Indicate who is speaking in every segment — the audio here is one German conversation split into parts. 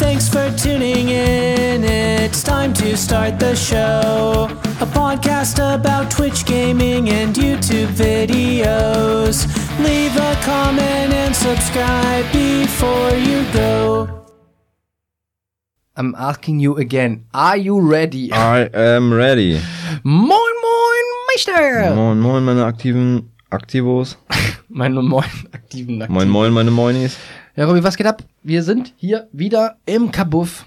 Speaker 1: Thanks for tuning in. It's time to start the show. A podcast about Twitch gaming and YouTube videos. Leave a comment and subscribe before you go.
Speaker 2: I'm asking you again. Are you ready?
Speaker 3: I am ready.
Speaker 2: Moin, moin, Meister!
Speaker 3: Moin, moin, meine aktiven Aktivos.
Speaker 2: Meine moin, aktiven Nacken.
Speaker 3: Moin, moin, meine Moinis.
Speaker 2: Ja, Robby, was geht ab? Wir sind hier wieder im Kabuff.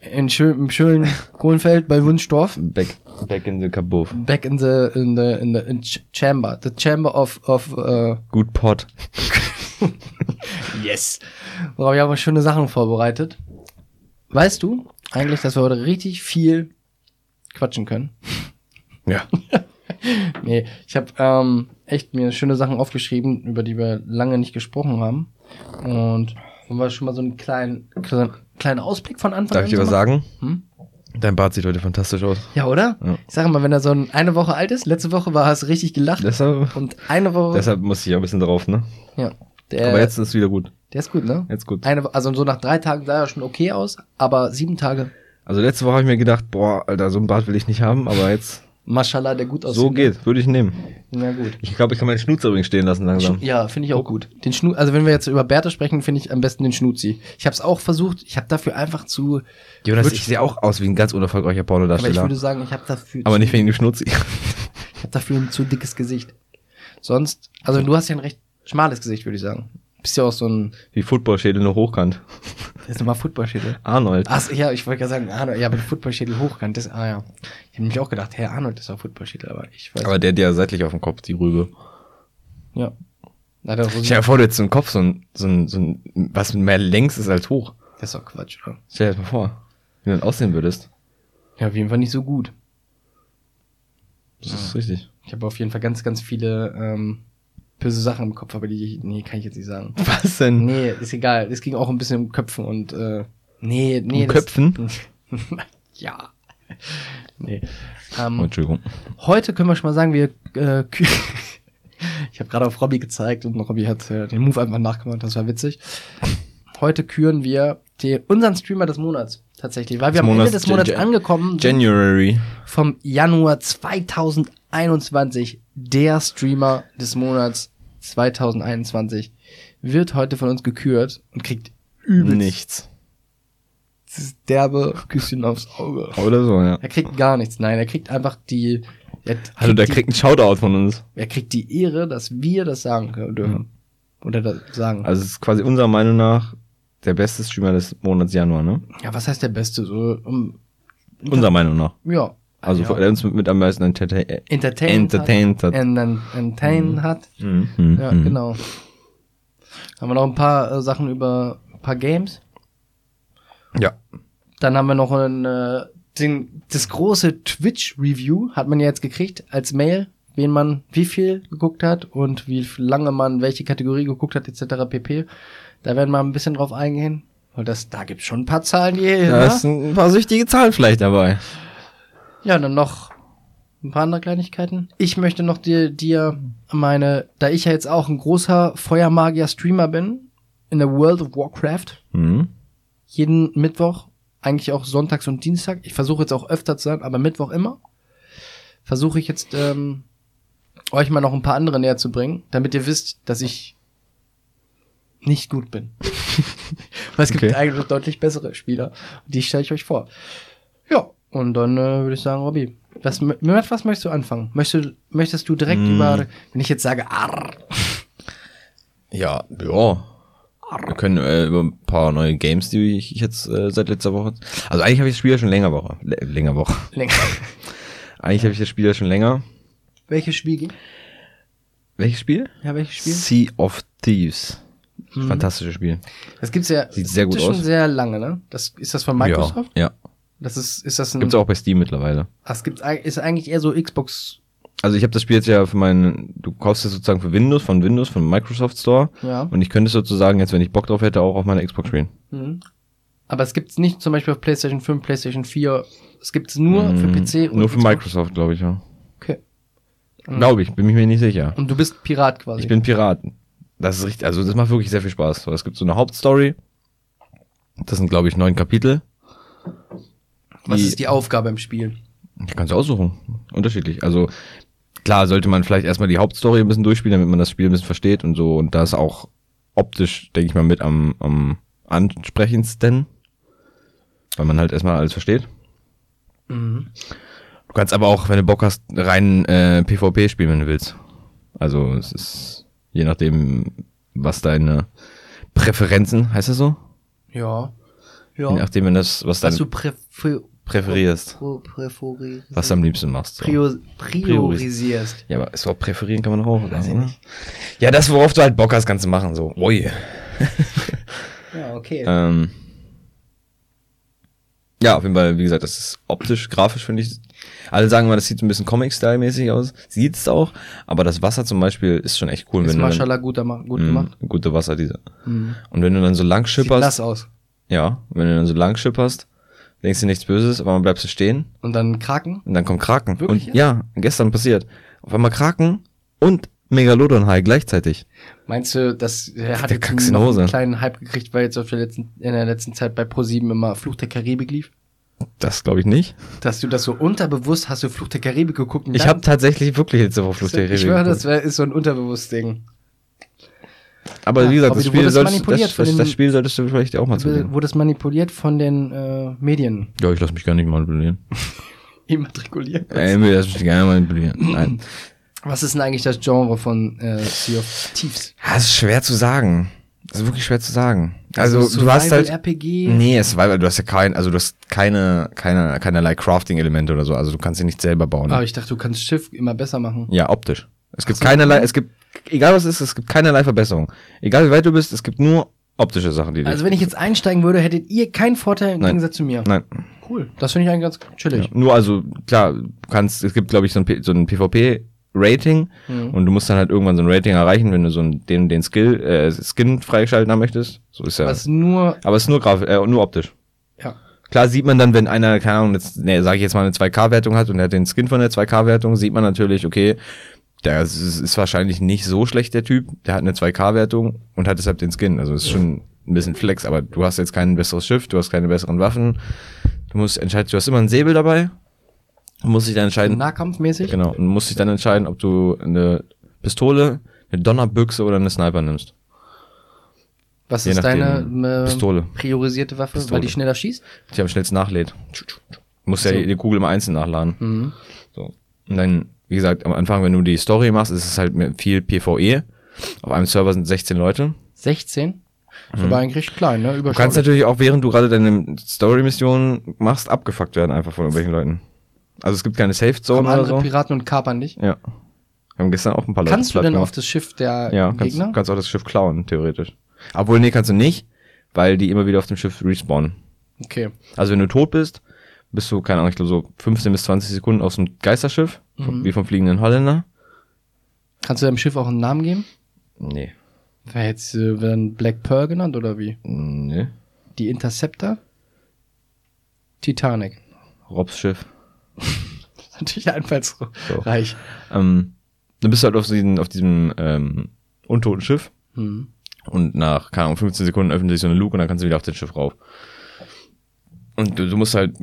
Speaker 2: In schön, Im schönen Kohlenfeld bei Wunstorf.
Speaker 3: Back, back in the kabuff.
Speaker 2: Back in the, in the, in the in ch- chamber. The chamber of, of, uh,
Speaker 3: Gut Pot.
Speaker 2: yes. Robby, wir haben schöne Sachen vorbereitet. Weißt du eigentlich, dass wir heute richtig viel quatschen können?
Speaker 3: Ja.
Speaker 2: Nee, ich habe ähm, echt mir schöne Sachen aufgeschrieben, über die wir lange nicht gesprochen haben. Und wollen wir schon mal so einen kleinen, kleinen, kleinen Ausblick von Anfang
Speaker 3: Darf ich dir
Speaker 2: so
Speaker 3: was
Speaker 2: machen?
Speaker 3: sagen?
Speaker 2: Hm?
Speaker 3: Dein Bart sieht heute fantastisch aus.
Speaker 2: Ja, oder?
Speaker 3: Ja.
Speaker 2: Ich sage mal, wenn er so ein, eine Woche alt ist, letzte Woche war hast richtig gelacht.
Speaker 3: Deshalb,
Speaker 2: und eine Woche.
Speaker 3: deshalb musste ich ja ein bisschen drauf, ne?
Speaker 2: ja, der,
Speaker 3: Aber jetzt ist wieder gut.
Speaker 2: der ist gut, ne?
Speaker 3: Jetzt gut.
Speaker 2: Eine, Wo- also so nach drei Tagen sah er schon okay aus, aber sieben Tage,
Speaker 3: Also letzte Woche habe ich mir gedacht, boah, Alter, so ein Bart will ich nicht haben, aber jetzt
Speaker 2: Maschallah, der gut aussieht.
Speaker 3: so geht, würde ich nehmen.
Speaker 2: Na gut.
Speaker 3: Ich glaube, ich kann meinen Schnutzer übrigens stehen lassen langsam.
Speaker 2: Ja, finde ich auch gut. Den Schnu also wenn wir jetzt über Bärte sprechen, finde ich am besten den Schnuzi. Ich habe es auch versucht. Ich habe dafür einfach zu.
Speaker 3: Jonas,
Speaker 2: Würd-
Speaker 3: ich sehe auch aus wie ein ganz unerfolgreicher
Speaker 2: Aber ich
Speaker 3: Pornodarsteller.
Speaker 2: würde sagen, ich habe dafür,
Speaker 3: Aber nicht wegen dem Schnutzi.
Speaker 2: ich hab dafür ein zu dickes Gesicht. Sonst, also du hast ja ein recht schmales Gesicht, würde ich sagen. Bist ja auch so ein,
Speaker 3: Wie Footballschädel nur hochkant.
Speaker 2: das ist immer Footballschädel.
Speaker 3: Arnold.
Speaker 2: Ach, so, ja, ich wollte gerade sagen, Arnold, ja, aber Footballschädel hochkant, das, ah ja. Ich habe nämlich auch gedacht, Herr Arnold ist auch Footballschädel, aber ich weiß.
Speaker 3: Aber der hat ja seitlich auf dem Kopf, die Rübe.
Speaker 2: ja. Na, der Rosi-
Speaker 3: Stell dir vor, du hättest so einen Kopf, so ein, so ein, so ein, was mehr längs ist als hoch.
Speaker 2: das ist doch Quatsch, oder?
Speaker 3: Stell dir das mal vor, wie du dann aussehen würdest.
Speaker 2: Ja, auf jeden Fall nicht so gut.
Speaker 3: Das ist richtig.
Speaker 2: Ich habe auf jeden Fall ganz, ganz viele ähm, böse Sachen im Kopf, aber die, nee, kann ich jetzt nicht sagen.
Speaker 3: Was denn?
Speaker 2: Nee, ist egal. Es ging auch ein bisschen um Köpfen und äh, nee, nee.
Speaker 3: Um
Speaker 2: das-
Speaker 3: Köpfen?
Speaker 2: ja. Nee. Ähm,
Speaker 3: Oh, Entschuldigung.
Speaker 2: heute können wir schon mal sagen, wir äh, kü- Ich habe gerade auf Robby gezeigt und Robby hat äh, den Move einfach nachgemacht, das war witzig. Heute küren wir den, unseren Streamer des Monats tatsächlich, weil wir am
Speaker 3: Des
Speaker 2: Ende
Speaker 3: Monats,
Speaker 2: des Monats
Speaker 3: Gen- Gen-
Speaker 2: angekommen sind
Speaker 3: January.
Speaker 2: vom Januar 2021. Der Streamer des Monats 2021 wird heute von uns gekürt und kriegt übelst
Speaker 3: Nichts.
Speaker 2: dieses derbe Küsschen aufs Auge.
Speaker 3: Oder so, ja.
Speaker 2: Er kriegt gar nichts. Nein, er kriegt einfach die. Er
Speaker 3: Hallo, Also, der
Speaker 2: die,
Speaker 3: kriegt einen Shoutout von uns.
Speaker 2: Er kriegt die Ehre, dass wir das sagen können- dürfen. Oder das sagen.
Speaker 3: Also, es ist quasi unserer Meinung nach der beste Streamer des Monats Januar, ne?
Speaker 2: ja, was heißt der Beste? So, um,
Speaker 3: Unserer Meinung nach.
Speaker 2: ja.
Speaker 3: Also,
Speaker 2: ja.
Speaker 3: der uns mit, mit am meisten entertain.
Speaker 2: entertained.
Speaker 3: entertained
Speaker 2: Hat,
Speaker 3: hat.
Speaker 2: en- en- entertained hat.
Speaker 3: Mhm.
Speaker 2: Ja,
Speaker 3: Mhm.
Speaker 2: genau. Haben wir noch ein paar äh, Sachen über ein paar Games.
Speaker 3: Ja.
Speaker 2: Dann haben wir noch ein, äh, den, das große Twitch-Review hat man ja jetzt gekriegt als Mail, wen man wie viel geguckt hat und wie lange man welche Kategorie geguckt hat, etc. pp. Da werden wir ein bisschen drauf eingehen. Weil das, da gibt's schon ein paar Zahlen, die
Speaker 3: Da
Speaker 2: ja,
Speaker 3: sind ein paar süchtige Zahlen vielleicht dabei.
Speaker 2: ja, dann noch ein paar andere Kleinigkeiten. Ich möchte noch dir, dir meine, da ich ja jetzt auch ein großer Feuermagier-Streamer bin, in der World of Warcraft,
Speaker 3: Mhm.
Speaker 2: jeden Mittwoch, eigentlich auch sonntags und Dienstag. Ich versuche jetzt auch öfter zu sein, aber Mittwoch immer. Versuche ich jetzt ähm, euch mal noch ein paar andere näher zu bringen, damit ihr wisst, dass ich nicht gut bin. Weil es gibt
Speaker 3: Okay.
Speaker 2: eigentlich noch deutlich bessere Spieler. Die stelle ich euch vor. Ja, und dann äh, würde ich sagen, Robby, was, mit was möchtest du anfangen? Möchtest, du- möchtest du direkt
Speaker 3: Mm.
Speaker 2: über, wenn ich jetzt sage, arr,
Speaker 3: Ja, ja. Wir können äh, über ein paar neue Games, die ich jetzt äh, seit letzter Woche. Also eigentlich habe ich das Spiel ja schon länger Woche. L länger Woche.
Speaker 2: länger.
Speaker 3: Eigentlich habe ich das Spiel ja schon länger.
Speaker 2: welches Spiel ging?
Speaker 3: Welches Spiel?
Speaker 2: Ja, welches Spiel? Hm.
Speaker 3: Sea of Thieves. Fantastisches Spiel.
Speaker 2: Das gibt's ja
Speaker 3: Sieht sehr gut
Speaker 2: das ist schon
Speaker 3: aus.
Speaker 2: sehr lange, ne? Das ist das von Microsoft?
Speaker 3: Ja. ja.
Speaker 2: Das ist ist das ein
Speaker 3: Gibt's auch bei Steam mittlerweile.
Speaker 2: Das gibt's eig- ist eigentlich eher so Xbox
Speaker 3: Also ich habe das Spiel jetzt ja für meinen, du kaufst es sozusagen für Windows, von Windows, vom Microsoft Store.
Speaker 2: Ja.
Speaker 3: Und ich könnte es sozusagen jetzt, wenn ich Bock drauf hätte, auch auf meiner Xbox spielen.
Speaker 2: mhm. aber es gibt's nicht zum Beispiel auf PlayStation 5, PlayStation 4. Es gibt's nur für PC
Speaker 3: Mhm. Nur
Speaker 2: Xbox.
Speaker 3: für
Speaker 2: Mhm.
Speaker 3: Microsoft, glaube ich, ja.
Speaker 2: Okay.
Speaker 3: Glaube ich, bin ich mir nicht sicher.
Speaker 2: Und du bist Pirat quasi.
Speaker 3: Ich bin Piraten. Das ist richtig, also das macht wirklich sehr viel Spaß. So, Es gibt so eine Hauptstory, Das sind, glaube ich, neun Kapitel.
Speaker 2: Was
Speaker 3: Die-
Speaker 2: ist die Aufgabe im Spiel?
Speaker 3: Ja, Kannst du aussuchen. Unterschiedlich. Also klar sollte man vielleicht erstmal die Hauptstory ein bisschen durchspielen, damit man das Spiel ein bisschen versteht und so. Und das auch optisch, denke ich mal, mit am, am ansprechendsten. Weil man halt erstmal alles versteht.
Speaker 2: Mhm.
Speaker 3: Du kannst aber auch, wenn du Bock hast, rein äh, PvP spielen, wenn du willst. Also es ist je nachdem, was deine Präferenzen, heißt das so?
Speaker 2: Ja.
Speaker 3: Je
Speaker 2: Ja.
Speaker 3: nachdem, wenn das, was
Speaker 2: Was
Speaker 3: dann
Speaker 2: du präfer
Speaker 3: präferierst,
Speaker 2: pro- präferi-
Speaker 3: was du am liebsten machst. So.
Speaker 2: prio priorisierst.
Speaker 3: Ja, aber das Wort präferieren kann man doch auch. Oder? Ja, das, worauf du halt Bock hast, kannst du machen. So, oi.
Speaker 2: Ja, okay.
Speaker 3: Ähm, ja, auf jeden Fall, wie gesagt, das ist optisch, grafisch finde ich. Alle sagen mal, das sieht so ein bisschen Comic-Style-mäßig aus. Sieht's auch, aber das Wasser zum Beispiel ist schon echt cool.
Speaker 2: ist
Speaker 3: du dann-
Speaker 2: Maschallah gut, ama- gut
Speaker 3: Mhm,
Speaker 2: gemacht.
Speaker 3: Gute Wasser, diese.
Speaker 2: Mhm.
Speaker 3: Und wenn du dann so lang
Speaker 2: Sieht
Speaker 3: schipperst,
Speaker 2: nass aus.
Speaker 3: ja, wenn du dann so lang schipperst, denkst du nichts Böses, aber dann bleibst du stehen
Speaker 2: Und dann Kraken.
Speaker 3: und dann kommt Kraken.
Speaker 2: Wirklich,
Speaker 3: und ja, gestern passiert. Auf einmal Kraken und Megalodon-Hai gleichzeitig.
Speaker 2: Meinst du, das äh, hat
Speaker 3: Der
Speaker 2: jetzt
Speaker 3: Kacks in
Speaker 2: noch
Speaker 3: Hose.
Speaker 2: einen kleinen Hype gekriegt, weil jetzt auf der letzten, in der letzten Zeit bei Pro7 immer Fluch der Karibik lief?
Speaker 3: Das glaube ich nicht.
Speaker 2: Dass du das so unterbewusst hast, du Fluch der Karibik geguckt und
Speaker 3: Ich
Speaker 2: dann-
Speaker 3: habe tatsächlich wirklich jetzt auf Flucht der
Speaker 2: Ich
Speaker 3: Karibik
Speaker 2: schwöre,
Speaker 3: geguckt.
Speaker 2: das wär, ist so ein unterbewusstes Ding.
Speaker 3: Aber
Speaker 2: Ja,
Speaker 3: wie gesagt,
Speaker 2: aber
Speaker 3: das
Speaker 2: du
Speaker 3: Spiel,
Speaker 2: wurdest
Speaker 3: solltest,
Speaker 2: manipuliert
Speaker 3: das,
Speaker 2: von
Speaker 3: das,
Speaker 2: den-
Speaker 3: das Spiel solltest du vielleicht auch mal
Speaker 2: Du
Speaker 3: zusehen.
Speaker 2: wurdest manipuliert von den äh, Medien
Speaker 3: Ja, ich lasse mich gar nicht manipulieren.
Speaker 2: immatrikuliert.
Speaker 3: Ey, mir lass mich gerne manipulieren. Nein.
Speaker 2: Was ist denn eigentlich das Genre von äh, Sea of Thieves?
Speaker 3: Ja, es ist schwer zu sagen. Das ist wirklich schwer zu sagen. Also, du hast halt.
Speaker 2: RPG.
Speaker 3: Nee, es war, du hast ja kein, also du hast keine, keine, keinerlei Crafting-Elemente oder so. Also du kannst sie nicht selber bauen.
Speaker 2: Aber Ah, ich dachte, du kannst Schiff immer besser machen.
Speaker 3: Ja, optisch. Es gibt keinerlei, es gibt, egal was es ist, es gibt keinerlei Verbesserung. Egal wie weit du bist, es gibt nur optische Sachen, die dich-
Speaker 2: Also wenn ich jetzt einsteigen würde, hättet ihr keinen Vorteil im
Speaker 3: Nein.
Speaker 2: Gegensatz zu mir.
Speaker 3: Nein.
Speaker 2: Cool. Das finde ich eigentlich ganz chillig.
Speaker 3: Nur also, klar, du kannst, es gibt, glaube ich, so ein, P- so ein PvP-Rating und du musst dann halt irgendwann so ein Rating erreichen, wenn du so einen, den, den Skill, äh, Skin freischalten haben möchtest. So ist ja.
Speaker 2: Was nur,
Speaker 3: Aber es ist nur grafisch, äh, nur optisch.
Speaker 2: ja.
Speaker 3: Klar sieht man dann, wenn einer, keine Ahnung, jetzt, ne, sag ich jetzt mal eine 2K-Wertung hat und er hat den Skin von der 2K-Wertung, sieht man natürlich, okay, der ist, ist wahrscheinlich nicht so schlecht, der Typ. Der hat eine 2K-Wertung und hat deshalb den Skin. Also ist schon ein bisschen Flex, aber du hast jetzt kein besseres Schiff, du hast keine besseren Waffen. Du musst entscheiden, du hast immer einen Säbel dabei. Du musst dich dann entscheiden,
Speaker 2: Nahkampfmäßig.
Speaker 3: genau, und musst dich dann entscheiden, ob du eine Pistole, eine Donnerbüchse oder eine Sniper nimmst.
Speaker 2: Was
Speaker 3: Je
Speaker 2: ist
Speaker 3: nachdem.
Speaker 2: deine äh,
Speaker 3: Pistole.
Speaker 2: priorisierte Waffe,
Speaker 3: Pistole.
Speaker 2: weil die schneller schießt?
Speaker 3: die am schnellsten nachlädt. Du musst ja
Speaker 2: So.
Speaker 3: die, die Kugel im Einzelnen nachladen. So. Und dann, wie gesagt, am Anfang, wenn du die Story machst, ist es halt mit viel PvE. Auf einem Server sind 16 Leute.
Speaker 2: 16? Ist aber eigentlich recht klein, ne?
Speaker 3: Mhm. Du kannst
Speaker 2: Überschaubar.
Speaker 3: natürlich auch, während du gerade deine Story-Mission machst, abgefuckt werden einfach von irgendwelchen Leuten. Also es gibt keine Safe-Zone
Speaker 2: Kommen
Speaker 3: oder
Speaker 2: andere
Speaker 3: so.
Speaker 2: Piraten und kapern dich.
Speaker 3: Ja. Wir haben gestern auch ein paar Leute
Speaker 2: Kannst du
Speaker 3: platt
Speaker 2: denn
Speaker 3: gemacht.
Speaker 2: auf das Schiff der
Speaker 3: Ja, kannst,
Speaker 2: Gegner?
Speaker 3: kannst auch das Schiff klauen, theoretisch. Obwohl, nee, kannst du nicht, weil die immer wieder auf dem Schiff respawnen.
Speaker 2: Okay.
Speaker 3: Also wenn du tot bist, bist du, keine Ahnung, ich glaube so 15 bis 20 Sekunden aus dem Geisterschiff, vom- wie vom fliegenden Holländer.
Speaker 2: Kannst du deinem Schiff auch einen Namen geben?
Speaker 3: Nee.
Speaker 2: Wer hättest du dann Black Pearl genannt oder wie?
Speaker 3: Nee.
Speaker 2: Die Interceptor? Titanic.
Speaker 3: Robs Schiff.
Speaker 2: Natürlich einfallsreich.
Speaker 3: Ähm, dann bist du halt auf, diesem- auf diesem ähm, untoten Schiff
Speaker 2: Hm.
Speaker 3: und nach, keine Ahnung, 15 Sekunden öffnet sich so eine Luke und dann kannst du wieder auf das Schiff rauf. Und du, du musst halt,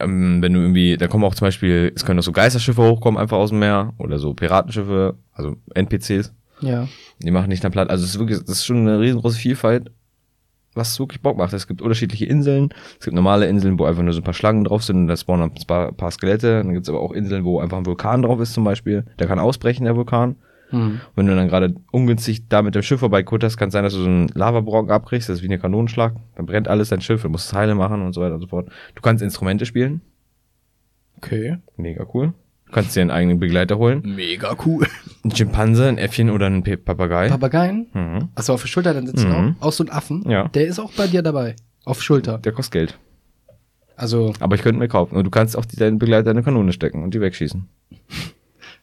Speaker 3: ähm, wenn du irgendwie, da kommen auch zum Beispiel, es können auch so Geisterschiffe hochkommen, einfach aus dem Meer oder so Piratenschiffe, also NPCs.
Speaker 2: Ja.
Speaker 3: Die machen nicht dann platt. Also es ist wirklich, das ist schon eine riesengroße Vielfalt, was wirklich Bock macht. Es gibt unterschiedliche Inseln. Es gibt normale Inseln, wo einfach nur so ein paar Schlangen drauf sind und da spawnen ein paar, paar Skelette. Dann gibt es aber auch Inseln, wo einfach ein Vulkan drauf ist zum Beispiel. Der kann ausbrechen, der Vulkan.
Speaker 2: Hm.
Speaker 3: Wenn du dann gerade ungünstig da mit dem Schiff vorbeikutterst, kann es sein, dass du so einen Lavabrocken abkriegst. Das ist wie ein Kanonenschlag. Dann brennt alles dein Schiff. Du musst Teile machen und so weiter und so fort. Du kannst Instrumente spielen.
Speaker 2: Okay.
Speaker 3: Mega cool. Du kannst dir einen eigenen Begleiter holen.
Speaker 2: Mega cool.
Speaker 3: Ein Schimpanse, ein Äffchen oder ein Pe- Papagei.
Speaker 2: Papageien?
Speaker 3: mhm.
Speaker 2: Achso, auf der Schulter dann sitzen
Speaker 3: Mhm.
Speaker 2: auch. Aus so ein Affen.
Speaker 3: Ja.
Speaker 2: Der ist auch bei dir dabei. Auf Schulter.
Speaker 3: Der kostet Geld.
Speaker 2: Also,
Speaker 3: Aber ich könnte mir kaufen. Und du kannst auch die, deinen Begleiter eine Kanone stecken und die wegschießen.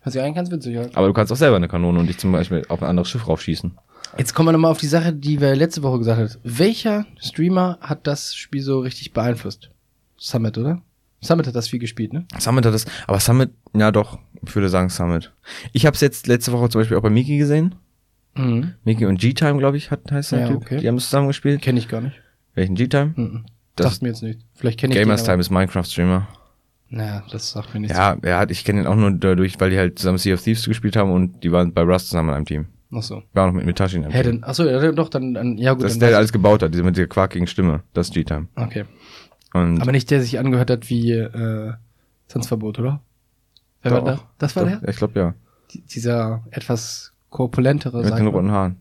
Speaker 2: was ich eigentlich ganz witzig ja.
Speaker 3: Aber du kannst auch selber eine Kanone und dich zum Beispiel auf ein anderes Schiff raufschießen.
Speaker 2: Jetzt kommen wir nochmal auf die Sache, die wir letzte Woche gesagt haben. Welcher Streamer hat das Spiel so richtig beeinflusst? Summit, oder? Summit hat das viel gespielt, ne?
Speaker 3: Summit hat das. Aber Summit, ja doch, ich würde sagen Summit. Ich habe es jetzt letzte Woche zum Beispiel auch bei Miki gesehen.
Speaker 2: Mhm.
Speaker 3: Miki und G-Time, glaube ich, hat, heißt der
Speaker 2: Ja,
Speaker 3: Typ.
Speaker 2: okay.
Speaker 3: Die haben es zusammengespielt.
Speaker 2: Kenne ich gar nicht.
Speaker 3: Welchen G-Time? Das-
Speaker 2: Mhm. sagt mir jetzt nicht. Vielleicht kenne ich
Speaker 3: Gamers
Speaker 2: den. aber-
Speaker 3: Time ist Minecraft-Streamer.
Speaker 2: Naja, das sagt mir nichts.
Speaker 3: Ja, er hat, ich kenne ihn auch nur dadurch, weil die halt zusammen Sea of Thieves gespielt haben und die waren bei Rust zusammen in einem Team.
Speaker 2: Ach so.
Speaker 3: War auch noch mit Mitashi in einem
Speaker 2: Hä,
Speaker 3: Team.
Speaker 2: denn, achso, ja, dann doch, dann, dann ja gut.
Speaker 3: Das ist der,
Speaker 2: dann
Speaker 3: der alles gebaut hat, diese mit der quakigen Stimme. Das ist G-Time.
Speaker 2: weiß- okay.
Speaker 3: Und
Speaker 2: Aber nicht der, der sich angehört hat wie äh, Tanzverbot, oder? Wer war
Speaker 3: Doch.
Speaker 2: da? Das war
Speaker 3: Doch,
Speaker 2: der?
Speaker 3: Ich glaube ja.
Speaker 2: Die- Dieser etwas korpulentere,
Speaker 3: Mit
Speaker 2: Also sag
Speaker 3: den
Speaker 2: ich mal.
Speaker 3: roten Haaren.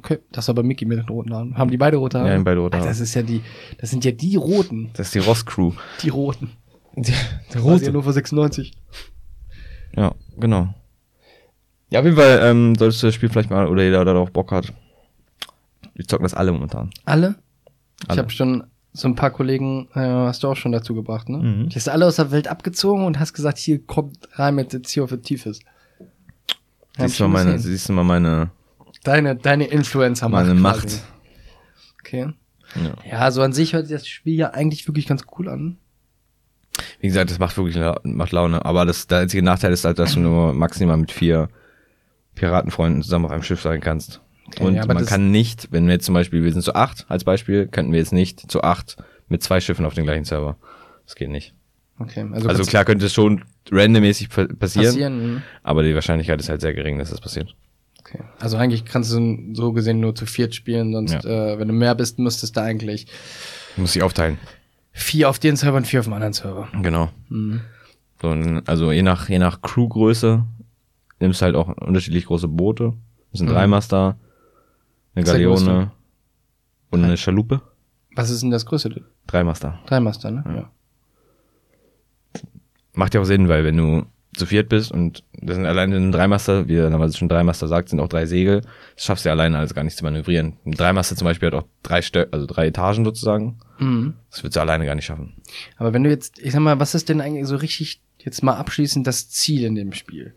Speaker 2: Okay, das war bei Mickey mit den roten Haaren. Haben die beide rote Haare?
Speaker 3: Ja, die beide rote
Speaker 2: Alter,
Speaker 3: Haare.
Speaker 2: Das ist ja die, das sind ja die Roten,
Speaker 3: Das ist die Ross-Crew.
Speaker 2: die Roten.
Speaker 3: Der
Speaker 2: Das war ja nur vor 96.
Speaker 3: Ja, genau. Ja, auf jeden Fall ähm, solltest du das Spiel vielleicht mal, oder jeder, der darauf Bock hat. Wir zocken das alle momentan.
Speaker 2: Alle? Ich
Speaker 3: Alle.
Speaker 2: habe schon so ein paar Kollegen, äh, hast du auch schon dazu gebracht, ne?
Speaker 3: Mhm.
Speaker 2: Die hast du alle aus der Welt abgezogen und hast gesagt, hier kommt rein mit jetzt hier auf Tiefes. Hab ich
Speaker 3: Siehst du,
Speaker 2: schon
Speaker 3: mal meine,
Speaker 2: gesehen.
Speaker 3: siehst du mal meine,
Speaker 2: Deine, deine Influencer
Speaker 3: meine
Speaker 2: quasi.
Speaker 3: Macht.
Speaker 2: Okay.
Speaker 3: Ja.
Speaker 2: Ja, so an sich hört sich das Spiel ja eigentlich wirklich ganz cool an.
Speaker 3: Wie gesagt, das macht wirklich La macht Laune. Aber das, der einzige Nachteil ist halt, dass du nur maximal mit vier Piratenfreunden zusammen auf einem Schiff sein kannst.
Speaker 2: Okay,
Speaker 3: Und
Speaker 2: ja, aber
Speaker 3: man
Speaker 2: das-
Speaker 3: kann nicht, wenn wir jetzt zum Beispiel, wir sind zu acht als Beispiel, könnten wir jetzt nicht zu acht mit zwei Schiffen auf den gleichen Server. Das geht nicht.
Speaker 2: Okay,
Speaker 3: Also
Speaker 2: kannst-
Speaker 3: klar könnte es schon randommäßig pa- passieren,
Speaker 2: passieren. mhm.
Speaker 3: aber die Wahrscheinlichkeit ist halt sehr gering, dass das passiert.
Speaker 2: Okay. Also eigentlich kannst du so gesehen nur zu viert spielen, sonst, äh, wenn du mehr bist, müsstest du eigentlich
Speaker 3: Muss ich aufteilen.
Speaker 2: vier auf den Server und vier auf dem anderen Server. Mhm.
Speaker 3: Genau. So, und also je nach, je nach Crewgröße nimmst du halt auch unterschiedlich große Boote. Das sind
Speaker 2: Mhm.
Speaker 3: drei Master, eine
Speaker 2: Was ist der größte?
Speaker 3: Galeone und eine Schalupe.
Speaker 2: Was ist denn das größte?
Speaker 3: Drei Master.
Speaker 2: Dreimaster, ne? Ja.
Speaker 3: Macht ja auch Sinn, weil wenn du zu viert bist und das sind alleine ein Dreimaster, wie er schon Dreimaster sagt, sind auch drei Segel, das schaffst du ja alleine alles gar nicht zu manövrieren. Ein Dreimaster zum Beispiel hat auch drei Stö also drei Etagen sozusagen.
Speaker 2: Mhm.
Speaker 3: Das würdest du alleine gar nicht schaffen.
Speaker 2: Aber wenn du jetzt, ich sag mal, was ist denn eigentlich so richtig jetzt mal abschließend das Ziel in dem Spiel?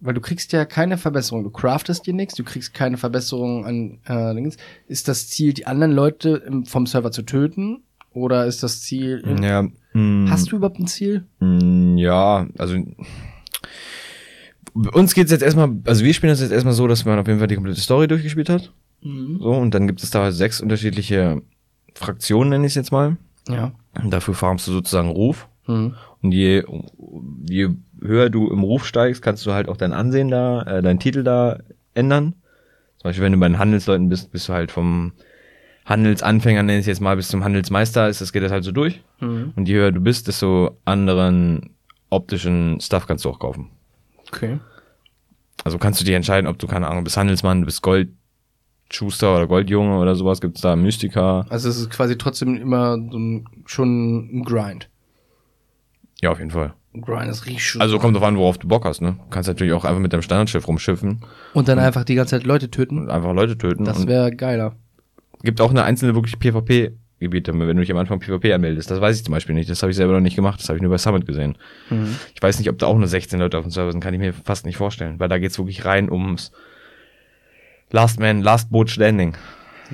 Speaker 2: Weil du kriegst ja keine Verbesserung. Du craftest dir nichts, du kriegst keine Verbesserung an äh, Dings. Ist das Ziel, die anderen Leute im, vom Server zu töten? Oder ist das Ziel.
Speaker 3: Ja.
Speaker 2: Hast du überhaupt ein Ziel?
Speaker 3: Mm, Ja, also uns geht's jetzt erstmal, also wir spielen das jetzt erstmal so, dass man auf jeden Fall die komplette Story durchgespielt hat.
Speaker 2: Mhm.
Speaker 3: So, und dann gibt es da sechs unterschiedliche Fraktionen, nenne ich es jetzt mal.
Speaker 2: Ja.
Speaker 3: Und dafür farmst du sozusagen Ruf.
Speaker 2: Mhm.
Speaker 3: Und je, je höher du im Ruf steigst, kannst du halt auch dein Ansehen da, äh, deinen Titel da ändern. Zum Beispiel, wenn du bei den Handelsleuten bist, bist du halt vom Handelsanfänger, nenne ich es jetzt mal, bis zum Handelsmeister, ist das geht das halt so durch.
Speaker 2: Mhm.
Speaker 3: Und je höher du bist, desto anderen optischen Stuff kannst du auch kaufen.
Speaker 2: Okay.
Speaker 3: Also kannst du dir entscheiden, ob du, keine Ahnung, bist Handelsmann, du bist Goldschuster oder Goldjunge oder sowas, gibt's da Mystiker.
Speaker 2: Also es ist quasi trotzdem immer so ein, schon ein Grind.
Speaker 3: Ja, auf jeden Fall.
Speaker 2: Ein Grind ist richtig schön.
Speaker 3: Also kommt drauf an, worauf du Bock hast, ne? Du kannst natürlich auch einfach mit deinem Standardschiff rumschiffen
Speaker 2: und dann einfach die ganze Zeit Leute töten.
Speaker 3: und einfach Leute töten.
Speaker 2: Das
Speaker 3: und
Speaker 2: wäre geiler.
Speaker 3: gibt auch eine einzelne wirklich PvP-Gebiete, wenn du dich am Anfang PvP anmeldest. Das weiß ich zum Beispiel nicht. Das habe ich selber noch nicht gemacht. Das habe ich nur bei Summit gesehen.
Speaker 2: Mhm.
Speaker 3: Ich weiß nicht, ob da auch nur 16 Leute auf dem Server sind. Kann ich mir fast nicht vorstellen. Weil da geht's wirklich rein ums Last Man, Last Boat Standing.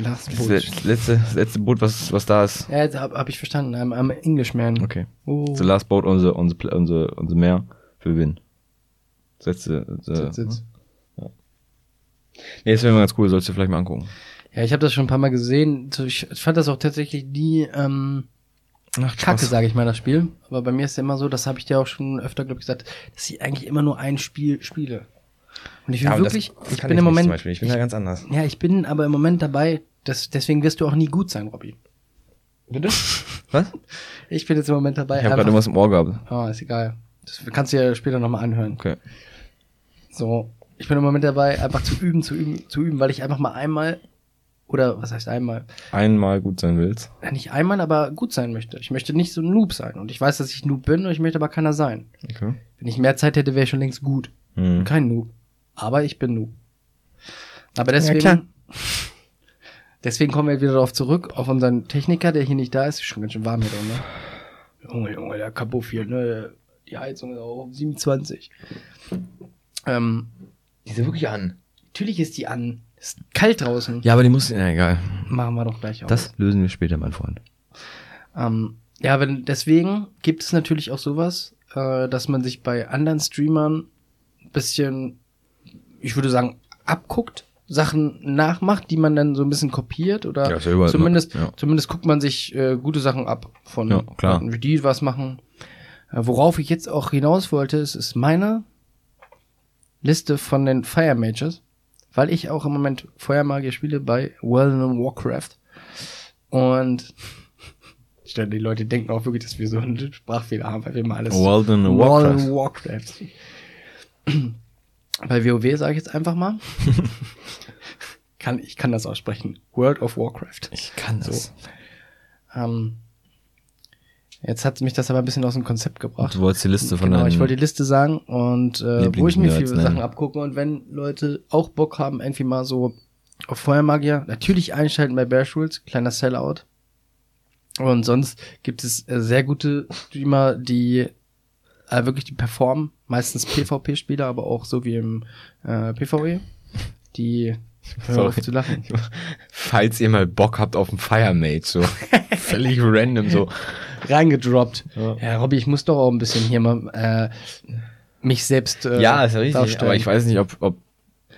Speaker 2: Last
Speaker 3: Das, le- das letzte, das letzte Boot, was, was da ist.
Speaker 2: Ja, jetzt hab, hab ich verstanden. I'm, I'm an Englishman.
Speaker 3: Okay.
Speaker 2: Oh.
Speaker 3: The Last Boat, unser, unser, Pl- unser, unser Meer für Win. Das letzte.
Speaker 2: Sitz,
Speaker 3: Äh,
Speaker 2: sitz.
Speaker 3: nee, das wäre mal ganz cool. Sollst du vielleicht mal angucken.
Speaker 2: Ja, ich habe das schon ein paar Mal gesehen. So, Ich fand das auch tatsächlich die ähm,
Speaker 3: Ach,
Speaker 2: Kacke, sage ich mal, das Spiel. Aber bei mir ist ja immer so, das habe ich dir auch schon öfter, glaube ich, gesagt, dass ich eigentlich immer nur ein Spiel spiele. Und ich bin
Speaker 3: Ja, aber das-
Speaker 2: wirklich,
Speaker 3: das
Speaker 2: ich
Speaker 3: kann
Speaker 2: bin
Speaker 3: nicht
Speaker 2: im Moment,
Speaker 3: Zum Beispiel. Ich bin da ganz anders.
Speaker 2: ja, ich bin aber im Moment dabei, dass, deswegen wirst du auch nie gut sein, Robby.
Speaker 3: Bitte? Was?
Speaker 2: Ich bin jetzt im Moment dabei.
Speaker 3: Ich habe gerade
Speaker 2: einfach-
Speaker 3: was im Ohr gehabt.
Speaker 2: Ah, ist egal. Das kannst du ja später nochmal anhören.
Speaker 3: Okay.
Speaker 2: So, ich bin im Moment dabei, einfach zu üben, zu üben, zu üben, weil ich einfach mal einmal, oder was heißt einmal,
Speaker 3: Einmal gut sein willst.
Speaker 2: Ja, nicht einmal, aber gut sein möchte. Ich möchte nicht so ein Noob sein. Und ich weiß, dass ich Noob bin und ich möchte aber keiner sein.
Speaker 3: Okay.
Speaker 2: Wenn ich mehr Zeit hätte, wäre ich schon längst gut.
Speaker 3: Hm.
Speaker 2: Kein Noob. Aber ich bin Noob. Aber deswegen.
Speaker 3: klar.
Speaker 2: Deswegen kommen wir wieder darauf zurück, auf unseren Techniker, der hier nicht da ist. Ist schon ganz schön warm hier drin, ne? Junge, Junge, der Kabuff hier, ne? Die Heizung ist auch auf 27. Ähm,
Speaker 3: Die sind wirklich an.
Speaker 2: natürlich ist die an. Ist kalt draußen.
Speaker 3: Ja, aber die muss. Ja, egal.
Speaker 2: Machen wir doch gleich auf.
Speaker 3: Das lösen wir später, mein Freund.
Speaker 2: Ähm, ja, wenn, deswegen gibt es natürlich auch sowas, äh, dass man sich bei anderen Streamern ein bisschen, ich würde sagen, abguckt, Sachen nachmacht, die man dann so ein bisschen kopiert oder
Speaker 3: Ja, ist ja überall,
Speaker 2: zumindest,
Speaker 3: ne? Ja.
Speaker 2: zumindest guckt man sich äh, gute Sachen ab von
Speaker 3: Ja, klar.
Speaker 2: Leuten, wie die was machen. Äh, worauf ich jetzt auch hinaus wollte, ist, ist meine Liste von den Fire Mages, weil ich auch im Moment Feuermagier spiele bei World of Warcraft und ich stelle, die Leute denken auch wirklich, dass wir so einen Sprachfehler haben, weil wir immer alles
Speaker 3: World in
Speaker 2: World
Speaker 3: Warcraft.
Speaker 2: of Warcraft. Bei WoW sage ich jetzt einfach mal. kann, ich kann das aussprechen. World of Warcraft.
Speaker 3: Ich kann das.
Speaker 2: Ähm, jetzt hat mich das aber ein bisschen aus dem Konzept gebracht.
Speaker 3: Du wolltest die Liste von
Speaker 2: genau,
Speaker 3: deinen...
Speaker 2: ich wollte die Liste sagen und äh, wo ich mir viele
Speaker 3: Lieblingsnerds ne? nennen.
Speaker 2: Sachen abgucke und wenn Leute auch Bock haben, irgendwie mal so auf Feuermagier, natürlich einschalten bei Bear Schulz, kleiner Sellout. Und sonst gibt es äh, sehr gute Streamer, die äh, wirklich die performen, meistens PvP-Spieler, aber auch so wie im äh, PvE, die Hör auf
Speaker 3: Sorry.
Speaker 2: zu lachen.
Speaker 3: Falls ihr mal Bock habt auf einen Firemate, so völlig random, so.
Speaker 2: reingedroppt. Ja.
Speaker 3: Ja.
Speaker 2: Robby, ich muss doch auch ein bisschen hier mal äh, mich selbst äh,
Speaker 3: Ja, ist ja richtig,
Speaker 2: darstellen.
Speaker 3: aber ich weiß nicht, ob, ob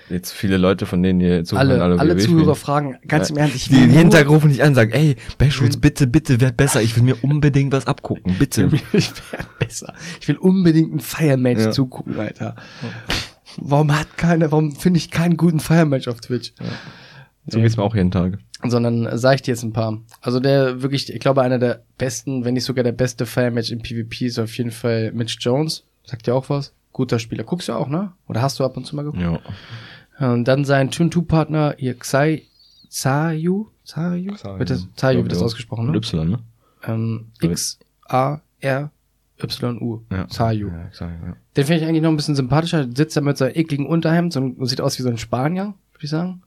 Speaker 3: jetzt viele Leute von denen hier zuhören,
Speaker 2: alle, alle
Speaker 3: WoW
Speaker 2: Zuhörer
Speaker 3: spielen.
Speaker 2: fragen ganz im
Speaker 3: Ja.
Speaker 2: Ernst, ich
Speaker 3: die
Speaker 2: will
Speaker 3: im
Speaker 2: nur-
Speaker 3: Hintergrund rufen nicht an und sagen, ey, Bashwoods, bitte, bitte, werd besser, ich will mir unbedingt was abgucken, bitte.
Speaker 2: ich wär besser. Ich will unbedingt einen Fire-Match
Speaker 3: Ja.
Speaker 2: zugucken, Alter. Warum hat keiner, warum finde ich keinen guten Fire-Match auf Twitch?
Speaker 3: So geht's mir auch jeden Tag.
Speaker 2: Sondern sage ich dir jetzt ein paar. Also der wirklich, ich glaube, einer der besten, wenn nicht sogar der beste Fire-Match im PvP ist auf jeden Fall Mitch Jones. Sagt dir auch was? Guter Spieler. Guckst du auch, ne? Oder hast du ab und zu mal geguckt?
Speaker 3: Ja.
Speaker 2: Und dann sein Tune 2 Partner ihr Xai Zayu, Zayu, wird das Zayu wird das ausgesprochen,
Speaker 3: Mit
Speaker 2: ne?
Speaker 3: Y, ne?
Speaker 2: Ähm, X A R Y U. Zayu.
Speaker 3: Ja, Xayo, ja.
Speaker 2: Den finde ich eigentlich noch ein bisschen sympathischer, sitzt da mit seinem ekligen Unterhemd so ein- sieht aus wie so ein Spanier, würde ich sagen.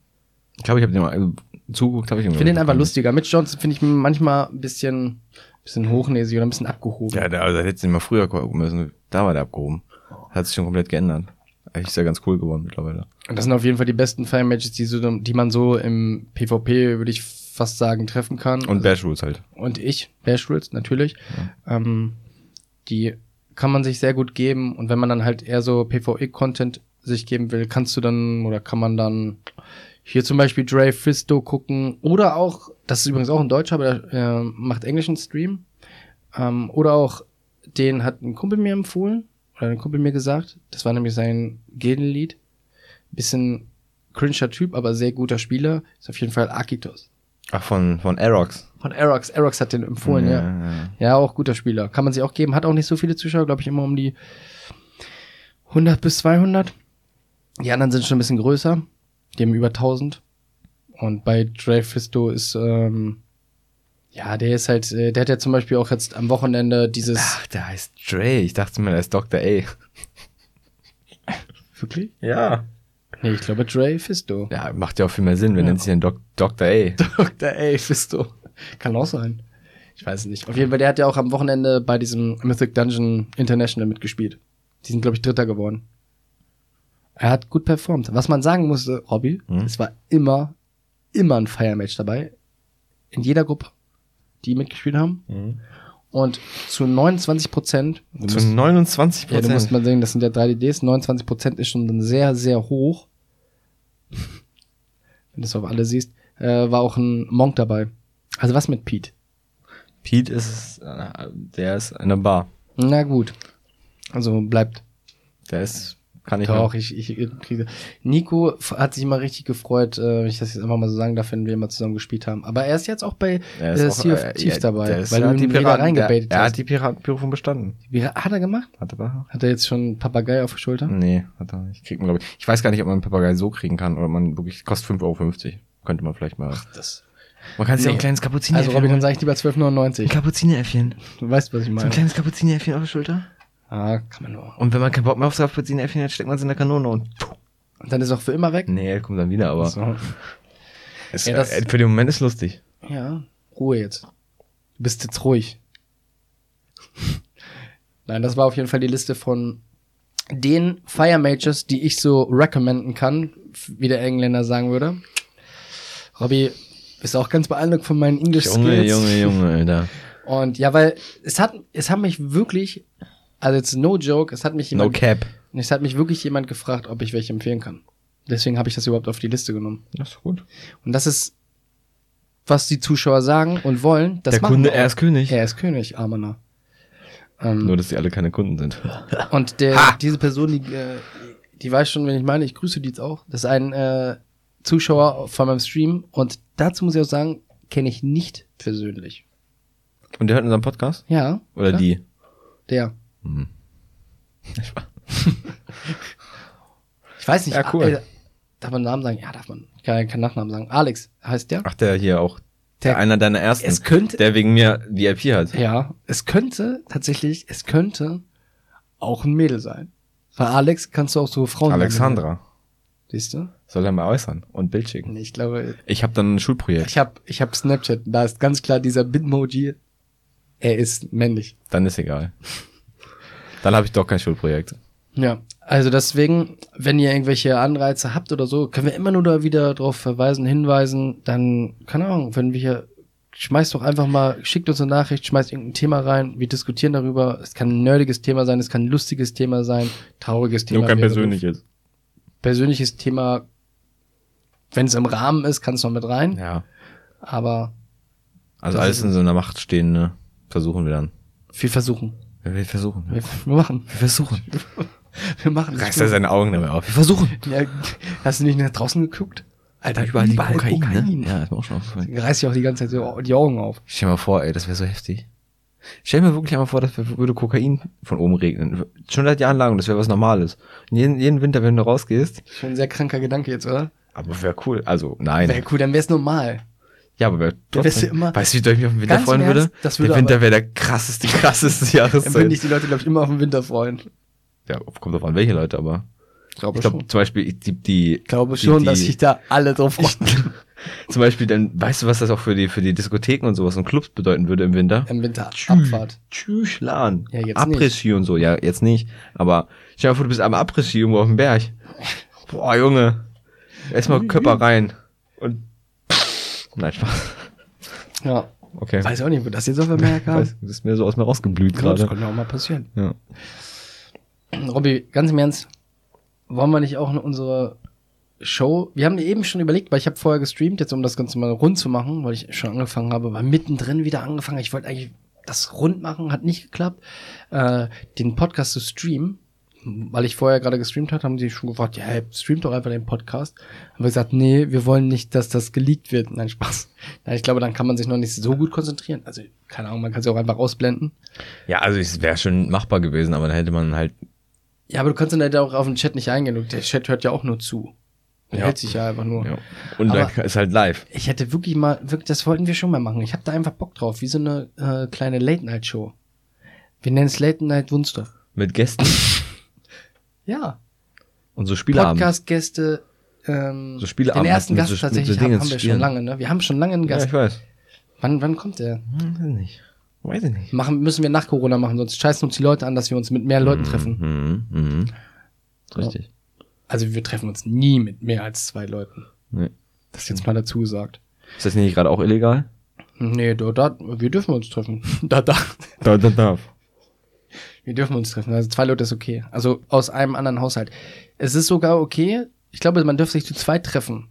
Speaker 3: Ich glaube, ich habe den mal also, zuguckt, habe ich
Speaker 2: Ich finde den einfach lustiger. Mitch Johnson finde ich manchmal ein bisschen bisschen hochnäsig oder ein bisschen abgehoben.
Speaker 3: Ja, da, also, da hättest du ihn mal früher gucken müssen. Da war der abgehoben. Hat sich schon komplett geändert. Eigentlich ist ja ganz cool geworden mittlerweile.
Speaker 2: Und das sind auf jeden Fall die besten Fire-Matches, die, so, die man so im PvP, würde ich fast sagen, treffen kann. Also
Speaker 3: Und Bash Rules halt.
Speaker 2: und ich, Bash Rules natürlich, ähm, die kann man sich sehr gut geben und wenn man dann halt eher so PvE-Content sich geben will, kannst du dann oder kann man dann hier zum Beispiel Dre Fisto gucken oder auch, das ist übrigens auch ein Deutscher, aber der äh, macht englischen Stream ähm, oder auch den hat ein Kumpel mir empfohlen oder ein Kumpel mir gesagt, das war nämlich sein Gildenlied, bisschen cringer Typ, aber sehr guter Spieler, ist auf jeden Fall Akitos.
Speaker 3: Ach, von, von Aerox.
Speaker 2: Von Aerox. Aerox hat den empfohlen, ja. ja. auch guter Spieler. Kann man sich auch geben. Hat auch nicht so viele Zuschauer, glaube ich, immer um die 100 bis 200. Die anderen sind schon ein bisschen größer. Die haben über 1000. Und bei Dre Fisto ist, ähm, ja, der ist halt, äh, der hat ja zum Beispiel auch jetzt am Wochenende dieses.
Speaker 3: Ach, der heißt Dre. Ich dachte mir, der ist Dr. A.
Speaker 2: Wirklich?
Speaker 3: Ja.
Speaker 2: Nee, ich glaube Dre Fisto.
Speaker 3: Ja, macht ja auch viel mehr Sinn. Wir nennen sich dann Doc, Dr. A.
Speaker 2: Dr. A. Fisto. Kann auch sein. Ich weiß es nicht. Auf jeden Fall, der hat ja auch am Wochenende bei diesem Mythic Dungeon International mitgespielt. Die sind, glaube ich, Dritter geworden. Er hat gut performt. Was man sagen musste, Robby, es war immer, immer ein Fire-Match dabei. In jeder Gruppe, die mitgespielt haben. Und zu 29 Prozent,
Speaker 3: Zu 29
Speaker 2: ja, du musst
Speaker 3: Prozent.
Speaker 2: mal sehen, das sind ja 3DDs, 29 Prozent ist schon sehr, sehr hoch. Wenn du es auf alle siehst, äh, war auch ein Monk dabei. Also was mit Pete?
Speaker 3: Pete ist, äh, der ist in der Bar.
Speaker 2: Na gut. Also bleibt.
Speaker 3: Der ist, kann ich
Speaker 2: Doch, ich, ich kriege. Nico f- hat sich mal richtig gefreut, äh, wenn ich das jetzt einfach mal so sagen darf, wenn wir mal zusammen gespielt haben. Aber er ist jetzt auch bei
Speaker 3: Er ist
Speaker 2: äh,
Speaker 3: auch,
Speaker 2: Sea of
Speaker 3: äh,
Speaker 2: Thieves
Speaker 3: ja, der
Speaker 2: dabei,
Speaker 3: ist-
Speaker 2: weil
Speaker 3: er
Speaker 2: du
Speaker 3: hat die
Speaker 2: ihn wieder
Speaker 3: Piraten-
Speaker 2: reingebaitet
Speaker 3: Er, er
Speaker 2: hast.
Speaker 3: hat die Piratenprüfung bestanden.
Speaker 2: Wie, hat er gemacht?
Speaker 3: Hat er war?
Speaker 2: Hat er jetzt schon einen Papagei auf der Schulter?
Speaker 3: Nee, hat er nicht. Kriegt man, glaube ich. Ich weiß gar nicht, ob man einen Papagei so kriegen kann oder man wirklich kostet 5,50 Euro. Könnte man vielleicht mal.
Speaker 2: Das.
Speaker 3: man kann sich
Speaker 2: nee.
Speaker 3: auch ein kleines Kapuziner.
Speaker 2: Also Robin, dann sage ich lieber 12,99.
Speaker 3: Kapuzineräffchen.
Speaker 2: Du weißt, was ich
Speaker 3: So ein
Speaker 2: meine.
Speaker 3: kleines Kapuzineräffchen auf der Schulter.
Speaker 2: Ah, kann man nur.
Speaker 3: Und wenn man keinen Bock mehr aufs Kapuzineräffchen hat, steckt man es in der Kanone und. Puh.
Speaker 2: Und dann ist er auch für immer weg.
Speaker 3: Nee, kommt dann wieder, aber.
Speaker 2: So.
Speaker 3: Es,
Speaker 2: Ja, das-
Speaker 3: äh, für den Moment ist lustig.
Speaker 2: Ja, Ruhe jetzt. Du bist jetzt ruhig. Nein, das war auf jeden Fall die Liste von den Fire Mages, die ich so recommenden kann, f- wie der Engländer sagen würde. Robby ist auch ganz beeindruckt von meinen English Skills.
Speaker 3: Junge, Alter.
Speaker 2: Und ja, weil es hat, es hat mich wirklich, also jetzt no joke, es hat mich
Speaker 3: No
Speaker 2: jemand,
Speaker 3: cap.
Speaker 2: es hat mich wirklich jemand gefragt, ob ich welche empfehlen kann. Deswegen habe ich das überhaupt auf die Liste genommen.
Speaker 3: Das ist gut.
Speaker 2: Und das ist, was die Zuschauer sagen und wollen. Das
Speaker 3: Der
Speaker 2: machen
Speaker 3: Kunde,
Speaker 2: wir auch.
Speaker 3: er ist König.
Speaker 2: Er ist König, Amana. Ähm,
Speaker 3: Nur, dass sie alle keine Kunden sind.
Speaker 2: Und der, diese Person, die, äh, die weiß schon, wen ich meine, ich grüße die jetzt auch. Das ist ein äh, Zuschauer von meinem Stream und dazu muss ich auch sagen, kenne ich nicht persönlich.
Speaker 3: Und der hört unseren Podcast?
Speaker 2: Ja.
Speaker 3: Oder
Speaker 2: klar.
Speaker 3: die?
Speaker 2: Der. Ich weiß nicht.
Speaker 3: Ja, cool.
Speaker 2: äh, darf man Namen sagen? Ja, darf man. Kann, kann Nachnamen sagen. Alex heißt der.
Speaker 3: Ach, der hier auch. Der
Speaker 2: Der-
Speaker 3: einer deiner ersten.
Speaker 2: Es könnte-
Speaker 3: Der wegen mir VIP hat.
Speaker 2: Ja, es könnte tatsächlich, es könnte auch ein Mädel sein. Weil Alex kannst du auch so Frauen.
Speaker 3: Alexandra.
Speaker 2: Siehst du?
Speaker 3: Soll er mal äußern und Bild schicken.
Speaker 2: Nee, Ich glaube,
Speaker 3: Ich habe dann ein Schulprojekt.
Speaker 2: ich hab, ich hab Snapchat. Da ist ganz klar dieser Bitmoji. Er ist männlich.
Speaker 3: Dann ist egal. Dann habe ich doch kein Schulprojekt.
Speaker 2: Ja. Also deswegen, wenn ihr irgendwelche Anreize habt oder so, können wir immer nur da wieder drauf verweisen, hinweisen. Dann, keine Ahnung, wenn wir hier, schmeißt doch einfach mal, schickt uns eine Nachricht, schmeißt irgendein Thema rein, wir diskutieren darüber. Es kann ein nerdiges Thema sein, es kann ein lustiges Thema sein, trauriges Thema. wäre doof. persönliches Thema, wenn es im Rahmen ist, kann es noch mit rein.
Speaker 3: Ja.
Speaker 2: Aber
Speaker 3: Also
Speaker 2: Das
Speaker 3: alles
Speaker 2: ist-
Speaker 3: in so einer Macht stehende versuchen wir dann.
Speaker 2: wir versuchen.
Speaker 3: Ja, Wir versuchen.
Speaker 2: Wir, wir machen.
Speaker 3: Wir versuchen.
Speaker 2: Wir machen.
Speaker 3: Reißt er seine Augen dabei auf. Wir versuchen.
Speaker 2: ja, hast du nicht nach draußen geguckt? Alter,
Speaker 3: ne?
Speaker 2: um, ne?
Speaker 3: Ja, ist mir auch schon aufgefallen.
Speaker 2: Reiß dir auch die ganze Zeit so die Augen auf.
Speaker 3: Stell dir mal vor, ey, das wäre so heftig. Stell mir wirklich einmal vor, das wär- würde Kokain von oben regnen. Schon seit Jahren lang und das wäre was Normales. Und jeden, jeden Winter, wenn du rausgehst.
Speaker 2: Schon ein sehr kranker Gedanke jetzt, oder?
Speaker 3: Aber wäre cool. Also, nein.
Speaker 2: Wäre cool, dann wär's normal.
Speaker 3: Ja, aber wäre
Speaker 2: wärst du
Speaker 3: trotzdem.
Speaker 2: immer-
Speaker 3: weißt du, wie ich mich auf den Winter
Speaker 2: Ganz
Speaker 3: freuen
Speaker 2: im
Speaker 3: würde?
Speaker 2: Ernst, das würde
Speaker 3: der Winter
Speaker 2: aber-
Speaker 3: wäre der krasseste, krasseste
Speaker 2: Dann würden dich
Speaker 3: Jahreszeit.
Speaker 2: die Leute, glaube ich, immer auf den Winter freuen.
Speaker 3: Ja, kommt drauf an, welche Leute, aber.
Speaker 2: Glaube
Speaker 3: Ich glaube zum Beispiel, die, die
Speaker 2: Ich glaube
Speaker 3: die,
Speaker 2: schon,
Speaker 3: die,
Speaker 2: dass sich da alle drauf freuen.
Speaker 3: zum Beispiel, dann weißt du, was das auch für die für die Diskotheken und sowas und Clubs bedeuten würde im Winter?
Speaker 2: Im Winter
Speaker 3: Tschü-
Speaker 2: Abfahrt.
Speaker 3: Tschüchlan.
Speaker 2: Ja, jetzt
Speaker 3: Après-Ski und so, ja, jetzt nicht. Aber stell dir mal vor, du bist am Après-Ski irgendwo auf dem Berg. Boah, Junge. Erstmal Körper rein. Und. Nein, Spaß.
Speaker 2: Ja.
Speaker 3: Okay.
Speaker 2: Weiß auch nicht, wo das jetzt auf einmal herkam.
Speaker 3: Weiß, das ist mir so aus mir rausgeblüht
Speaker 2: Ja, Das
Speaker 3: gerade.
Speaker 2: könnte auch mal passieren.
Speaker 3: Ja.
Speaker 2: Robby, ganz im Ernst, wollen wir nicht auch in unsere Show? Wir haben eben schon überlegt, weil ich habe vorher gestreamt, jetzt um das Ganze mal rund zu machen, weil ich schon angefangen habe, war mittendrin wieder angefangen. Ich wollte eigentlich das rund machen, hat nicht geklappt. Äh, den Podcast zu streamen, weil ich vorher gerade gestreamt hat, haben die schon gefragt, ja, hey, streamt doch einfach den Podcast. Haben wir gesagt, nee, wir wollen nicht, dass das geleakt wird. Nein, Spaß. Nein, ich glaube, dann kann man sich noch nicht so gut konzentrieren. Also, keine Ahnung, man kann sie auch einfach ausblenden.
Speaker 3: ja, also es wäre schon machbar gewesen, aber dann hätte man halt.
Speaker 2: Ja, aber du kannst dann halt auch auf den Chat nicht eingehen. und Der Chat hört ja auch nur zu. Der
Speaker 3: Ja.
Speaker 2: hält sich ja einfach nur.
Speaker 3: Ja. Und
Speaker 2: Aber-
Speaker 3: dann ist halt live.
Speaker 2: Ich hätte wirklich mal, wirklich, das wollten wir schon mal machen. Ich habe da einfach Bock drauf, wie so eine äh, kleine Late-Night-Show. Wir nennen es Late-Night Wunstorf.
Speaker 3: Mit Gästen
Speaker 2: Ja.
Speaker 3: und so Spieleabend.
Speaker 2: Podcast-Gäste. Ähm,
Speaker 3: So Spieleabend
Speaker 2: den ersten
Speaker 3: mit
Speaker 2: Gast
Speaker 3: so- mit so
Speaker 2: tatsächlich
Speaker 3: Dingen
Speaker 2: haben, haben wir
Speaker 3: spielen.
Speaker 2: schon lange, ne? Wir haben schon lange einen
Speaker 3: Ja,
Speaker 2: Gast.
Speaker 3: ich weiß.
Speaker 2: wann, wann kommt der?
Speaker 3: Hm, Weiß ich nicht. Weiß ich nicht.
Speaker 2: Machen, müssen wir nach Corona machen, sonst scheißen uns die Leute an, dass wir uns mit mehr Leuten treffen.
Speaker 3: Mhm, mhm. Richtig.
Speaker 2: Also wir treffen uns nie mit mehr als zwei Leuten.
Speaker 3: Nee.
Speaker 2: Das jetzt mal dazu gesagt.
Speaker 3: Ist das nicht gerade auch illegal?
Speaker 2: Nee, da, da, wir dürfen uns treffen. Da, da.
Speaker 3: Da, da darf.
Speaker 2: Wir dürfen uns treffen. Also zwei Leute ist okay. Also aus einem anderen Haushalt. Es ist sogar okay. Ich glaube, man dürfte sich zu zweit treffen.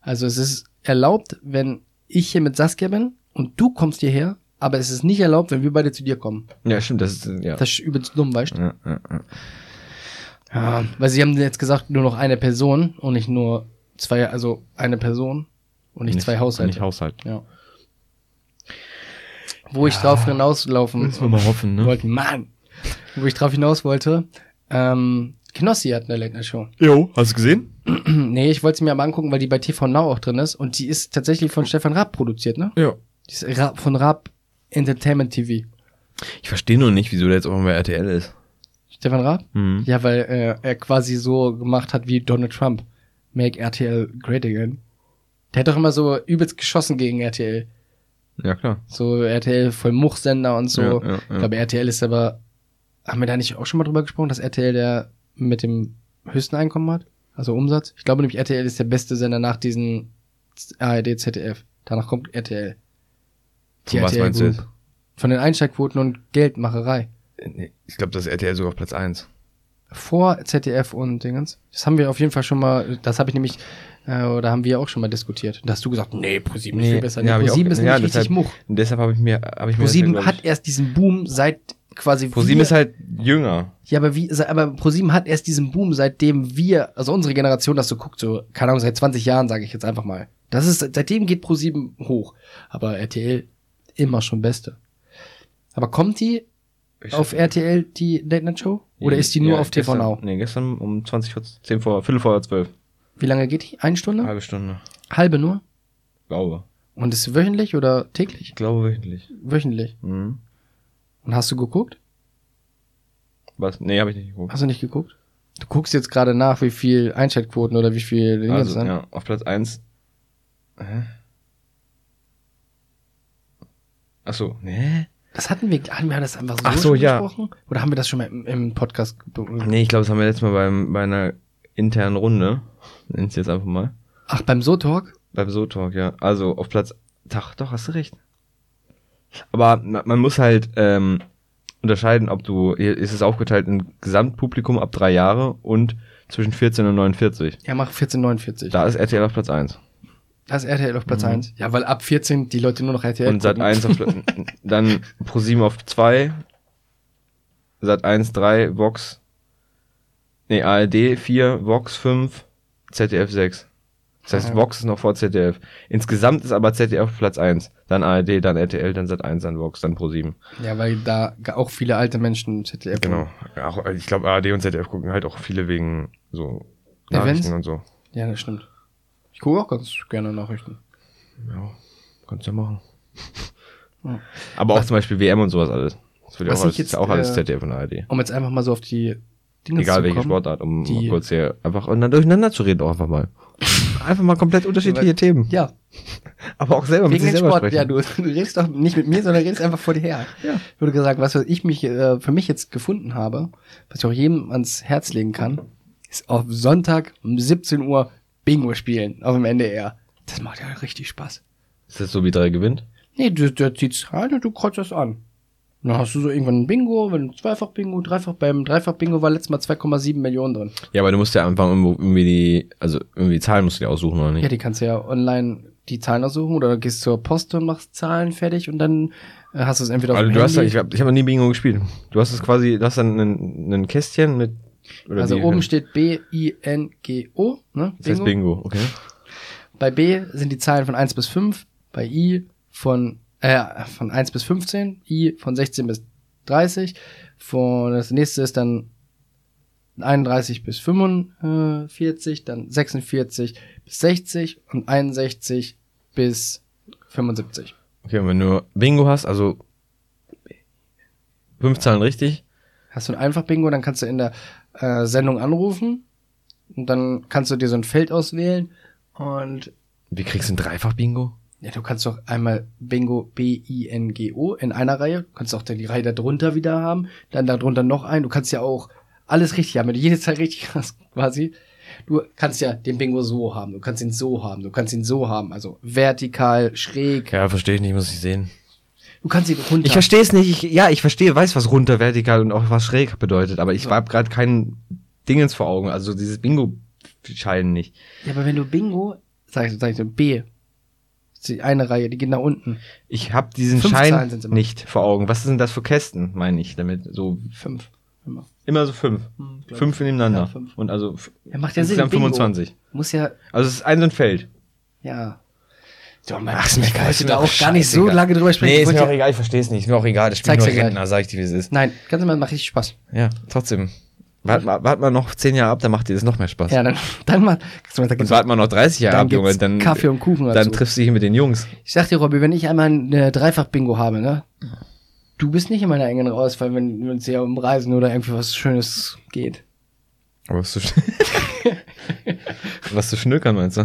Speaker 2: Also es ist erlaubt, wenn ich hier mit Saskia bin und du kommst hierher, aber es ist nicht erlaubt, wenn wir beide zu dir kommen.
Speaker 3: Ja, stimmt, das ist, äh, ja.
Speaker 2: Das ist übelst dumm, weißt du?
Speaker 3: ja, ja, ja.
Speaker 2: Ja. Weil sie haben jetzt gesagt, nur noch eine Person und nicht nur zwei, also eine Person und nicht, zwei Haushalte.
Speaker 3: Nicht Haushalt.
Speaker 2: ja. Wo ich drauf hinauslaufen
Speaker 3: Müssen wir mal hoffen, ne?
Speaker 2: wollten. Mann! Wo ich drauf hinaus wollte, ähm, Knossi hat eine Late Night Show.
Speaker 3: Jo, Oh, hast du gesehen?
Speaker 2: nee, ich wollte sie mir aber angucken, weil die bei TV Now auch drin ist und die ist tatsächlich von Stefan Raab produziert, ne?
Speaker 3: Ja.
Speaker 2: Die ist Raab, von Raab Entertainment TV.
Speaker 3: Ich verstehe nur nicht, wieso der jetzt auch mal bei RTL ist.
Speaker 2: Stefan Raab?
Speaker 3: Mhm.
Speaker 2: Ja, weil äh, er quasi so gemacht hat wie Donald Trump. Make RTL great again. Der hat doch immer so übelst geschossen gegen RTL.
Speaker 3: Ja, klar.
Speaker 2: So RTL voll Muchsender und so.
Speaker 3: Ja, ja, ja.
Speaker 2: Ich glaube, RTL ist aber. Haben wir da nicht auch schon mal drüber gesprochen, dass RTL der mit dem höchsten Einkommen hat? Also Umsatz? Ich glaube nämlich, RTL ist der beste Sender nach diesen ARD, ZDF. Danach kommt RTL.
Speaker 3: Von was meinst du
Speaker 2: Group.
Speaker 3: jetzt?
Speaker 2: Von den Einschaltquoten und Geldmacherei.
Speaker 3: Nee, Ich glaube, das ist RTL sogar auf Platz 1.
Speaker 2: vor ZDF und Dingens. Das haben wir auf jeden Fall schon mal, das habe ich nämlich, äh, oder haben wir auch schon mal diskutiert. Da hast du gesagt, nee, ProSieben ist viel besser. Nee,
Speaker 3: hab ich auch-
Speaker 2: ProSieben ist
Speaker 3: ja,
Speaker 2: nämlich richtig
Speaker 3: deshalb,
Speaker 2: much.
Speaker 3: Deshalb habe ich mir, habe ich mir
Speaker 2: ProSieben
Speaker 3: deshalb, glaub
Speaker 2: hat erst diesen Boom seit quasi
Speaker 3: ich, ProSieben
Speaker 2: wir-
Speaker 3: ist halt jünger.
Speaker 2: ja, aber wie, se- aber ProSieben hat erst diesen Boom, seitdem wir, also unsere Generation das so guckt, so, keine Ahnung, seit 20 Jahren, sage ich jetzt einfach mal. Das ist, seitdem geht ProSieben hoch. Aber RTL immer schon Beste. Aber kommt die auf RTL, die Late Night Show? Oder ist die nur
Speaker 3: Ja,
Speaker 2: auf TV
Speaker 3: gestern,
Speaker 2: Now?
Speaker 3: Nee, gestern um 20 vor, 10 vor, Viertel vor 12.
Speaker 2: Wie lange geht die? Eine Stunde?
Speaker 3: Halbe Stunde.
Speaker 2: Halbe nur?
Speaker 3: Glaube.
Speaker 2: Und ist sie wöchentlich oder täglich?
Speaker 3: Ich glaube wöchentlich.
Speaker 2: Wöchentlich.
Speaker 3: Mhm.
Speaker 2: Und hast du geguckt?
Speaker 3: Was? Nee, habe ich nicht geguckt.
Speaker 2: Hast du nicht geguckt? Du guckst jetzt gerade nach, wie viel Einschaltquoten oder wie viel Dinge
Speaker 3: Also,
Speaker 2: sind.
Speaker 3: ja, auf Platz 1. Achso, ne?
Speaker 2: Das hatten wir, haben wir das einfach so,
Speaker 3: Ach so,
Speaker 2: schon
Speaker 3: ja.
Speaker 2: besprochen? Oder haben wir das schon mal im, im Podcast be-
Speaker 3: Nee, ich glaube, das haben wir letztes Mal beim, bei einer internen Runde. Nenn es jetzt einfach mal.
Speaker 2: Ach, beim So-Talk?
Speaker 3: Beim So-Talk, ja. Also auf Platz. Doch, doch, hast du recht. Aber ma- man muss halt ähm, unterscheiden, ob du. Hier ist es aufgeteilt in Gesamtpublikum ab drei Jahre und zwischen 14 und 49.
Speaker 2: Ja, mach 1449.
Speaker 3: Da ist RTL auf Platz 1.
Speaker 2: Das ist RTL auf Platz 1. Ja, weil ab 14 die Leute nur noch RTL
Speaker 3: und Sat
Speaker 2: gucken.
Speaker 3: 1 auf Platz. dann ProSieben auf 2. Sat 1 3, Vox. Nee, ARD 4, Vox 5, ZDF 6. Das heißt,
Speaker 2: Ja.
Speaker 3: Vox ist noch vor ZDF. Insgesamt ist aber ZDF auf Platz 1. Dann ARD, dann RTL, dann Sat 1, dann Vox, dann ProSieben.
Speaker 2: Ja, weil da ga- auch viele alte Menschen ZDF gucken.
Speaker 3: Genau. Ja, Auch, ich glaube, ARD und ZDF gucken halt auch viele wegen so
Speaker 2: Events?
Speaker 3: Nachrichten und so.
Speaker 2: Ja, das stimmt. Ich gucke auch ganz gerne Nachrichten.
Speaker 3: Ja, kannst ja machen.
Speaker 2: Ja.
Speaker 3: Aber auch zum Beispiel WM und sowas alles. Das wird ja
Speaker 2: Was
Speaker 3: auch, alles,
Speaker 2: ich jetzt,
Speaker 3: ist ja auch alles
Speaker 2: äh,
Speaker 3: ZDF und ARD.
Speaker 2: Um jetzt einfach mal so auf die Dinge
Speaker 3: Egal
Speaker 2: zu
Speaker 3: welche
Speaker 2: kommen.
Speaker 3: Sportart, um mal
Speaker 2: Die-
Speaker 3: kurz hier einfach und dann durcheinander zu reden, auch einfach mal. Einfach mal komplett unterschiedliche Themen.
Speaker 2: Ja,
Speaker 3: Aber auch selber mit
Speaker 2: wegen den
Speaker 3: sich selber
Speaker 2: Sport.
Speaker 3: sprechen.
Speaker 2: Ja, du, du redest doch nicht mit mir, sondern redest einfach vor dir her.
Speaker 3: Ja.
Speaker 2: Ich würde gesagt, was, was ich mich äh, für mich jetzt gefunden habe, was ich auch jedem ans Herz legen kann, ist auf Sonntag um 17 Uhr Bingo spielen auf dem NDR. Das macht ja richtig Spaß.
Speaker 3: Ist das so wie drei gewinnt?
Speaker 2: Nee, du, du ziehst rein und du kreuzt das an. Und Dann hast du so irgendwann ein Bingo, wenn du zweifach Bingo, dreifach beim dreifach Bingo war letztes Mal 2,7 Millionen drin.
Speaker 3: Ja, aber du musst ja einfach irgendwo irgendwie die, also irgendwie die Zahlen musst du dir aussuchen, oder nicht?
Speaker 2: Ja, die kannst du ja online die Zahlen aussuchen oder gehst zur Post und machst Zahlen fertig und dann äh, hast du es entweder auf
Speaker 3: also
Speaker 2: dem
Speaker 3: du hast ja,
Speaker 2: Handy.
Speaker 3: ich habe ich hab noch nie Bingo gespielt. Du hast es quasi, du hast dann ein, ein Kästchen mit oder
Speaker 2: also
Speaker 3: wie?
Speaker 2: oben steht B-I-N-G-O, ne?
Speaker 3: Das heißt Bingo, okay.
Speaker 2: Bei B sind die Zahlen von 1 bis 5, bei I von, äh, von 1 bis 15, I von 16 bis 30, von, das nächste ist dann 31 bis 45, dann 46 bis 60 und 61 bis 75.
Speaker 3: Okay, und wenn du Bingo hast, also fünf Zahlen richtig,
Speaker 2: Hast du ein Einfach-Bingo, dann kannst du in der äh, Sendung anrufen und dann kannst du dir so ein Feld auswählen und
Speaker 3: wie kriegst du ein Dreifach-Bingo?
Speaker 2: Ja, du kannst doch einmal Bingo B-I-N-G-O in einer Reihe, du kannst auch dann die Reihe darunter wieder haben, dann darunter noch ein, du kannst ja auch alles richtig haben, wenn du jede Zahl richtig hast, quasi. Du kannst ja den Bingo so haben, du kannst ihn so haben, du kannst ihn so haben, also vertikal, schräg,
Speaker 3: Ja, verstehe ich nicht, muss ich sehen.
Speaker 2: du kannst ihn runter.
Speaker 3: Ich verstehe es nicht. Ich, ja, ich verstehe, weiß, was runter, vertikal und auch was schräg bedeutet, aber ich habe gerade keinen Dingens vor Augen, also dieses Bingo-Schein nicht.
Speaker 2: ja, aber wenn du Bingo, sag ich, sag ich so, B, Das ist die eine Reihe, die geht nach unten,
Speaker 3: Ich habe diesen
Speaker 2: Fünf Zahlen
Speaker 3: Schein
Speaker 2: sind's immer.
Speaker 3: nicht vor Augen. Was sind das für Kästen, meine ich damit? So
Speaker 2: fünf, immer.
Speaker 3: immer so fünf.
Speaker 2: Hm, glaub
Speaker 3: fünf nebeneinander.
Speaker 2: Ja, fünf.
Speaker 3: Und also f-
Speaker 2: Ja, macht ja Sinn,
Speaker 3: insgesamt
Speaker 2: Bingo.
Speaker 3: 25.
Speaker 2: Muss ja,
Speaker 3: Also es ist ein so ein Feld.
Speaker 2: ja. Ja, man,
Speaker 3: Ach, ist mir
Speaker 2: ich
Speaker 3: egal, ist
Speaker 2: wollte
Speaker 3: mir
Speaker 2: da
Speaker 3: auch
Speaker 2: auch gar nicht so
Speaker 3: scheißegal.
Speaker 2: lange drüber sprechen. Ich wollte ja-
Speaker 3: egal, ich verstehe es nicht. Ist mir auch egal, das
Speaker 2: Zeig's dir gleich.
Speaker 3: sag ich dir, wie es ist.
Speaker 2: Nein, ganz normal macht richtig Spaß.
Speaker 3: Ja, trotzdem. Wart mal, wart mal noch zehn Jahre ab, dann macht dir das noch mehr Spaß.
Speaker 2: Ja, dann, dann mal. Kannst du mal- Da
Speaker 3: Und
Speaker 2: gibt's,
Speaker 3: wart mal noch 30 Jahre
Speaker 2: Dann
Speaker 3: ab, Junge,
Speaker 2: gibt's
Speaker 3: dann
Speaker 2: Kaffee und Kuchen
Speaker 3: Dann
Speaker 2: dazu.
Speaker 3: triffst du dich mit den Jungs.
Speaker 2: ich sag dir, Robby, wenn ich einmal ein äh, Dreifach-Bingo habe, ne? Du bist nicht in meiner engen Auswahl, wenn wir uns hier um Reisen oder irgendwie was Schönes geht.
Speaker 3: Aber was zu, schn- was zu schnökern meinst du?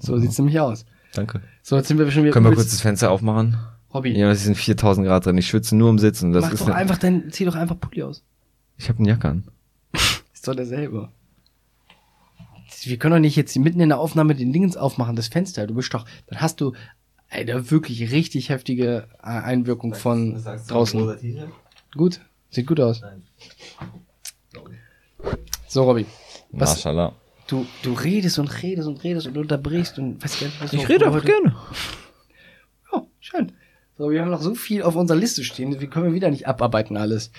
Speaker 2: So sieht's nämlich aus.
Speaker 3: Danke.
Speaker 2: So, jetzt sind wir schon wieder.
Speaker 3: Können wir kurz
Speaker 2: übelst-
Speaker 3: das Fenster aufmachen?
Speaker 2: Robby,
Speaker 3: Ja, es sind 4000 Grad drin. Ich schwitze nur im Sitzen. Das
Speaker 2: mach
Speaker 3: ist
Speaker 2: doch
Speaker 3: ne-
Speaker 2: einfach dein, zieh doch einfach Pulli aus.
Speaker 3: Ich habe einen Jacke an.
Speaker 2: Ist doch derselbe. Wir können doch nicht jetzt mitten in der Aufnahme den Dingens aufmachen, das Fenster. Du bist doch, dann hast du eine wirklich richtig heftige äh, Einwirkung von draußen. Gut, sieht gut aus. So, Robby. Was-
Speaker 3: Maschallah.
Speaker 2: Du, du redest und redest und redest und unterbrichst und weiß gar nicht, was
Speaker 3: Ich rede
Speaker 2: auch
Speaker 3: auch gerne.
Speaker 2: Ja, Oh, schön. So, wir haben noch so viel auf unserer Liste stehen, wir können wieder nicht abarbeiten alles.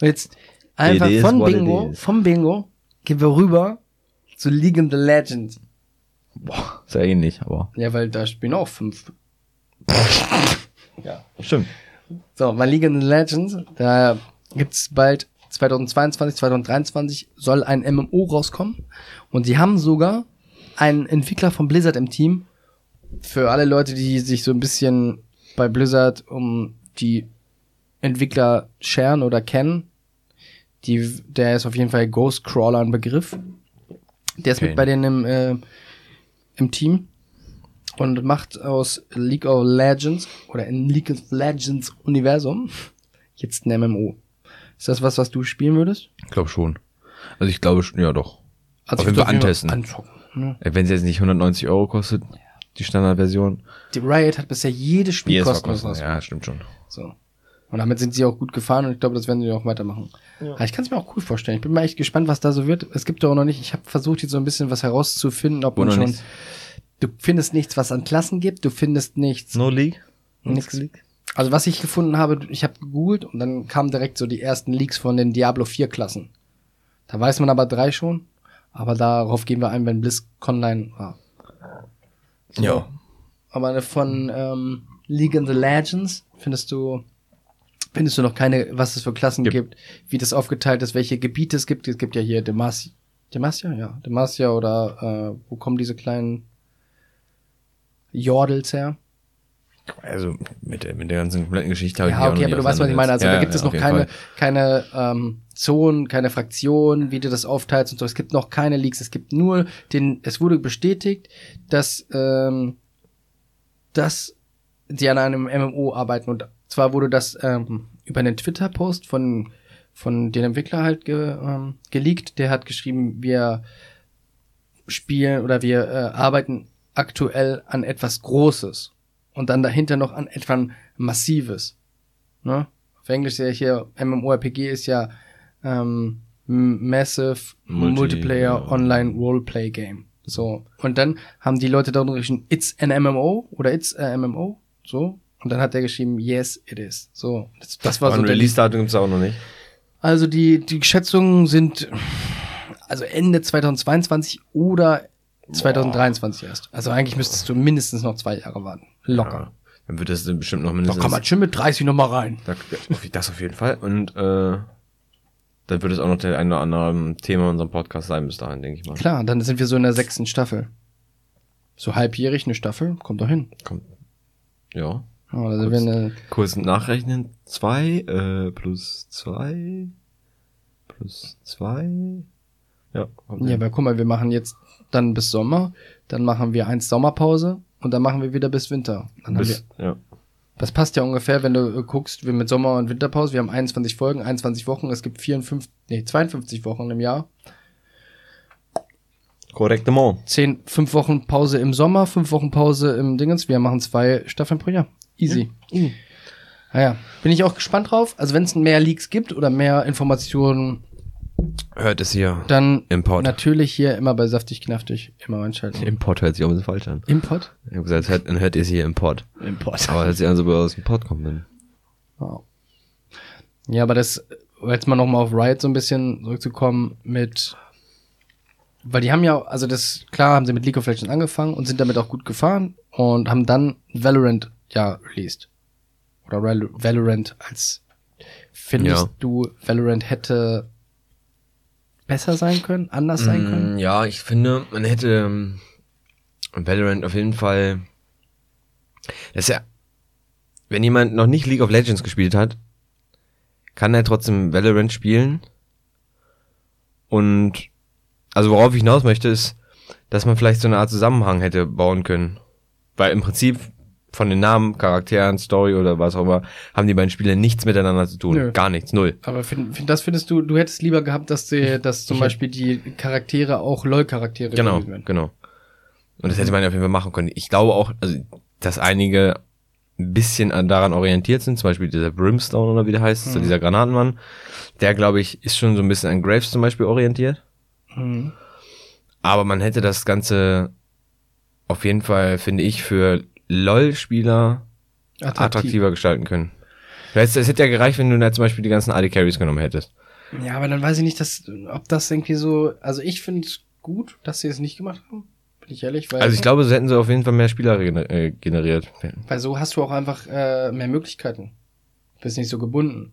Speaker 2: Und jetzt einfach
Speaker 3: It is
Speaker 2: von
Speaker 3: what it
Speaker 2: Bingo,
Speaker 3: is.
Speaker 2: vom Bingo gehen wir rüber zu League of the Legends.
Speaker 3: Boah, sehr ähnlich, aber.
Speaker 2: Ja, weil da spielen auch fünf.
Speaker 3: Ja. Stimmt.
Speaker 2: So, bei League of the Legends, da gibt's bald 2022, 2023 soll ein MMO rauskommen. Und sie haben sogar einen Entwickler von Blizzard im Team. Für alle Leute, die sich so ein bisschen bei Blizzard um die Entwickler scheren oder kennen, die, der ist auf jeden Fall Ghostcrawler ein Begriff. Der ist
Speaker 3: Okay.
Speaker 2: mit bei denen im, äh, im Team und macht aus League of Legends oder in League of Legends Universum jetzt ein MMO. Ist das was, was du spielen würdest? Also
Speaker 3: Ich glaube schon. Also ich glaube schon, ja doch. Auf
Speaker 2: ich
Speaker 3: jeden Fall
Speaker 2: würd's
Speaker 3: antesten.
Speaker 2: anzocken, ne?
Speaker 3: Wenn es jetzt nicht 190 Euro kostet, die Standardversion.
Speaker 2: Die Riot hat bisher jedes Spiel
Speaker 3: Jedes Mal
Speaker 2: kostenlos
Speaker 3: kosten-
Speaker 2: raus.
Speaker 3: Ja, stimmt schon.
Speaker 2: So. Und damit sind sie auch gut gefahren und ich glaube, das werden sie auch weitermachen. Aber ich kann es mir auch cool vorstellen. Ich bin mal echt gespannt, was da so wird. Es gibt doch noch nicht, ich habe versucht, jetzt so ein bisschen was herauszufinden, ob
Speaker 3: Wo
Speaker 2: man
Speaker 3: noch
Speaker 2: schon.
Speaker 3: nichts?
Speaker 2: Du findest nichts, was an Klassen gibt, du findest nichts.
Speaker 3: No League?
Speaker 2: Nix. Also was ich gefunden habe, ich habe gegoogelt und dann kamen direkt so die ersten Leaks von den Diablo 4 Klassen. Da weiß man aber drei schon, aber darauf gehen wir ein, wenn BlizzConline war.
Speaker 3: Ja.
Speaker 2: Aber von ähm, League of the Legends findest du findest du noch keine, was es für Klassen
Speaker 3: Gibt.
Speaker 2: gibt, wie das aufgeteilt ist, welche Gebiete es gibt. Es gibt ja hier Demacia, Demacia, ja, Demacia oder äh, wo kommen diese kleinen Jordels her?
Speaker 3: Also mit der, mit der ganzen kompletten Geschichte habe ich mich
Speaker 2: Ja,
Speaker 3: auch
Speaker 2: okay,
Speaker 3: noch nie
Speaker 2: aber du weißt, was ich meine. Also
Speaker 3: auseinandergesetzt.
Speaker 2: da gibt
Speaker 3: Ja,
Speaker 2: es noch
Speaker 3: auf jeden
Speaker 2: keine,
Speaker 3: Fall.
Speaker 2: keine ähm, Zonen, keine Fraktionen, wie du das aufteilst und so. Es gibt noch keine Leaks. Es gibt nur den, es wurde bestätigt, dass, ähm, dass die an einem MMO arbeiten. Und zwar wurde das ähm, über einen Twitter-Post von, von dem Entwickler halt ge, ähm, geleakt. Der hat geschrieben, wir spielen oder wir äh, arbeiten aktuell an etwas Großes und dann dahinter noch an etwas Massives. Ne? Auf Englisch ist ja hier MMORPG ist ja ähm, M- Massive
Speaker 3: Multi-
Speaker 2: Multiplayer
Speaker 3: ja.
Speaker 2: Online Roleplay Game. So. Und dann haben die Leute darunter geschrieben, it's an MMO oder it's a MMO. So. Und dann hat er geschrieben, yes, it is. So. Das, das war
Speaker 3: Aber
Speaker 2: so
Speaker 3: ein
Speaker 2: der
Speaker 3: Release-Datum gibt es auch noch nicht.
Speaker 2: also die, die Schätzungen sind also Ende 2022 oder 2023 erst. Also eigentlich müsstest du mindestens noch zwei Jahre warten. Locker.
Speaker 3: Ja. Dann wird das bestimmt noch
Speaker 2: Da
Speaker 3: mindestens.
Speaker 2: kann man schön mit 30 nochmal rein.
Speaker 3: Da- auf- Das auf jeden Fall. Und äh, dann wird es auch noch der ein oder andere Thema in unserem Podcast sein bis dahin, denke ich mal.
Speaker 2: Klar, dann sind wir so in der sechsten Staffel. So halbjährig eine Staffel, kommt doch hin.
Speaker 3: Kommt. Ja.
Speaker 2: Ja, also äh, da sind wir eine,
Speaker 3: Kurz nachrechnen. Zwei äh, plus zwei plus zwei. Ja, kommt
Speaker 2: ja,
Speaker 3: hin.
Speaker 2: aber guck mal, wir machen jetzt dann bis Sommer, dann machen wir eins Sommerpause und dann machen wir wieder bis Winter. Dann haben wir,
Speaker 3: bis, ja.
Speaker 2: Das passt ja ungefähr, wenn du äh, guckst, wir mit Sommer- und Winterpause, wir haben 21 Folgen, 21 Wochen, es gibt 54, nee, 52 Wochen im Jahr.
Speaker 3: Korrektement.
Speaker 2: 10, 5 Wochen Pause im Sommer, 5 Wochen Pause im Dingens, wir machen zwei Staffeln pro Jahr. Easy. Naja, bin ich auch gespannt drauf. Also wenn es mehr Leaks gibt oder mehr Informationen,
Speaker 3: Hört es hier.
Speaker 2: dann
Speaker 3: Import.
Speaker 2: natürlich hier immer bei Saftig Knaftig, immer einschalten.
Speaker 3: Import hört sich auch ein bisschen falsch an.
Speaker 2: Import?
Speaker 3: Ich hab gesagt, hört, dann hört ihr es hier im Pod.
Speaker 2: Import.
Speaker 3: Aber hört sich an, so wie aus dem Pod kommen bin.
Speaker 2: Wow. Ja, aber das, jetzt mal nochmal auf Riot so ein bisschen zurückzukommen mit, weil die haben ja, also das, klar haben sie mit League of Legends angefangen und sind damit auch gut gefahren und haben dann Valorant ja released. Oder Val- Valorant als, findest
Speaker 3: Ja.
Speaker 2: du, Valorant hätte besser sein können, anders sein können?
Speaker 3: Mm, Ja, ich finde, man hätte ähm, Valorant auf jeden Fall. Das ist ja, wenn jemand noch nicht League of Legends gespielt hat, kann er trotzdem Valorant spielen. Und also worauf ich hinaus möchte, ist, dass man vielleicht so eine Art Zusammenhang hätte bauen können. Weil im Prinzip von den Namen, Charakteren, Story oder was auch immer, haben die beiden Spiele nichts miteinander zu tun.
Speaker 2: Nö.
Speaker 3: Gar nichts, null.
Speaker 2: Aber find, find, das findest du, du hättest lieber gehabt, dass, die, dass zum Beispiel die Charaktere auch LOL-Charaktere
Speaker 3: Genau,
Speaker 2: gewesen wären.
Speaker 3: genau. Und das hätte man auf jeden Fall machen können. Ich glaube auch, also, dass einige ein bisschen an, daran orientiert sind, zum Beispiel dieser Brimstone oder wie der heißt, so dieser Granatenmann, der glaube ich ist schon so ein bisschen an Graves zum Beispiel orientiert. Aber man hätte das Ganze auf jeden Fall, finde ich, für LOL-Spieler
Speaker 2: Attraktiv.
Speaker 3: attraktiver gestalten können. Es hätte ja gereicht, wenn du da zum Beispiel die ganzen AD-Carries genommen hättest.
Speaker 2: Ja, aber dann weiß ich nicht, dass, ob das irgendwie so. Also ich finde es gut, dass sie es nicht gemacht haben. Bin ich ehrlich, weil,
Speaker 3: Also ich glaube, so hätten sie auf jeden Fall mehr Spieler gener- äh, generiert.
Speaker 2: weil so hast du auch einfach äh, mehr Möglichkeiten. Bist nicht so gebunden.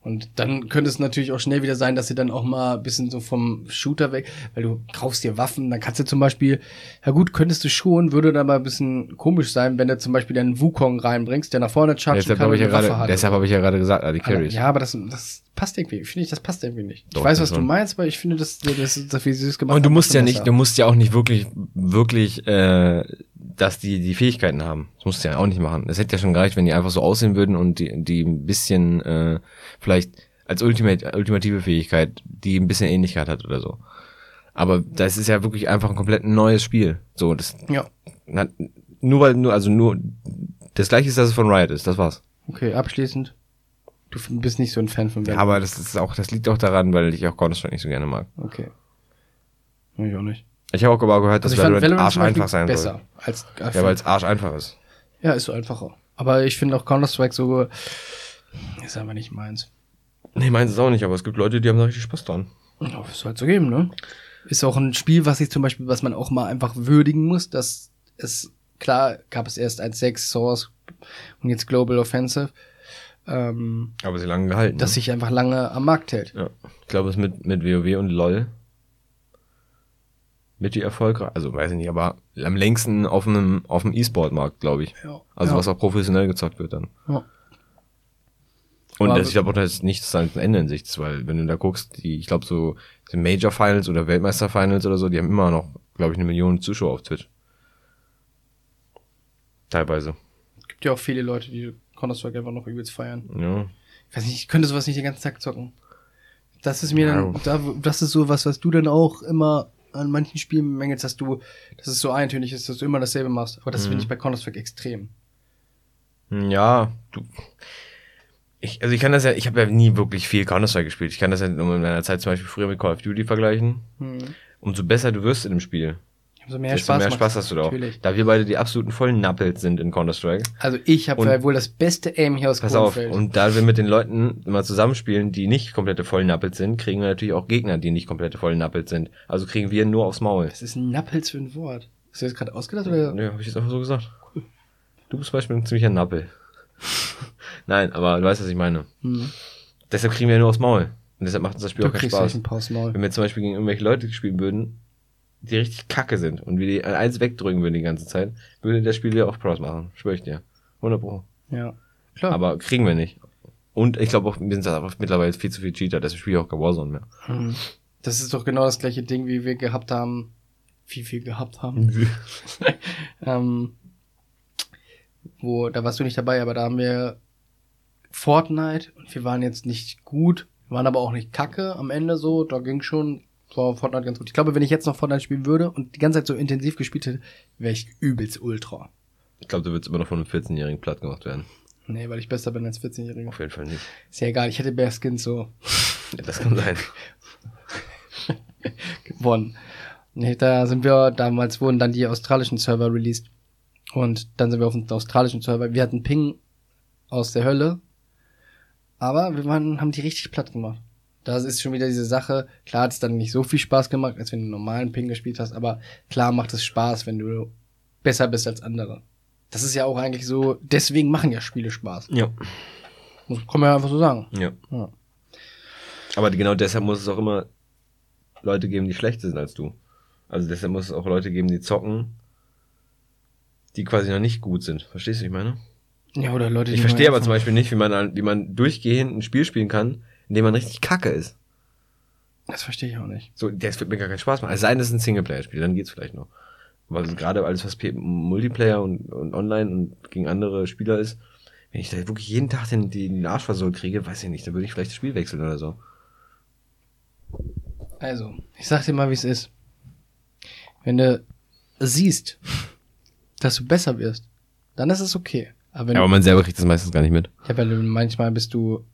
Speaker 2: Und dann könnte es natürlich auch schnell wieder sein, dass sie dann auch mal ein bisschen so vom Shooter weg, weil du kaufst dir Waffen, dann kannst du zum Beispiel, ja gut, könntest du schon, würde dann aber ein bisschen komisch sein, wenn du zum Beispiel deinen Wukong reinbringst, der nach vorne chargen
Speaker 3: Deshalb
Speaker 2: kann
Speaker 3: habe ich, ja
Speaker 2: eine Waffe
Speaker 3: gerade-
Speaker 2: hat.
Speaker 3: deshalb habe ich ja gerade gesagt,
Speaker 2: Aber,
Speaker 3: AD-Carries.
Speaker 2: ja, aber das, das passt irgendwie. Finde ich, das passt irgendwie nicht.
Speaker 3: Doch,
Speaker 2: ich weiß,
Speaker 3: das
Speaker 2: was du
Speaker 3: schon.
Speaker 2: meinst, aber ich finde, das, das, das wie sie es gemacht
Speaker 3: Und du
Speaker 2: haben,
Speaker 3: musst
Speaker 2: ist
Speaker 3: ja
Speaker 2: schon
Speaker 3: nicht, du
Speaker 2: besser.
Speaker 3: musst ja auch nicht wirklich, wirklich, äh, dass die die Fähigkeiten haben. Das musst du ja auch nicht machen. Das hätte ja schon gereicht, wenn die einfach so aussehen würden und die, die ein bisschen äh, vielleicht als Ultimate, ultimative Fähigkeit, die ein bisschen Ähnlichkeit hat oder so. Aber das ist ja wirklich einfach ein komplett neues Spiel. So, das
Speaker 2: Ja,
Speaker 3: hat, nur weil nur, also nur das gleiche ist, dass es von Riot ist, das war's.
Speaker 2: okay, abschließend. Du f- bist nicht so ein Fan von
Speaker 3: Ja, aber das ist auch, das liegt auch daran, weil ich auch Counter-Strike nicht so gerne mag.
Speaker 2: Okay. Mag ich auch nicht.
Speaker 3: Ich habe auch aber gehört, dass
Speaker 2: Also ich fand
Speaker 3: Valorant,
Speaker 2: Valorant
Speaker 3: Arsch
Speaker 2: zum Beispiel
Speaker 3: einfach sein
Speaker 2: besser
Speaker 3: soll.
Speaker 2: als
Speaker 3: Ja, weil es Arsch einfach ist.
Speaker 2: ja, ist so einfacher. Aber ich finde auch Counter-Strike so, ist einfach nicht meins.
Speaker 3: Nee, meins ist auch nicht, aber es gibt Leute, die haben da richtig Spaß dran.
Speaker 2: Ja, ist halt so geben, ne? Ist auch ein Spiel, was ich zum Beispiel, was man auch mal einfach würdigen muss, dass es, klar, gab es erst 1.6 Source und jetzt Global Offensive, ähm,
Speaker 3: Aber sie lange gehalten.
Speaker 2: dass
Speaker 3: ne?
Speaker 2: sich einfach lange am Markt hält.
Speaker 3: ja. Ich glaube, es mit, mit WoW und LOL mit die erfolgreich, also weiß ich nicht, aber am längsten auf dem, auf dem E-Sport-Markt, glaube ich.
Speaker 2: Ja.
Speaker 3: Also
Speaker 2: ja.
Speaker 3: was auch professionell gezockt wird dann.
Speaker 2: Ja.
Speaker 3: Und
Speaker 2: Aber-
Speaker 3: das, ich glaube auch, da ist nichts an am Ende in Sicht, ist, weil wenn du da guckst, die, ich glaube so die Major Finals oder Weltmeister Finals oder so, die haben immer noch, glaube ich, eine Million Zuschauer auf Twitch. Teilweise.
Speaker 2: gibt ja auch viele Leute, die Counter-Strike einfach noch übelst feiern.
Speaker 3: Ja.
Speaker 2: Ich weiß nicht, ich könnte sowas nicht den ganzen Tag zocken. Das ist mir dann,
Speaker 3: Ja.
Speaker 2: da, das ist so was, was du dann auch immer an manchen Spielen mängelst, dass du, dass es so eintönig ist, dass du immer dasselbe machst. Aber das
Speaker 3: Mhm.
Speaker 2: finde ich bei Counter-Strike extrem.
Speaker 3: Ja, du. Ich, also ich kann das ja, ich habe ja nie wirklich viel Counter-Strike gespielt. Ich kann das ja in meiner Zeit zum Beispiel früher mit Call of Duty vergleichen.
Speaker 2: Hm.
Speaker 3: Umso besser du wirst in dem Spiel,
Speaker 2: Umso mehr
Speaker 3: desto
Speaker 2: Spaß,
Speaker 3: mehr
Speaker 2: macht
Speaker 3: Spaß
Speaker 2: es
Speaker 3: hast du da auch.
Speaker 2: natürlich.
Speaker 3: Da wir beide die absoluten vollen Nappels sind in Counter-Strike.
Speaker 2: Also ich
Speaker 3: Und-
Speaker 2: habe wohl das beste Aim hier aus
Speaker 3: Pass auf,
Speaker 2: Kronfeld.
Speaker 3: und da wir mit den Leuten immer zusammenspielen, die nicht komplette vollen Nappels sind, kriegen wir natürlich auch Gegner, die nicht komplette vollen Nappels sind. Also kriegen wir nur aufs Maul.
Speaker 2: das ist ein Nappels für ein Wort. Hast du das gerade ausgedacht? Oder?
Speaker 3: Nö, habe ich jetzt einfach so gesagt. Du bist zum Beispiel ein ziemlicher Nappel. Nein, aber du weißt, was ich meine.
Speaker 2: Hm.
Speaker 3: Deshalb kriegen wir nur aufs Maul. Und deshalb macht uns das Spiel
Speaker 2: Du
Speaker 3: auch keinen
Speaker 2: kriegst
Speaker 3: Spaß.
Speaker 2: echt ein paar aufs
Speaker 3: Wenn
Speaker 2: Maul.
Speaker 3: wir zum Beispiel gegen irgendwelche Leute spielen würden, die richtig kacke sind und wir die eins wegdrücken würden die ganze Zeit, würde das Spiel ja auch Pros machen. Schwör ich dir. 100 Pro.
Speaker 2: Ja, klar.
Speaker 3: Aber kriegen wir nicht. Und ich glaube auch, wir sind einfach mittlerweile viel zu viel Cheater, deshalb spiele ich auch kein Warzone mehr.
Speaker 2: Hm. Das ist doch genau das gleiche Ding, wie wir gehabt haben, wie wir gehabt haben. ähm, wo, da warst du nicht dabei, aber da haben wir Fortnite und wir waren jetzt nicht gut, wir waren aber auch nicht kacke am Ende so, da ging schon, war Fortnite ganz gut. Ich glaube, wenn ich jetzt noch Fortnite spielen würde und die ganze Zeit so intensiv gespielt hätte, wäre ich übelst Ultra.
Speaker 3: Ich glaube, du würdest immer noch von einem 14-Jährigen platt gemacht werden.
Speaker 2: Nee, weil ich besser bin als 14-Jähriger.
Speaker 3: Auf jeden Fall nicht.
Speaker 2: Ist ja egal, ich hätte Bear Skins so
Speaker 3: Ja, das kann sein.
Speaker 2: gewonnen. Nee, da sind wir, damals wurden dann die australischen Server released. Und dann sind wir auf den australischen Server. Wir hatten Ping aus der Hölle. Aber wir waren, haben die richtig platt gemacht. Das ist schon wieder diese Sache. Klar hat es dann nicht so viel Spaß gemacht, als wenn du normalen Ping gespielt hast, aber klar macht es Spaß, wenn du besser bist als andere. Das ist ja auch eigentlich so, deswegen machen ja Spiele Spaß.
Speaker 3: ja.
Speaker 2: Muss- Kann man ja einfach so sagen.
Speaker 3: ja.
Speaker 2: Ja.
Speaker 3: Aber genau deshalb muss es auch immer Leute geben, die schlechter sind als du. Also deshalb muss es auch Leute geben, die zocken, die quasi noch nicht gut sind. Verstehst du, wie ich meine?
Speaker 2: Ja, oder Leute,
Speaker 3: Ich
Speaker 2: die
Speaker 3: verstehe
Speaker 2: nur
Speaker 3: aber zum
Speaker 2: einfach-
Speaker 3: Beispiel nicht, wie man, wie man durchgehend ein Spiel spielen kann, in dem man richtig kacke ist.
Speaker 2: Das verstehe ich auch nicht.
Speaker 3: So, das wird mir gar keinen Spaß machen. Es sei denn, es ist ein Singleplayer-Spiel, dann geht's vielleicht noch. Aber so gerade alles, was P- Multiplayer und, und online und gegen andere Spieler ist, wenn ich da wirklich jeden Tag den, den Arsch versohlt kriege, weiß ich nicht, dann würde ich vielleicht das Spiel wechseln oder so.
Speaker 2: Also, ich sag dir mal, wie es ist. Wenn du siehst, dass du besser wirst, dann ist es okay. Aber wenn
Speaker 3: Ja, aber man selber kriegt das meistens gar nicht mit.
Speaker 2: Ich hab ja, manchmal bist du,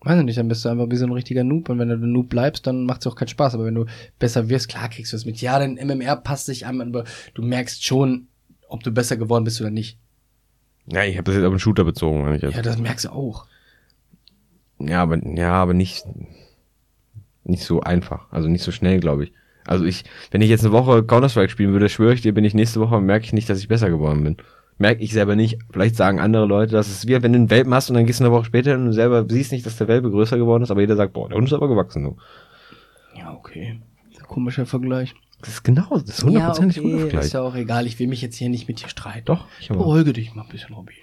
Speaker 2: weiß ich nicht, dann bist du einfach wie so ein richtiger Noob und wenn du ein Noob bleibst, dann macht es auch keinen Spaß. Aber wenn du besser wirst, klar kriegst du es mit. Ja, dein MMR passt sich an, aber du merkst schon, ob du besser geworden bist oder nicht.
Speaker 3: Ja, ich habe das jetzt auf einen Shooter bezogen. Wenn ich jetzt.
Speaker 2: Ja, das merkst du auch.
Speaker 3: Ja, aber, ja, aber nicht, nicht so einfach. Also nicht so schnell, glaube ich. Also ich, wenn ich jetzt eine Woche Counter-Strike spielen würde, schwöre ich dir, bin ich nächste Woche, merke ich nicht, dass ich besser geworden bin. Merke ich selber nicht. Vielleicht sagen andere Leute, das ist wie, wenn du einen Welpen hast und dann gehst du eine Woche später und du selber siehst nicht, dass der Welpe größer geworden ist, aber jeder sagt, boah, der Hund ist aber gewachsen. Du.
Speaker 2: Ja, okay. Ist ein komischer Vergleich.
Speaker 3: Das ist genau, das ist hundertprozentig ja,
Speaker 2: ist ja auch egal. Ich will mich jetzt hier nicht mit dir streiten.
Speaker 3: Doch, ich aber.
Speaker 2: Beruhige dich mal ein bisschen, Robby.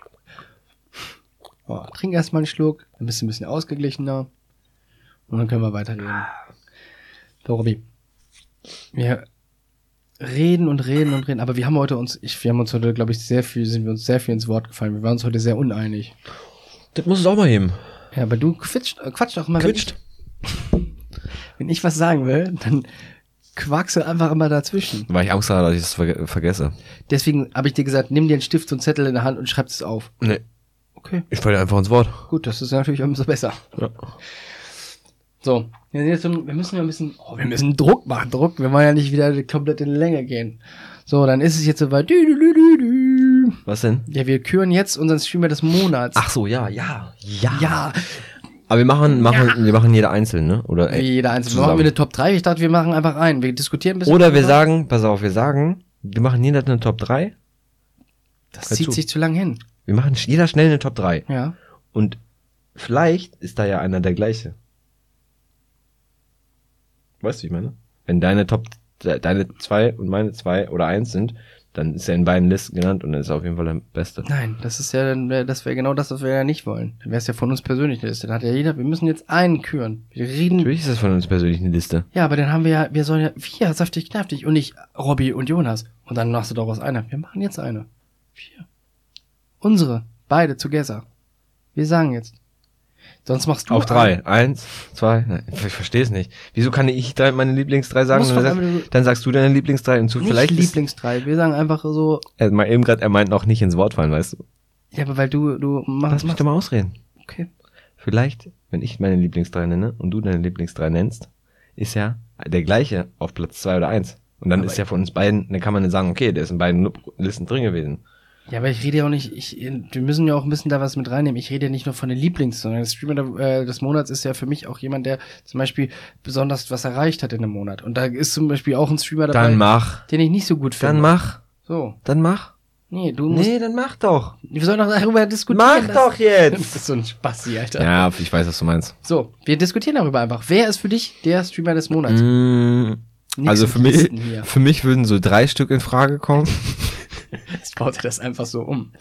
Speaker 2: Oh, trink erstmal einen Schluck, dann bist du ein bisschen ausgeglichener. Und dann können wir weiterreden. So, Robby. Wir reden und reden und reden, aber wir haben heute uns, ich, wir haben uns heute, glaube ich, sehr viel, sind wir uns sehr viel ins Wort gefallen. Wir waren uns heute sehr uneinig.
Speaker 3: Das muss es auch mal heben.
Speaker 2: Ja, aber du quitscht, äh, quatscht auch immer. wenn
Speaker 3: Quitscht.
Speaker 2: Ich, wenn ich was sagen will, dann quackst du einfach immer dazwischen.
Speaker 3: Weil ich Angst hatte, dass ich das verge vergesse.
Speaker 2: Deswegen habe ich dir gesagt, nimm dir einen Stift und einen Zettel in der Hand und schreib es auf.
Speaker 3: Nee,
Speaker 2: Okay.
Speaker 3: ich falle einfach ins Wort.
Speaker 2: Gut, das ist natürlich umso besser.
Speaker 3: Ja.
Speaker 2: So, wir, sind jetzt so, wir müssen ja ein bisschen, oh, wir müssen Druck machen, Druck. Wir wollen ja nicht wieder komplett in die Länge gehen. So, dann ist es jetzt soweit. Dü, dü, dü, dü, dü.
Speaker 3: Was denn?
Speaker 2: Ja, wir küren jetzt unseren Streamer des Monats.
Speaker 3: Ach so, ja, ja, ja.
Speaker 2: ja,
Speaker 3: Aber wir machen, machen, wir machen jeder einzeln, ne? Oder,
Speaker 2: wie jeder einzelne.
Speaker 3: zusammen.
Speaker 2: Machen wir eine Top 3? Ich dachte, wir machen einfach einen. Wir diskutieren ein bisschen.
Speaker 3: Oder wir
Speaker 2: drüber.
Speaker 3: sagen, pass auf, wir sagen, wir machen jeder eine Top 3.
Speaker 2: Das
Speaker 3: Hör
Speaker 2: zieht
Speaker 3: zu.
Speaker 2: sich zu lang hin.
Speaker 3: Wir machen sch- jeder schnell eine Top 3.
Speaker 2: Ja.
Speaker 3: Und vielleicht ist da ja einer der gleiche. Weißt du, wie ich meine? Wenn deine Top, de- deine zwei und meine zwei oder eins sind, dann ist er in beiden Listen genannt und dann ist er auf jeden Fall der Beste.
Speaker 2: Nein, das ist ja, dann wär- das wäre genau das, was wir ja nicht wollen. Dann wäre es ja von uns persönlich eine Liste. Dann hat ja jeder, wir müssen jetzt einen küren. Wir reden
Speaker 3: Natürlich ist das von uns persönlich eine Liste.
Speaker 2: Ja, aber dann haben wir ja, wir sollen ja, vier, saftig, knaftig und nicht Robby und Jonas. Und dann machst du daraus eine. Wir machen jetzt eine. Vier. Unsere. Beide together. Wir sagen jetzt. Sonst machst du.
Speaker 3: Auf drei. Eins, zwei, nein, ich verstehe es nicht. Wieso kann ich drei, meine Lieblingsdrei sagen?
Speaker 2: Muss
Speaker 3: Und dann,
Speaker 2: doch einfach
Speaker 3: sagst,
Speaker 2: nur-
Speaker 3: dann sagst du deine Lieblingsdrei hinzu.
Speaker 2: Nicht
Speaker 3: Vielleicht ist,
Speaker 2: Lieblingsdrei. Wir sagen einfach so,
Speaker 3: er, mal eben gerade, er meint noch nicht ins Wort fallen, weißt du.
Speaker 2: ja, aber weil du, du
Speaker 3: Lass
Speaker 2: machst,
Speaker 3: mich
Speaker 2: machst
Speaker 3: doch mal ausreden.
Speaker 2: okay.
Speaker 3: Vielleicht, wenn ich meine Lieblingsdrei nenne und du deine Lieblingsdrei nennst, ist ja der gleiche auf Platz zwei oder eins. Und dann
Speaker 2: Aber
Speaker 3: ist ja von uns beiden, dann kann man dann sagen, okay, der ist in beiden Listen drin gewesen.
Speaker 2: Ja, aber ich rede ja auch nicht, ich, wir müssen ja auch ein bisschen da was mit reinnehmen. Ich rede ja nicht nur von den Lieblings, sondern der Streamer der, äh, des Monats ist ja für mich auch jemand, der zum Beispiel besonders was erreicht hat in einem Monat. Und da ist zum Beispiel auch ein Streamer dabei,
Speaker 3: Dann mach.
Speaker 2: den ich nicht so gut finde.
Speaker 3: Dann mach.
Speaker 2: So.
Speaker 3: Dann mach.
Speaker 2: Nee, du musst.
Speaker 3: Nee, dann mach doch.
Speaker 2: Wir sollen doch darüber diskutieren.
Speaker 3: Mach doch
Speaker 2: Das
Speaker 3: jetzt.
Speaker 2: ist so ein Spassi, Alter.
Speaker 3: Ja, ich weiß, was du meinst.
Speaker 2: So, wir diskutieren darüber einfach. Wer ist für dich der Streamer des Monats?
Speaker 3: Mm,
Speaker 2: Nix
Speaker 3: Also
Speaker 2: mit
Speaker 3: für mich,
Speaker 2: Also Listen hier.
Speaker 3: für mich würden so drei Stück in Frage kommen.
Speaker 2: Jetzt baut er das einfach so um.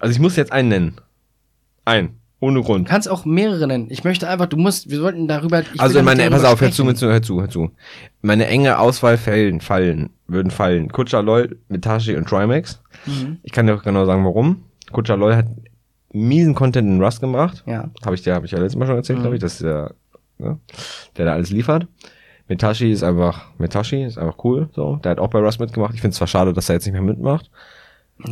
Speaker 3: Also ich muss jetzt einen nennen. Einen. Ohne
Speaker 2: Du
Speaker 3: Grund.
Speaker 2: kannst auch mehrere nennen. Ich möchte einfach, du musst, wir sollten darüber. Ich
Speaker 3: also
Speaker 2: will
Speaker 3: in
Speaker 2: damit
Speaker 3: meine,
Speaker 2: darüber
Speaker 3: pass auf, hör zu, hör
Speaker 2: sprechen.
Speaker 3: zu, hör zu, hör zu. Meine enge Auswahl fallen, fallen, würden fallen. Kutscher LOL, Mitashi und Trimax.
Speaker 2: Mhm.
Speaker 3: Ich kann dir auch genau sagen, warum. Kutscher LOL hat miesen Content in Rust gemacht.
Speaker 2: Ja. Mhm.
Speaker 3: Habe ich dir, habe ich ja letztes Mal schon erzählt, glaube ich, dass der, ne, der da alles liefert. Mitashi ist einfach, Mitashi ist einfach cool, so. Der hat auch bei Rust mitgemacht. Ich finde es zwar schade, dass er jetzt nicht mehr mitmacht.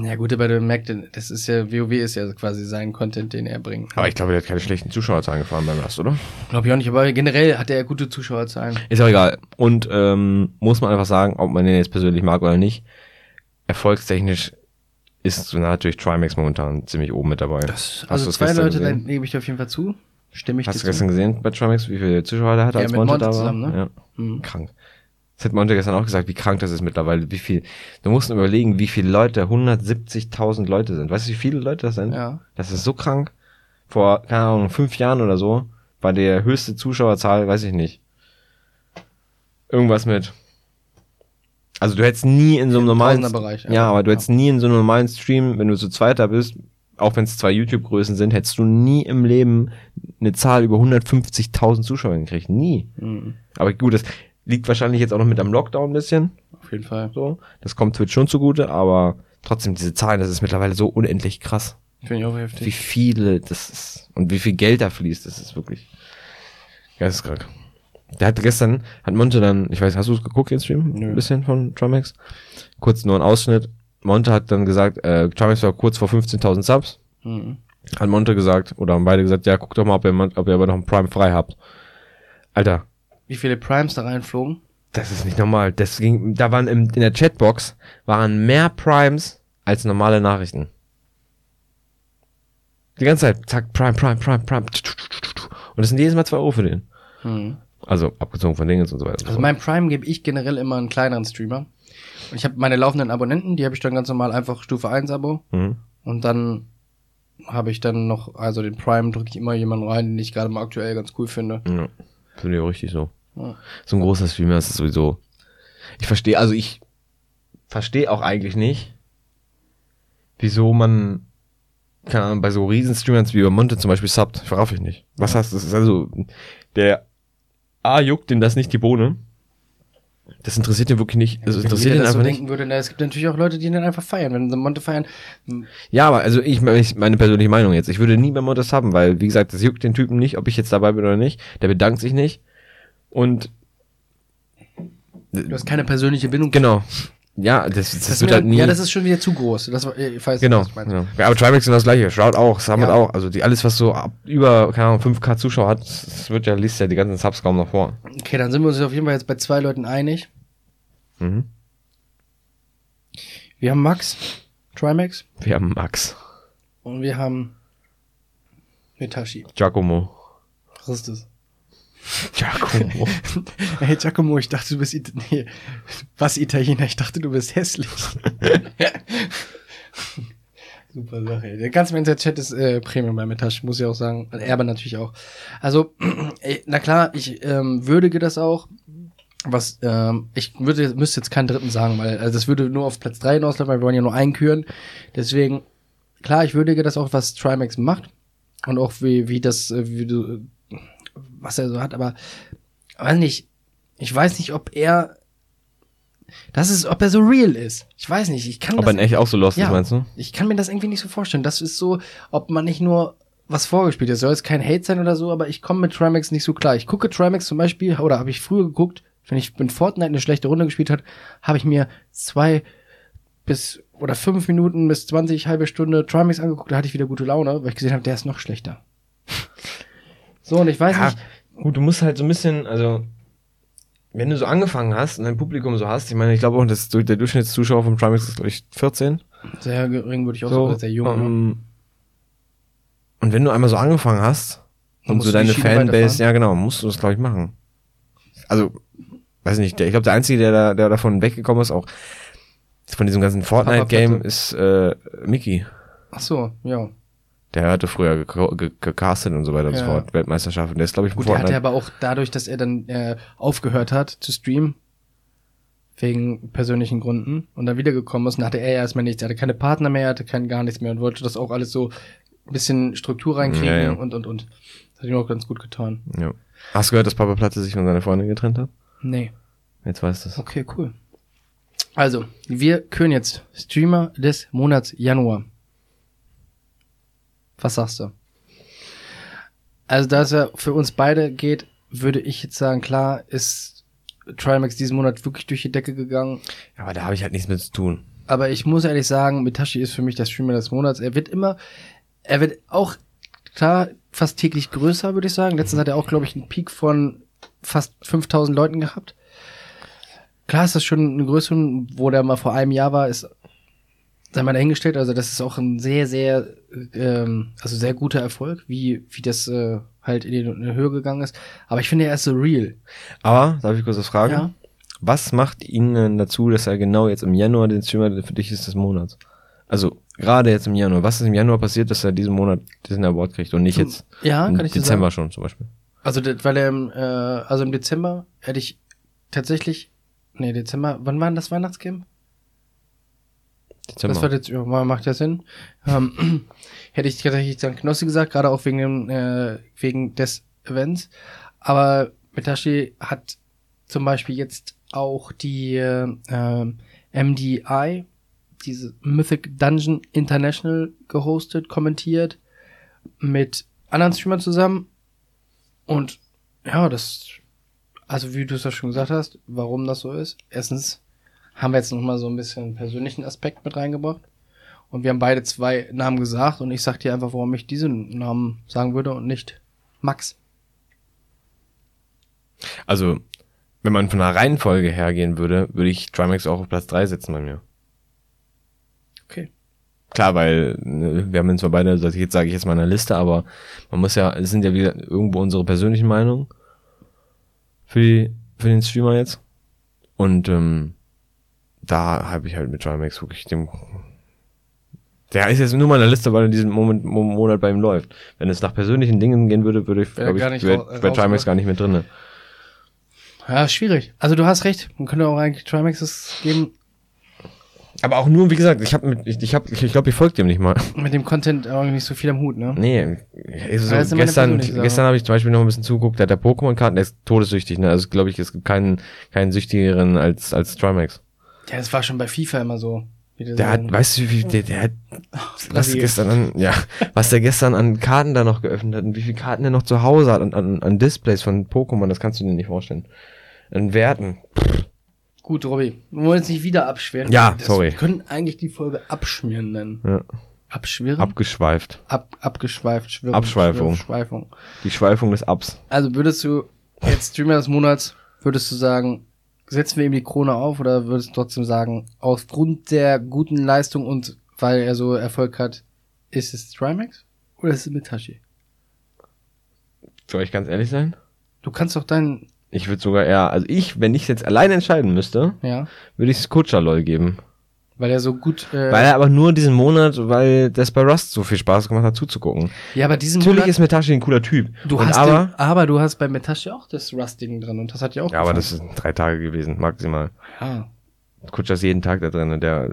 Speaker 2: Ja, gut, aber du merkst, das ist ja, WoW ist ja quasi sein Content, den er bringt.
Speaker 3: Aber ich glaube, der hat keine schlechten Zuschauerzahlen gefahren beim Rust, oder?
Speaker 2: Glaube ich auch nicht, aber generell hat er ja gute Zuschauerzahlen.
Speaker 3: Ist auch egal. Und ähm, muss man einfach sagen, ob man den jetzt persönlich mag oder nicht, erfolgstechnisch ist so natürlich Trimax momentan ziemlich oben mit dabei. Hast
Speaker 2: also
Speaker 3: du das
Speaker 2: zwei
Speaker 3: gestern
Speaker 2: Leute,
Speaker 3: gesehen?
Speaker 2: dann gebe ich dir auf jeden Fall zu. Stimme ich
Speaker 3: Hast du
Speaker 2: dir zu.
Speaker 3: gestern gesehen bei Trimax, wie viele Zuschauer der hatte,
Speaker 2: Ja,
Speaker 3: als
Speaker 2: mit
Speaker 3: Monte,
Speaker 2: Monte
Speaker 3: da war?
Speaker 2: zusammen, ne?
Speaker 3: Ja.
Speaker 2: Mhm.
Speaker 3: Krank. Das hat Monte gestern auch gesagt, wie krank das ist mittlerweile, wie viel. Du musst nur überlegen, wie viele Leute, 170.000 Leute sind. Weißt du, wie viele Leute das sind?
Speaker 2: Ja.
Speaker 3: Das ist so krank. Vor, keine Ahnung, fünf Jahren oder so war der höchste Zuschauerzahl, weiß ich nicht. Irgendwas mit. Also du hättest nie in so einem normalen.
Speaker 2: Tausenderbereich,
Speaker 3: ja,
Speaker 2: ja.
Speaker 3: aber du hättest nie in so einem normalen Stream, wenn du zu zweiter bist, auch wenn es zwei YouTube-Größen sind, hättest du nie im Leben eine Zahl über 150.000 Zuschauer gekriegt. Nie.
Speaker 2: Mhm.
Speaker 3: Aber gut, das liegt wahrscheinlich jetzt auch noch mit am Lockdown ein bisschen.
Speaker 2: Auf jeden Fall.
Speaker 3: So. Das kommt Twitch schon zugute, aber trotzdem diese Zahlen, das ist mittlerweile so unendlich krass
Speaker 2: Finde ich auch heftig.
Speaker 3: wie viele das ist und wie viel Geld da fließt, das ist wirklich geisteskrank. Der hat gestern, hat Monte dann, ich weiß, hast du es geguckt, den Stream?
Speaker 2: Nö.
Speaker 3: Ein bisschen von Trimax? Kurz nur ein Ausschnitt. Monte hat dann gesagt, äh, Charmix war kurz vor 15.000 Subs.
Speaker 2: Mhm.
Speaker 3: Hat Monte gesagt, oder haben beide gesagt, ja, guck doch mal, ob ihr, man- ob ihr aber noch einen Prime frei habt. Alter,
Speaker 2: Wie viele Primes da reinflogen?
Speaker 3: das ist nicht normal. Das ging, da waren im, in der Chatbox waren mehr Primes als normale Nachrichten. Die ganze Zeit, zack, Prime, Prime, Prime, Prime. tsch, tsch, tsch, tsch, tsch. Und das sind jedes Mal zwei Euro für den. Also abgezogen von Dingens und so weiter. und so
Speaker 2: Also mein Prime gebe ich generell immer einen kleineren Streamer. Und ich habe meine laufenden Abonnenten, die habe ich dann ganz normal einfach Stufe 1 Abo.
Speaker 3: fort. Mhm.
Speaker 2: Und dann habe ich dann noch, also den Prime drücke ich immer jemanden rein, den ich gerade mal aktuell ganz cool finde.
Speaker 3: Ja, finde ich auch richtig so.
Speaker 2: Ja.
Speaker 3: So ein großer Streamer ist es sowieso. Ich verstehe, also ich verstehe auch eigentlich nicht, wieso man, keine Ahnung, bei so riesen Streamern wie bei Monte zum Beispiel subbt. Verraff ich nicht. Was hast du? Das ist also, der A juckt dem das nicht die Bohne. Das interessiert ihn wirklich nicht. Das Also
Speaker 2: Wenn
Speaker 3: interessiert ihn
Speaker 2: jeder das so
Speaker 3: einfach nicht.
Speaker 2: denken würde, na, es gibt natürlich auch Leute, die den einfach feiern. Wenn sie Monte feiern, hm,
Speaker 3: Ja, aber also ich, ich meine persönliche Meinung jetzt. Ich würde nie bei Montes haben, weil wie gesagt, das juckt den Typen nicht, ob ich jetzt dabei bin oder nicht. Der bedankt sich nicht. Und
Speaker 2: du hast keine persönliche Bindung.
Speaker 3: Genau. Ja, das, das,
Speaker 2: Das ist
Speaker 3: wird
Speaker 2: mir-
Speaker 3: halt nie.
Speaker 2: Ja, das ist schon wieder zu groß. Das, war- ich weiß
Speaker 3: genau.
Speaker 2: was du meinst.
Speaker 3: genau. Ja, aber Trimax sind das gleiche. Shroud auch, Summit
Speaker 2: Ja.
Speaker 3: auch. Also die alles, was so ab über, keine Ahnung, 5K Zuschauer hat, das das wird ja, liest ja die ganzen Subs kaum noch vor.
Speaker 2: Okay, dann sind wir uns auf jeden Fall jetzt bei zwei Leuten einig.
Speaker 3: Mhm.
Speaker 2: Wir haben Max, Trimax
Speaker 3: Wir haben Max,
Speaker 2: und wir haben Mitashi.
Speaker 3: Giacomo.
Speaker 2: Was ist das?
Speaker 3: Giacomo.
Speaker 2: Hey Giacomo, ich dachte, du bist It nee, was Italiener, ich dachte, du bist hässlich. Super Sache. ey. Der ganze Mindset-Chat ist äh, Premium bei Metasch, muss ich auch sagen. Erbe natürlich auch. Also, ey, na klar, ich ähm, würdige das auch. Was, ähm, ich würde, müsste jetzt keinen dritten sagen, weil also das würde nur auf Platz 3 hinauslaufen, weil wir wollen ja nur einen küren. Deswegen, klar, ich würdige das auch, was Trimax macht. Und auch wie, wie das, äh, wie du, äh, was er so hat, aber weiß nicht, ich weiß nicht, ob er. Das ist, ob er so real ist. Ich weiß nicht. Ich kann
Speaker 3: Ob
Speaker 2: das
Speaker 3: er in echt auch so lost ist, meinst du?
Speaker 2: ich kann mir das irgendwie nicht so vorstellen. Das ist so, ob man nicht nur was vorgespielt ist. Soll jetzt kein Hate sein oder so, aber ich komme mit Trimax nicht so klar. Ich gucke Trimax zum Beispiel, oder habe ich früher geguckt, wenn ich mit Fortnite eine schlechte Runde gespielt hat, habe ich mir zwei bis oder fünf Minuten bis 20, halbe Stunde Trimax angeguckt, da hatte ich wieder gute Laune, weil ich gesehen habe, der ist noch schlechter. So, und Also ich weiß
Speaker 3: Ja,
Speaker 2: nicht.
Speaker 3: gut, du musst halt so ein bisschen, also wenn du so angefangen hast und dein Publikum so hast, ich meine, ich glaube auch, dass du- der Durchschnittszuschauer von Trimax ist, glaube ich, 14.
Speaker 2: Sehr gering würde ich auch
Speaker 3: So,
Speaker 2: sagen, sehr jung. ne?
Speaker 3: ähm, und wenn du einmal so angefangen hast
Speaker 2: Dann
Speaker 3: und
Speaker 2: musst
Speaker 3: so
Speaker 2: du die
Speaker 3: deine
Speaker 2: Schiene
Speaker 3: Fanbase,
Speaker 2: weiterfahren.
Speaker 3: ja genau, musst du das glaube ich machen. Also, weiß nicht, der, ich glaube der einzige, der da, der davon weggekommen ist, auch von diesem ganzen Fortnite-Game,
Speaker 2: Platte.
Speaker 3: ist äh, Mickey.
Speaker 2: Ach so, ja.
Speaker 3: Der hatte früher geko- ge- gecastet und so weiter und so
Speaker 2: Ja.
Speaker 3: fort, Weltmeisterschaft. Und der ist, glaube ich, von
Speaker 2: Gut, der hatte
Speaker 3: Fortnite.
Speaker 2: aber auch dadurch, dass er dann äh, aufgehört hat zu streamen, wegen persönlichen Gründen, und dann wiedergekommen ist, und hatte er erstmal nichts. Er hatte keine Partner mehr, er hatte kein, gar nichts mehr und wollte das auch alles so ein bisschen Struktur reinkriegen
Speaker 3: Ja, ja.
Speaker 2: und, und, und. Das hat ihm auch ganz gut getan.
Speaker 3: Ja. Hast du gehört, dass Papa Platte sich von seiner Freundin getrennt hat?
Speaker 2: Nee.
Speaker 3: Jetzt weißt du es.
Speaker 2: Okay, cool. Also, wir können jetzt Streamer des Monats Januar. Was sagst du? Also, da es ja für uns beide geht, würde ich jetzt sagen, klar ist Trimax diesen Monat wirklich durch die Decke gegangen.
Speaker 3: Ja, aber da habe ich halt nichts mit zu tun.
Speaker 2: Aber ich muss ehrlich sagen, Mitashi ist für mich der Streamer des Monats. Er wird immer, er wird auch klar fast täglich größer, würde ich sagen. Letztens hat er auch, glaube ich, einen Peak von fast 5000 Leuten gehabt. Klar ist das schon eine Größe, wo der mal vor einem Jahr war, ist, sei mal dahingestellt. Also das ist auch ein sehr, sehr, ähm, also sehr guter Erfolg, wie, wie das äh, halt in die, in die Höhe gegangen ist. Aber ich finde, er ist so real.
Speaker 3: Aber, darf ich kurz was fragen?
Speaker 2: Ja.
Speaker 3: Was macht ihn denn dazu, dass er genau jetzt im Januar den Streamer für dich ist des Monats? Also, gerade jetzt im Januar. Was ist im Januar passiert, dass er diesen Monat diesen Award kriegt und nicht jetzt
Speaker 2: Ja,
Speaker 3: im
Speaker 2: Ah, kann ich dir sagen.
Speaker 3: Dezember schon zum Beispiel?
Speaker 2: Also, das, weil er im, äh, also im Dezember hätte ich tatsächlich, nee, Dezember, wann war denn das Weihnachtscamp?
Speaker 3: Dezember.
Speaker 2: Das war jetzt, ja, macht ja Sinn. Ähm, hätte ich tatsächlich dann Knossi gesagt, gerade auch wegen dem, äh, wegen des Events. Aber Metashi hat zum Beispiel jetzt auch die äh, ähm, MDI, diese Mythic Dungeon International gehostet, kommentiert, mit anderen Streamern zusammen. Und ja, das, also wie du es ja schon gesagt hast, warum das so ist. Erstens haben wir jetzt nochmal so ein bisschen einen persönlichen Aspekt mit reingebracht. Und wir haben beide zwei Namen gesagt und ich sag dir einfach, warum ich diesen Namen sagen würde und nicht Max.
Speaker 3: Also, wenn man von der Reihenfolge hergehen würde, würde ich Trimax auch auf Platz 3 setzen bei mir.
Speaker 2: Okay.
Speaker 3: Klar, weil ne, wir haben jetzt zwar beide, das jetzt sage ich jetzt mal eine Liste, aber man muss ja, es sind ja wieder irgendwo unsere persönlichen Meinungen für, die, für den Streamer jetzt. Und ähm, da habe ich halt mit Trimax wirklich dem. Der ist jetzt nur meiner Liste, weil er diesen Moment, Mo- Monat bei ihm läuft. Wenn es nach persönlichen Dingen gehen würde, würde ich,
Speaker 2: Wäre
Speaker 3: glaube ich,
Speaker 2: gar nicht
Speaker 3: wär,
Speaker 2: rau- äh,
Speaker 3: bei Trimax
Speaker 2: rausgebracht.
Speaker 3: gar nicht mit drinne.
Speaker 2: Ja, schwierig. Also du hast recht. Man könnte auch eigentlich Trimaxes geben.
Speaker 3: Aber auch nur, wie gesagt, ich habe ich, ich hab, ich, ich glaube, ich folge dem nicht mal.
Speaker 2: Mit dem Content irgendwie nicht so viel am Hut, ne?
Speaker 3: Nee, also
Speaker 2: das ist immer eine
Speaker 3: gestern,
Speaker 2: persönliche Sache.
Speaker 3: gestern habe ich zum Beispiel noch ein bisschen zugeguckt, der hat der Pokémon-Karten, der ist todessüchtig, ne? Also glaube ich, es gibt keinen, keinen süchtigeren als, als Trimax.
Speaker 2: Ja, das war schon bei FIFA immer so. Wie die
Speaker 3: Der
Speaker 2: sagen.
Speaker 3: hat, weißt du, wie, der, der hat, was
Speaker 2: Brasil.
Speaker 3: gestern an, ja, was der gestern an Karten da noch geöffnet hat und wie viele Karten der noch zu Hause hat an, an, an Displays von Pokémon, das kannst du dir nicht vorstellen. An Werten.
Speaker 2: Gut, Robby. Wir wollen jetzt nicht wieder abschweren.
Speaker 3: Ja,
Speaker 2: das,
Speaker 3: sorry.
Speaker 2: Wir können eigentlich die Folge abschmieren nennen.
Speaker 3: Ja.
Speaker 2: Abschwirren?
Speaker 3: Abgeschweift.
Speaker 2: Ab, abgeschweift. Schwirren,
Speaker 3: Abschweifung.
Speaker 2: Schwirren, Schweifung.
Speaker 3: Die Schweifung des Ups.
Speaker 2: Also würdest du jetzt Streamer des Monats, würdest du sagen, setzen wir ihm die Krone auf oder würdest du trotzdem sagen, aufgrund der guten Leistung und weil er so Erfolg hat, ist es Trimax oder ist es Mitashi?
Speaker 3: Soll ich ganz ehrlich sein?
Speaker 2: Du kannst doch deinen,
Speaker 3: Ich würde sogar eher, also ich, wenn ich jetzt allein entscheiden müsste,
Speaker 2: ja,
Speaker 3: würde ich es Kutschaloy geben.
Speaker 2: weil er so gut, äh,
Speaker 3: Weil er aber nur diesen Monat, weil das bei Rust so viel Spaß gemacht hat, zuzugucken.
Speaker 2: ja, aber diesen
Speaker 3: Natürlich
Speaker 2: Monat,
Speaker 3: ist Metashi ein cooler Typ.
Speaker 2: du
Speaker 3: und
Speaker 2: hast
Speaker 3: aber,
Speaker 2: den, aber du hast bei Mitashi auch das Rust-Ding drin und das hat ja auch
Speaker 3: ja, aber das
Speaker 2: gefallen. Ah,
Speaker 3: sind drei Tage gewesen, maximal.
Speaker 2: ja.
Speaker 3: Kutscher ist jeden Tag da drin und der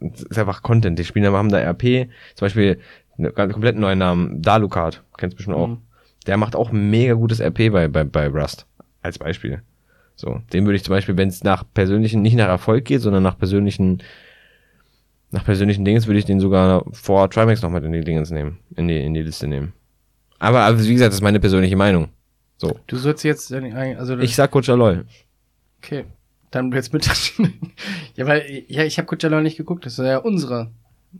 Speaker 3: das ist einfach Content. Die Spieler haben da RP, zum Beispiel einen ganz komplett neuen Namen, Dalukart, kennst bestimmt auch.
Speaker 2: Mhm.
Speaker 3: Der macht auch mega gutes RP bei, bei, bei Rust, als Beispiel. So, den würde ich zum Beispiel, wenn es nach persönlichen, nicht nach Erfolg geht, sondern nach persönlichen, nach persönlichen Dings, würde ich den sogar vor Trimax noch mit in die Dingens nehmen, in die, in die Liste nehmen. Aber, aber wie gesagt, das ist meine persönliche Meinung. So.
Speaker 2: Du sollst jetzt, also,
Speaker 3: Ich sag Coach Aloy.
Speaker 2: okay, dann jetzt Mitashi. ja, weil, ja, ich habe Kujalon nicht geguckt, das ist ja unsere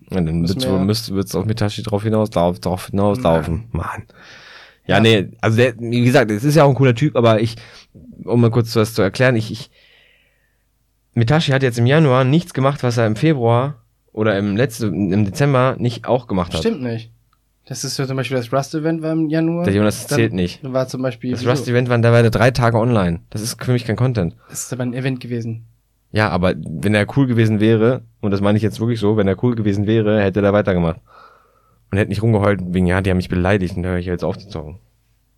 Speaker 3: Ja, dann
Speaker 2: Müssen
Speaker 3: wird's
Speaker 2: wir-
Speaker 3: es wird's auf Mitashi drauf hinaus, drauf, drauf hinauslaufen. Mann. Ja,
Speaker 2: Ja.
Speaker 3: nee, also der, wie gesagt, es ist ja auch ein cooler Typ, aber ich, um mal kurz was zu erklären, ich, ich, Mitashi hat jetzt im Januar nichts gemacht, was er im Februar oder im letzten, im Dezember nicht auch gemacht hat.
Speaker 2: Stimmt nicht. Das ist ja zum Beispiel das Rust-Event war im Januar.
Speaker 3: Der Jonas, das
Speaker 2: Dann
Speaker 3: zählt nicht.
Speaker 2: War zum Beispiel.
Speaker 3: Das
Speaker 2: wieso?
Speaker 3: Rust-Event waren dabei drei Tage online. Das ist für mich kein Content.
Speaker 2: Das ist aber ein Event gewesen.
Speaker 3: Ja, aber wenn er cool gewesen wäre, und das meine ich jetzt wirklich so, wenn er cool gewesen wäre, hätte er da weitergemacht. Und hätte nicht rumgeheult wegen, ja, die haben mich beleidigt und da höre ich jetzt auf zu zocken.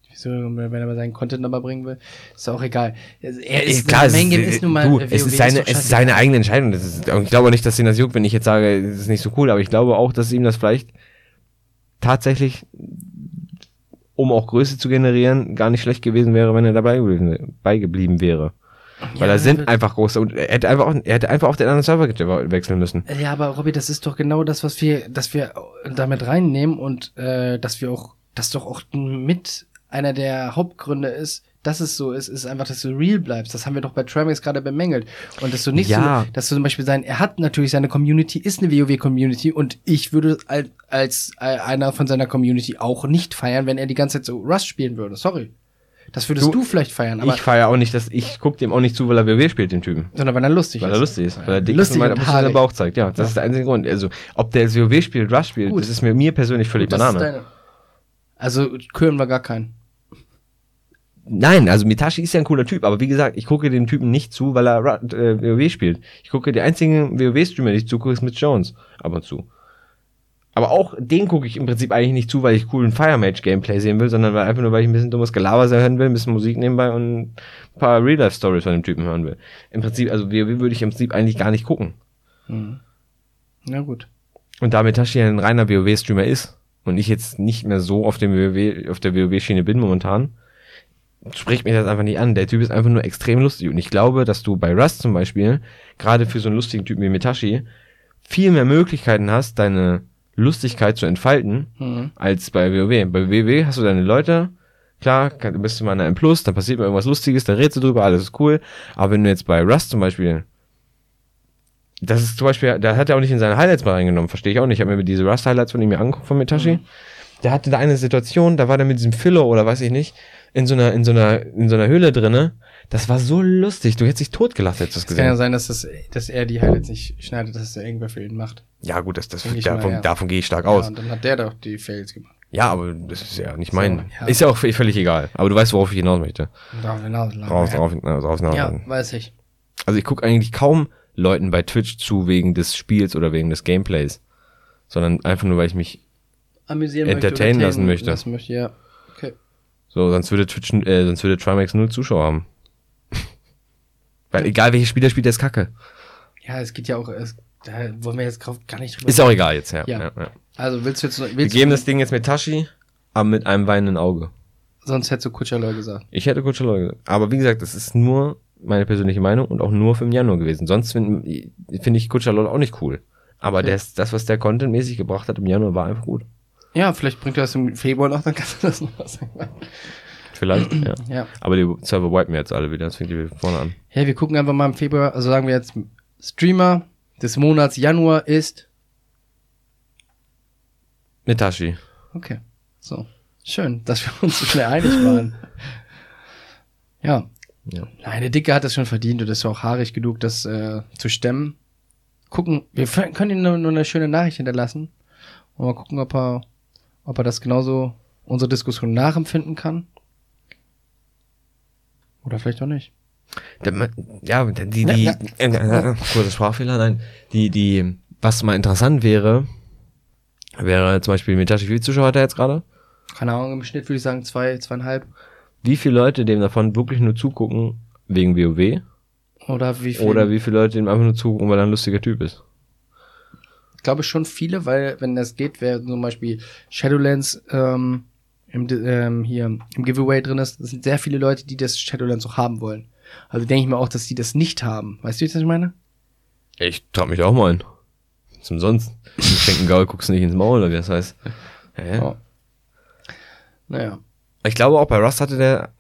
Speaker 2: Wieso, wenn er mal seinen Content nochmal bringen will, ist auch egal. Also Er
Speaker 3: Ey,
Speaker 2: ist
Speaker 3: klar, es
Speaker 2: Main Game
Speaker 3: ist,
Speaker 2: ist nun mal
Speaker 3: du,
Speaker 2: äh,
Speaker 3: es
Speaker 2: WoW
Speaker 3: ist seine,
Speaker 2: doch
Speaker 3: es ist
Speaker 2: scheißegal.
Speaker 3: seine eigene Entscheidung. Das ist, ich glaube nicht, dass ihn das juckt, wenn ich jetzt sage, es ist nicht so cool, aber ich glaube auch, dass ihm das vielleicht tatsächlich, um auch Größe zu generieren, gar nicht schlecht gewesen wäre, wenn er dabei geblieben, beigeblieben wäre. Weil
Speaker 2: Ja, also-
Speaker 3: er sind
Speaker 2: aber-
Speaker 3: einfach große und er hätte einfach auch, er hätte einfach auf den anderen Server ge- wechseln müssen.
Speaker 2: Ja, aber Robby, das ist doch genau das, was wir, dass wir damit reinnehmen und äh, dass wir auch, dass doch auch mit einer der Hauptgründe ist, dass es so ist, ist einfach, dass du real bleibst. Das haben wir doch bei Trimax gerade bemängelt. Und dass du nicht
Speaker 3: Ja.
Speaker 2: so, dass du zum Beispiel sein, er hat natürlich seine Community, ist eine WoW-Community und ich würde als, als äh, einer von seiner Community auch nicht feiern, wenn er die ganze Zeit so Rust spielen würde. Sorry. Das würdest du,
Speaker 3: Du,
Speaker 2: vielleicht feiern, aber
Speaker 3: ich feiere auch nicht, dass ich gucke dem auch nicht zu, weil er WW spielt, dem Typen.
Speaker 2: sondern wenn er lustig
Speaker 3: Weil
Speaker 2: ist.
Speaker 3: er lustig ist, weil er dick
Speaker 2: Lustig
Speaker 3: ist und weil
Speaker 2: und
Speaker 3: er seinen
Speaker 2: haarig.
Speaker 3: Bauch zeigt. Ja, das ist der einzige Grund. Also, ob der jetzt WoW spielt, Rush spielt,
Speaker 2: Gut.
Speaker 3: das ist mir, mir persönlich völlig
Speaker 2: Das
Speaker 3: Banane.
Speaker 2: ist deine. Also küren wir gar keinen.
Speaker 3: Nein, also Mitashi ist ja ein cooler Typ, aber wie gesagt, ich gucke dem Typen nicht zu, weil er Ra- äh, WoW spielt. Ich gucke den einzigen WoW-Streamer, den ich zugucke, ist mit Jones ab und zu. Aber auch den gucke ich im Prinzip eigentlich nicht zu, weil ich coolen Fire-Match-Gameplay sehen will, sondern weil einfach nur, weil ich ein bisschen dummes Gelaber hören will, ein bisschen Musik nebenbei und ein paar Real-Life-Stories von dem Typen hören will. Im Prinzip, also WoW würde ich im Prinzip eigentlich gar nicht gucken.
Speaker 2: Na gut.
Speaker 3: Und da Mitashi ja ein reiner WoW-Streamer ist und ich jetzt nicht mehr so auf, dem WoW, auf der WoW-Schiene bin momentan, spricht mir das einfach nicht an. Der Typ ist einfach nur extrem lustig. Und ich glaube, dass du bei Rust zum Beispiel, gerade für so einen lustigen Typen wie Mitashi, viel mehr Möglichkeiten hast, deine Lustigkeit zu entfalten,
Speaker 2: Mhm.
Speaker 3: als bei WoW. Bei WoW hast du deine Leute, klar, kann, du bist du mal in einem Plus, dann passiert mal irgendwas Lustiges, dann redest du drüber, alles ist cool. Aber wenn du jetzt bei Rust zum Beispiel das ist zum Beispiel, da hat er auch nicht in seine Highlights mal reingenommen, verstehe ich auch nicht. Ich habe mir diese Rust-Highlights von ihm ja angeguckt von Mitashi.
Speaker 2: Mhm.
Speaker 3: Der hatte da eine Situation, da war der mit diesem Filler oder weiß ich nicht, in so einer, in so einer, in so einer Höhle drinne. Das war so lustig, du hättest dich totgelacht, hättest du das
Speaker 2: Es kann ja
Speaker 3: gesehen.
Speaker 2: sein, dass, das, dass er die Highlights nicht schneidet, dass der irgendwer für ihn macht.
Speaker 3: Ja, gut, das, das,
Speaker 2: Denk ich mal,
Speaker 3: davon,
Speaker 2: ja.
Speaker 3: davon gehe ich stark
Speaker 2: Ja,
Speaker 3: aus.
Speaker 2: und dann hat der doch die Fails gemacht.
Speaker 3: Ja, aber das ist ja nicht mein.
Speaker 2: ja.
Speaker 3: Ist ja auch v- völlig egal. Aber du weißt, worauf ich hinaus möchte.
Speaker 2: Und darauf hinaus.
Speaker 3: Raus,
Speaker 2: ja.
Speaker 3: rauf, äh, raus, raus.
Speaker 2: Ja, weiß ich.
Speaker 3: Also ich gucke eigentlich kaum Leuten bei Twitch zu wegen des Spiels oder wegen des Gameplays. Sondern einfach nur, weil ich mich.
Speaker 2: Amüsieren
Speaker 3: Entertainen
Speaker 2: entertainen
Speaker 3: lassen möchte.
Speaker 2: lassen möchte. Ja, okay.
Speaker 3: So, sonst würde Twitch, äh, sonst würde Trimax null Zuschauer haben. weil egal welches Spiel der spielt, der ist kacke.
Speaker 2: Ja, es geht ja auch, es, da wollen wir jetzt drauf gar nicht drüber
Speaker 3: Ist auch egal jetzt, ja.
Speaker 2: Ja.
Speaker 3: ja, ja.
Speaker 2: Also willst du jetzt,
Speaker 3: Wir
Speaker 2: willst
Speaker 3: geben
Speaker 2: du,
Speaker 3: das Ding jetzt mit Tashi, aber mit einem weinenden Auge.
Speaker 2: sonst hättest du Kutschaloy gesagt.
Speaker 3: Ich hätte Kutsche Leute. Aber wie gesagt, das ist nur meine persönliche Meinung und auch nur für den Januar gewesen. Sonst finde find ich Kutsche Leute auch nicht cool. Aber
Speaker 2: Okay.
Speaker 3: das, das, was der contentmäßig gebracht hat im Januar, war einfach gut.
Speaker 2: Ja, vielleicht bringt er das im Februar noch, dann kannst du das noch sagen.
Speaker 3: Vielleicht, ja.
Speaker 2: Ja.
Speaker 3: Aber die Server wipen jetzt alle wieder. Das fängt wieder vorne an.
Speaker 2: Ja, wir gucken einfach mal im Februar, also sagen wir jetzt, Streamer des Monats Januar ist,
Speaker 3: Mitashi.
Speaker 2: okay, so. Schön, dass wir uns so schnell einig waren. Ja.
Speaker 3: Ja.
Speaker 2: Nein, der Dicke hat das schon verdient und ist auch haarig genug, das äh, zu stemmen. Gucken, wir f- können ihm nur, nur eine schöne Nachricht hinterlassen und mal gucken, ob er, ob er das genauso unsere Diskussion nachempfinden kann. Oder vielleicht auch nicht.
Speaker 3: Der Ma- Ja, die, die,
Speaker 2: Na,
Speaker 3: die
Speaker 2: na.
Speaker 3: äh, äh, kurzer Sprachfehler, nein. Die, die, was mal interessant wäre, wäre zum Beispiel Mitashi, wie viele Zuschauer hat er jetzt gerade?
Speaker 2: Keine Ahnung, im Schnitt würde ich sagen zwei, zweieinhalb.
Speaker 3: Wie viele Leute dem davon wirklich nur zugucken wegen WoW?
Speaker 2: Oder wie viel?
Speaker 3: Oder wie viele Leute ihm einfach nur zugucken, weil er ein lustiger Typ ist?
Speaker 2: Ich glaube schon viele, weil wenn das geht, wäre zum Beispiel Shadowlands ähm, im, Di- ähm, hier im Giveaway drin ist, es sind sehr viele Leute, die das Shadowlands auch haben wollen. Also denke ich mir auch, dass die das nicht haben. Weißt du, was ich meine?
Speaker 3: Ich trau mich auch mal ein. Zum sonst. Im Schenken Gaul guckst du nicht ins Maul, oder wie das heißt. Hä?
Speaker 2: Ja. Oh. Naja,
Speaker 3: Ich glaube auch bei Rust hatte der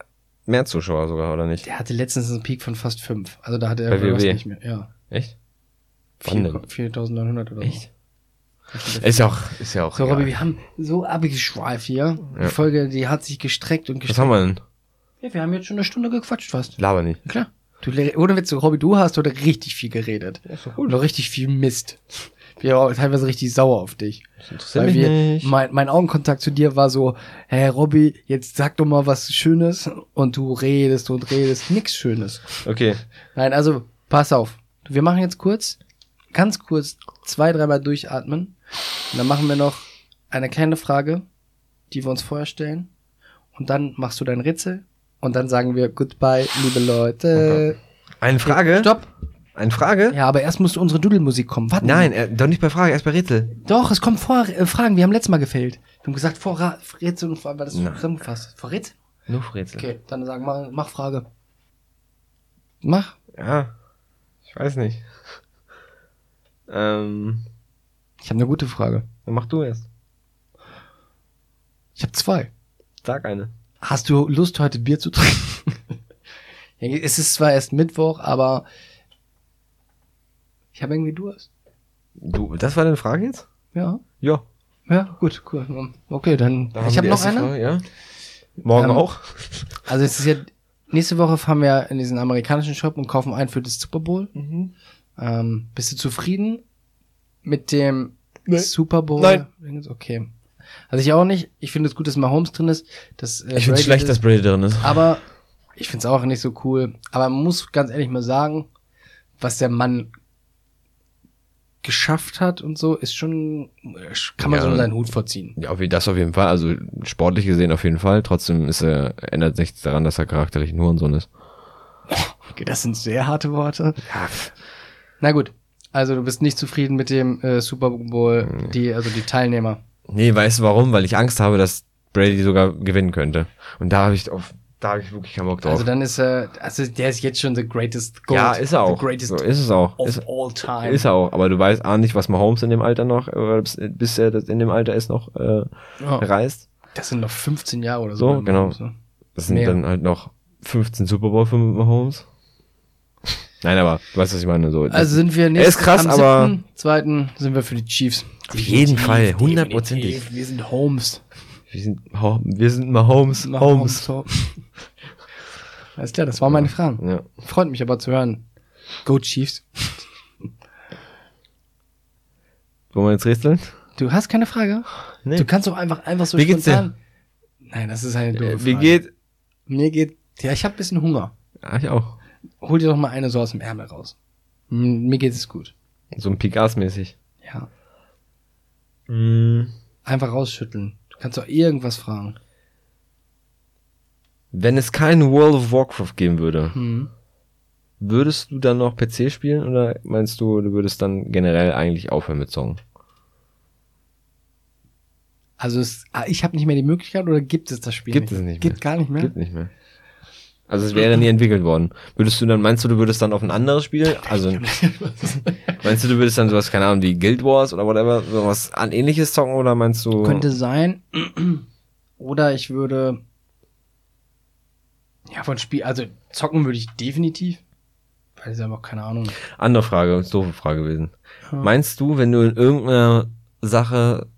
Speaker 3: mehr Zuschauer sogar, oder nicht?
Speaker 2: der hatte letztens einen Peak von fast fünf. Also da hatte
Speaker 3: Bei
Speaker 2: er wohl was
Speaker 3: WoW.
Speaker 2: nicht mehr. Ja.
Speaker 3: Echt? Wann denn?
Speaker 2: 4- 4900 oder
Speaker 3: Echt?
Speaker 2: so.
Speaker 3: Ist ja auch, ist ja auch.
Speaker 2: So,
Speaker 3: egal.
Speaker 2: Robby, wir haben so abgeschweift hier.
Speaker 3: Ja.
Speaker 2: Die Folge, die hat sich gestreckt und
Speaker 3: Was
Speaker 2: gestreckt.
Speaker 3: haben wir denn?
Speaker 2: Ja, wir haben jetzt schon eine Stunde gequatscht fast.
Speaker 3: Laber nicht.
Speaker 2: Klar. Du, le- ohne Witz, Robby, du hast heute richtig viel geredet. Ja,
Speaker 3: doch
Speaker 2: Und auch richtig viel Mist. Ich bin auch teilweise richtig sauer auf dich.
Speaker 3: Das interessiert
Speaker 2: Weil
Speaker 3: mich
Speaker 2: wir,
Speaker 3: nicht.
Speaker 2: mein, mein Augenkontakt zu dir war so, hey Robby, jetzt sag doch mal was Schönes. Und du redest und redest, nix Schönes.
Speaker 3: Okay.
Speaker 2: Nein, also, pass auf. Wir machen jetzt kurz, ganz kurz, zwei, dreimal durchatmen. Und dann machen wir noch eine kleine Frage, die wir uns vorher stellen. Und dann machst du dein Rätsel. Und dann sagen wir Goodbye, liebe Leute.
Speaker 3: Eine Oh Frage?
Speaker 2: Stopp.
Speaker 3: Eine Frage?
Speaker 2: Ja, aber erst musst du unsere Dudelmusik kommen. Warte.
Speaker 3: Nein, äh, doch nicht bei Frage, erst bei Rätsel.
Speaker 2: Doch, es kommen vor äh, Fragen. Wir haben letztes Mal gefehlt. Wir haben gesagt, vor Ra- Rätsel und Frage, weil das
Speaker 3: Nein.
Speaker 2: zusammengefasst. Vor Rätsel?
Speaker 3: Nur für Rätsel.
Speaker 2: Okay, dann sagen wir, mach Frage. Mach.
Speaker 3: Ja. Ich weiß nicht. Ähm,
Speaker 2: Ich habe eine gute Frage.
Speaker 3: dann mach du erst.
Speaker 2: Ich habe zwei.
Speaker 3: Sag eine.
Speaker 2: Hast du Lust, heute Bier zu trinken? Ja, es ist zwar erst Mittwoch, aber ich habe irgendwie Durst.
Speaker 3: Du, das war deine Frage jetzt?
Speaker 2: Ja.
Speaker 3: Ja.
Speaker 2: Ja, gut, cool. Okay, dann.
Speaker 3: Da haben
Speaker 2: ich habe
Speaker 3: wir die
Speaker 2: noch
Speaker 3: erste
Speaker 2: eine.
Speaker 3: Frage, ja. Morgen
Speaker 2: Ähm,
Speaker 3: auch?
Speaker 2: Also es ist ja. Nächste Woche fahren wir in diesen amerikanischen Shop und kaufen ein für das Super Bowl. Ähm, bist du zufrieden mit dem
Speaker 3: Nee.
Speaker 2: Super Bowl?
Speaker 3: Nein.
Speaker 2: Okay. Also ich auch nicht. Ich finde es gut, dass Mahomes drin ist. Dass, äh,
Speaker 3: Ich find's
Speaker 2: Brady
Speaker 3: schlecht, dass Brady drin ist.
Speaker 2: Aber ich finde es auch nicht so cool. Aber man muss ganz ehrlich mal sagen, was der Mann geschafft hat und so, ist schon, äh, kann man
Speaker 3: Ja.
Speaker 2: so seinen Hut vorziehen.
Speaker 3: Ja, auf, jeden- das auf jeden Fall. Also sportlich gesehen auf jeden Fall. Trotzdem ist er, ändert nichts daran, dass er charakterlich ein Hurensohn ist.
Speaker 2: Okay, das sind sehr harte Worte. Na gut, also du bist nicht zufrieden mit dem äh, Super Bowl, die, also die Teilnehmer.
Speaker 3: Nee, weißt du warum? Weil ich Angst habe, dass Brady sogar gewinnen könnte. Und da habe ich auf, da habe ich wirklich keinen Bock drauf.
Speaker 2: Also dann ist er, also der ist jetzt schon the greatest goat.
Speaker 3: ja, ist er auch.
Speaker 2: The greatest
Speaker 3: So ist es auch.
Speaker 2: of
Speaker 3: Ist,
Speaker 2: all time.
Speaker 3: ist er auch. Aber du weißt A nicht, was Mahomes in dem Alter noch, oder bis- bis er das in dem Alter ist noch äh,
Speaker 2: Ja.
Speaker 3: reist.
Speaker 2: Das sind noch 15 Jahre oder
Speaker 3: So,
Speaker 2: so.
Speaker 3: genau. Das sind
Speaker 2: Mehr.
Speaker 3: dann halt noch 15 Super Bowl für Mahomes. Nein, aber du weißt, was ich meine. So,
Speaker 2: Also sind wir nicht
Speaker 3: ist krass,
Speaker 2: am
Speaker 3: aber-
Speaker 2: siebten, zweiten sind wir für die Chiefs.
Speaker 3: auf jeden Fall, hundertprozentig.
Speaker 2: Definitiv. Wir sind Holmes.
Speaker 3: Wir sind, Ho- wir sind mal Holmes.
Speaker 2: Nach
Speaker 3: Holmes.
Speaker 2: Holmes. Alles klar, das waren meine Fragen.
Speaker 3: Ja.
Speaker 2: Freut mich aber zu hören. Go Chiefs.
Speaker 3: Wollen wir jetzt rätseln?
Speaker 2: Du hast keine Frage?
Speaker 3: Nee.
Speaker 2: Du kannst doch einfach, einfach so
Speaker 3: Wie geht's
Speaker 2: spontan. Nein, das ist eine doofe
Speaker 3: Äh,
Speaker 2: Frage.
Speaker 3: Wie geht?
Speaker 2: Mir geht, ja, ich habe ein bisschen Hunger.
Speaker 3: Ah, ich auch.
Speaker 2: Hol dir doch mal eine so aus dem Ärmel raus. M- Mir geht es gut.
Speaker 3: So ein Pikas-mäßig.
Speaker 2: Ja.
Speaker 3: Mm.
Speaker 2: Mhm. Einfach rausschütteln. Du kannst doch irgendwas fragen.
Speaker 3: Wenn es keinen World of Warcraft geben würde,
Speaker 2: Hm.
Speaker 3: würdest du dann noch PC spielen oder meinst du, du würdest dann generell eigentlich aufhören mit Song?
Speaker 2: Also es, ah, ich habe nicht mehr die Möglichkeit oder gibt es das Spiel?
Speaker 3: Gibt
Speaker 2: nicht?
Speaker 3: es nicht mehr.
Speaker 2: Gibt gar nicht mehr.
Speaker 3: Gibt nicht mehr. Also es wäre nie entwickelt worden. Würdest du dann, meinst du, du würdest dann auf ein anderes Spiel, also meinst du, du würdest dann sowas, keine Ahnung, wie Guild Wars oder whatever, sowas an ähnliches zocken oder meinst du?
Speaker 2: Könnte sein. Oder ich würde. Ja, von Spiel. Also zocken würde ich definitiv. Weil ich aber keine Ahnung.
Speaker 3: Andere Frage, ist doofe Frage gewesen.
Speaker 2: Ja.
Speaker 3: Meinst du, wenn du in irgendeiner Sache,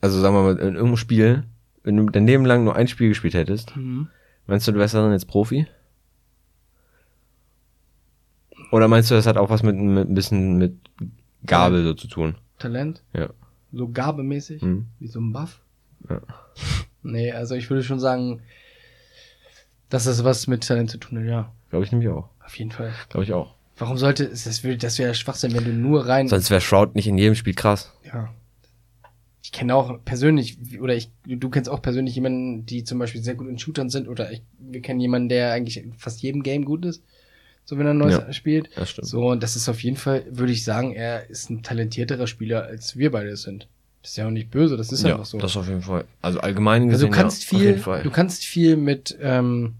Speaker 3: also sagen wir mal, in irgendeinem Spiel, wenn du dein Leben lang nur ein Spiel gespielt hättest,
Speaker 2: Mhm.
Speaker 3: meinst du, du wärst dann jetzt Profi? Oder meinst du, das hat auch was mit, mit ein bisschen mit Gabel so zu tun?
Speaker 2: Talent.
Speaker 3: Ja.
Speaker 2: So gabemäßig.
Speaker 3: Mhm.
Speaker 2: Wie so ein Buff.
Speaker 3: Ja.
Speaker 2: Nee, also ich würde schon sagen, dass das was mit Talent zu tun hat, ja.
Speaker 3: Glaube ich nämlich auch.
Speaker 2: Auf jeden Fall.
Speaker 3: Glaube ich auch.
Speaker 2: Warum sollte es, das wäre das wär ja Schwachsinn, wenn du nur rein.
Speaker 3: Sonst wäre Shroud nicht in jedem Spiel krass.
Speaker 2: Ja. Ich kenne auch persönlich, oder ich, du kennst auch persönlich jemanden, die zum Beispiel sehr gut in Shootern sind, oder ich, wir kennen jemanden, der eigentlich in fast jedem Game gut ist, so wenn er ein neues
Speaker 3: Ja.
Speaker 2: spielt.
Speaker 3: Das stimmt.
Speaker 2: So, und das ist auf jeden Fall, würde ich sagen, er ist ein talentierterer Spieler, als wir beide es sind. Das ist ja auch nicht böse, das ist einfach so.
Speaker 3: das auf jeden Fall. Also allgemein
Speaker 2: Also
Speaker 3: gesehen,
Speaker 2: du kannst
Speaker 3: ja, auf
Speaker 2: viel,
Speaker 3: jeden Fall.
Speaker 2: du kannst viel mit, ähm,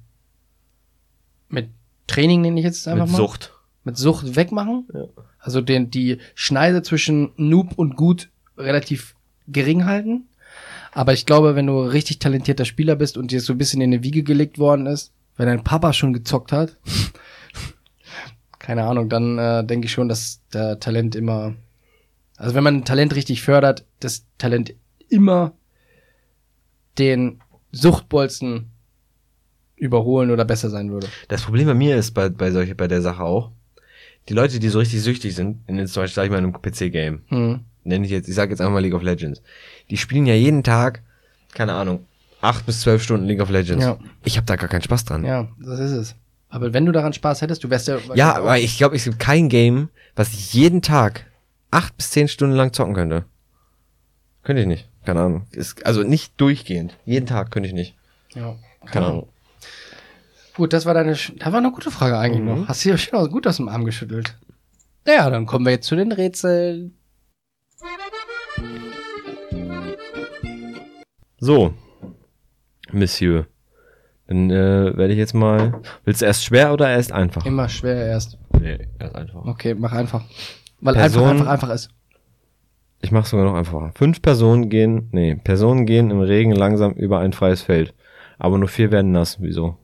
Speaker 2: mit Training, nenne ich jetzt einfach
Speaker 3: mit
Speaker 2: mal
Speaker 3: Sucht.
Speaker 2: mit Sucht wegmachen. Also den, die Schneide zwischen Noob und Gut relativ gering halten. Aber ich glaube, wenn du richtig talentierter Spieler bist und dir so ein bisschen in die Wiege gelegt worden ist, wenn dein Papa schon gezockt hat, keine Ahnung, dann äh, denke ich schon, dass der Talent immer, also wenn man Talent richtig fördert, das Talent immer den Suchtbolzen überholen oder besser sein würde.
Speaker 3: Das Problem bei mir ist bei, bei, solche, bei der Sache auch, die Leute, die so richtig süchtig sind, in jetzt zum Beispiel, sag ich mal, in einem PC-Game,
Speaker 2: Hm.
Speaker 3: nenne ich jetzt, ich sage jetzt einfach mal League of Legends, die spielen ja jeden Tag, keine Ahnung, acht bis zwölf Stunden League of Legends.
Speaker 2: Ja.
Speaker 3: Ich habe da gar keinen Spaß dran.
Speaker 2: Ja, das ist es. Aber wenn du daran Spaß hättest, du wärst ja.
Speaker 3: Ja, aber ich glaube, es gibt kein Game, was ich jeden Tag acht bis zehn Stunden lang zocken könnte. Könnte ich nicht. Keine Ahnung. Ist, also nicht durchgehend. Jeden Tag könnte ich nicht.
Speaker 2: Ja.
Speaker 3: Keine Ahnung.
Speaker 2: Gut, das war deine. Sch- Das war eine gute Frage eigentlich
Speaker 3: Mhm.
Speaker 2: noch. Hast du ja schön aus, gut aus dem Arm geschüttelt. Naja, dann kommen wir jetzt zu den Rätseln.
Speaker 3: So, Monsieur. Dann äh, werde ich jetzt mal. Willst du erst schwer oder erst einfach?
Speaker 2: Immer schwer erst.
Speaker 3: Nee, erst einfach.
Speaker 2: Okay, mach einfach. Weil
Speaker 3: Person-
Speaker 2: einfach, einfach, einfach ist.
Speaker 3: Ich mach's sogar noch einfacher. Fünf Personen gehen. Nee, Personen gehen im Regen langsam über ein freies Feld. Aber nur vier werden nass. Wieso?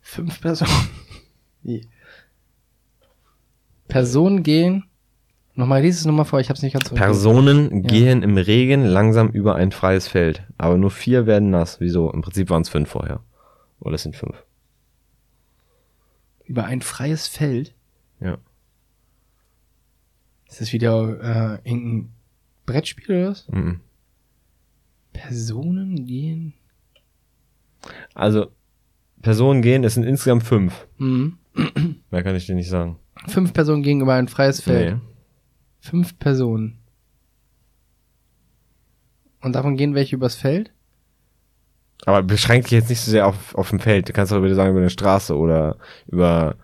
Speaker 2: Fünf Personen. Wie? Personen gehen. Nochmal, lies es nochmal vor, ich hab's nicht ganz so.
Speaker 3: Personen gehen im Regen langsam über ein freies Feld, aber nur vier werden nass. Wieso? Im Prinzip waren es fünf vorher. Oder es sind fünf.
Speaker 2: Über ein freies Feld.
Speaker 3: Ja.
Speaker 2: Ist das wieder äh, irgendein Brettspiel oder was?
Speaker 3: Mhm.
Speaker 2: Personen gehen.
Speaker 3: Also, Personen gehen, es sind insgesamt fünf.
Speaker 2: Mhm.
Speaker 3: Mehr kann ich dir nicht sagen.
Speaker 2: Fünf Personen gegenüber ein freies Feld.
Speaker 3: Nee.
Speaker 2: Fünf Personen. Und davon gehen welche übers Feld?
Speaker 3: Aber beschränk dich jetzt nicht so sehr auf, auf dem Feld. Du kannst auch wieder sagen, über eine Straße oder über,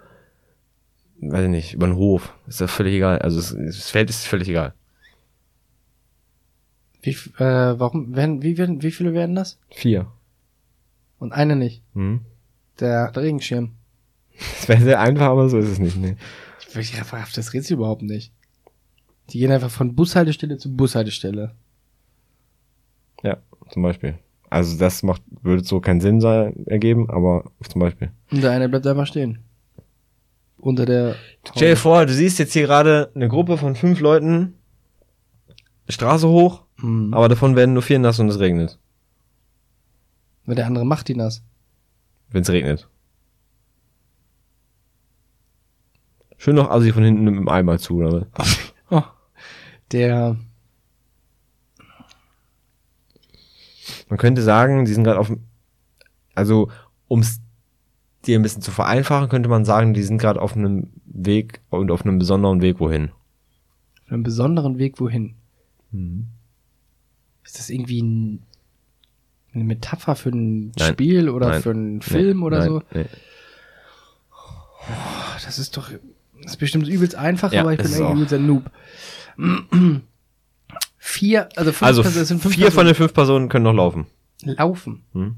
Speaker 3: weiß ich nicht, über einen Hof. Ist ja völlig egal. Also, es, das Feld ist völlig egal.
Speaker 2: Wie, f- äh, warum, werden, wie, werden, wie viele werden das?
Speaker 3: Vier.
Speaker 2: Und eine nicht.
Speaker 3: Mhm.
Speaker 2: Der Regenschirm.
Speaker 3: Das wäre sehr einfach, aber so ist es nicht. ne? Nee.
Speaker 2: Ich ich raff das Rätsel überhaupt nicht. Die gehen einfach von Bushaltestelle zu Bushaltestelle.
Speaker 3: Ja, zum Beispiel. Also das macht, würde so keinen Sinn sein, ergeben, aber zum Beispiel.
Speaker 2: Und der eine bleibt einfach stehen. unter der
Speaker 3: Stell dir vor, du siehst jetzt hier gerade eine Gruppe von fünf Leuten, Straße hoch,
Speaker 2: Mhm.
Speaker 3: aber davon werden nur vier nass und es regnet.
Speaker 2: Weil der andere macht die nass.
Speaker 3: Wenn es regnet. Schön noch Assi von hinten mit dem Eimer zu, oder? was?
Speaker 2: Oh. Der
Speaker 3: Man könnte sagen, die sind gerade auf dem, also ums dir ein bisschen zu vereinfachen, könnte man sagen, die sind gerade auf einem Weg und auf einem besonderen Weg wohin.
Speaker 2: auf einem besonderen Weg wohin?
Speaker 3: Mhm.
Speaker 2: Ist das irgendwie ein, eine Metapher für ein
Speaker 3: Nein.
Speaker 2: Spiel oder
Speaker 3: Nein.
Speaker 2: für einen Film
Speaker 3: Nee,
Speaker 2: oder
Speaker 3: nein,
Speaker 2: so?
Speaker 3: Nee.
Speaker 2: Boah, das ist doch, das ist bestimmt übelst einfach,
Speaker 3: Ja,
Speaker 2: aber ich
Speaker 3: das
Speaker 2: bin
Speaker 3: ist
Speaker 2: eigentlich
Speaker 3: auch.
Speaker 2: übelst ein Noob. vier, also fünf
Speaker 3: Also
Speaker 2: Personen, es sind fünf
Speaker 3: vier von
Speaker 2: Personen.
Speaker 3: den fünf Personen können noch laufen.
Speaker 2: laufen.
Speaker 3: Hm?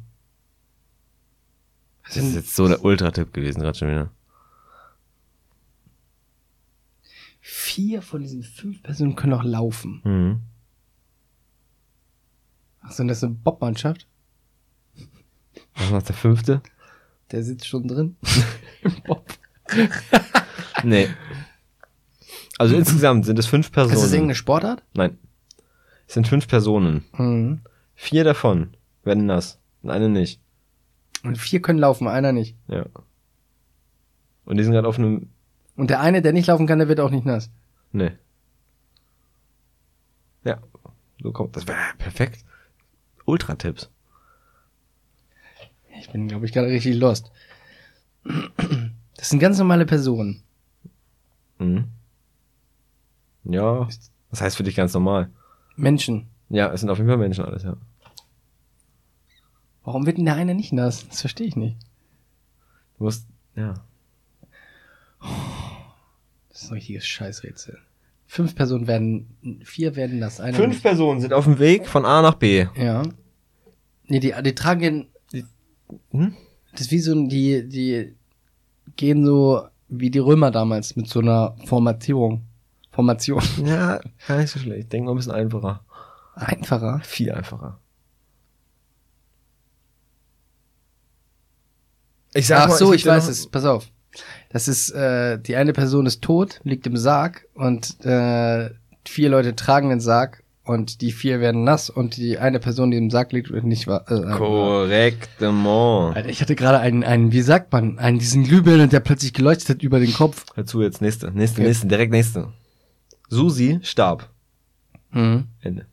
Speaker 2: Das
Speaker 3: Das ist jetzt so der Ultra-Tipp gewesen gerade schon wieder.
Speaker 2: vier von diesen fünf Personen können auch laufen.
Speaker 3: Mhm.
Speaker 2: Ach so, und das ist eine Bobmannschaft.
Speaker 3: Was macht der fünfte?
Speaker 2: Der sitzt schon drin. Im Bob.
Speaker 3: Nee. Also insgesamt sind es fünf Personen.
Speaker 2: Ist das irgendeine Sportart?
Speaker 3: Nein. Es sind fünf Personen.
Speaker 2: Mhm.
Speaker 3: Vier davon werden nass. Und eine nicht.
Speaker 2: Und vier können laufen, einer nicht.
Speaker 3: Ja. Und die sind gerade auf einem.
Speaker 2: Und der eine, der nicht laufen kann, der wird auch nicht nass.
Speaker 3: Nee. Ja. So kommt. Das wäre perfekt. Ultra-Tipps.
Speaker 2: Ich bin, glaube ich, gerade richtig lost. Das sind ganz normale Personen.
Speaker 3: Mhm. Ja. Das heißt für dich ganz normal.
Speaker 2: Menschen.
Speaker 3: Ja, es sind auf jeden Fall Menschen alles, ja.
Speaker 2: Warum wird denn der eine nicht nass? Das verstehe ich nicht.
Speaker 3: Du musst. Ja.
Speaker 2: Das ist ein richtiges Scheißrätsel. Fünf Personen werden, vier werden nass. Einer
Speaker 3: Fünf Personen sind auf dem Weg von A nach B.
Speaker 2: nicht. Ja. Nee, die, die tragen den,
Speaker 3: Hm?
Speaker 2: das ist wie so ein, die, die gehen so wie die Römer damals mit so einer Formatierung. Formation.
Speaker 3: Ja, gar nicht so schlecht. Denk mal ein bisschen einfacher.
Speaker 2: Einfacher.
Speaker 3: Viel einfacher. Ich
Speaker 2: Ach so, ich
Speaker 3: hätte
Speaker 2: weiß
Speaker 3: noch-
Speaker 2: es. Pass auf. Das ist, äh, die eine Person ist tot, liegt im Sarg und äh, vier Leute tragen den Sarg und die vier werden nass und die eine Person, die im Sarg liegt, wird nicht wahr. Äh,
Speaker 3: Korrektement.
Speaker 2: Alter, ich hatte gerade einen, einen, wie sagt man, einen diesen Glühbirnen, der plötzlich geleuchtet hat über den Kopf.
Speaker 3: Hör zu, jetzt nächste, nächste,
Speaker 2: Okay.
Speaker 3: nächste, direkt nächste. Susi starb.
Speaker 2: Mhm.
Speaker 3: Ende.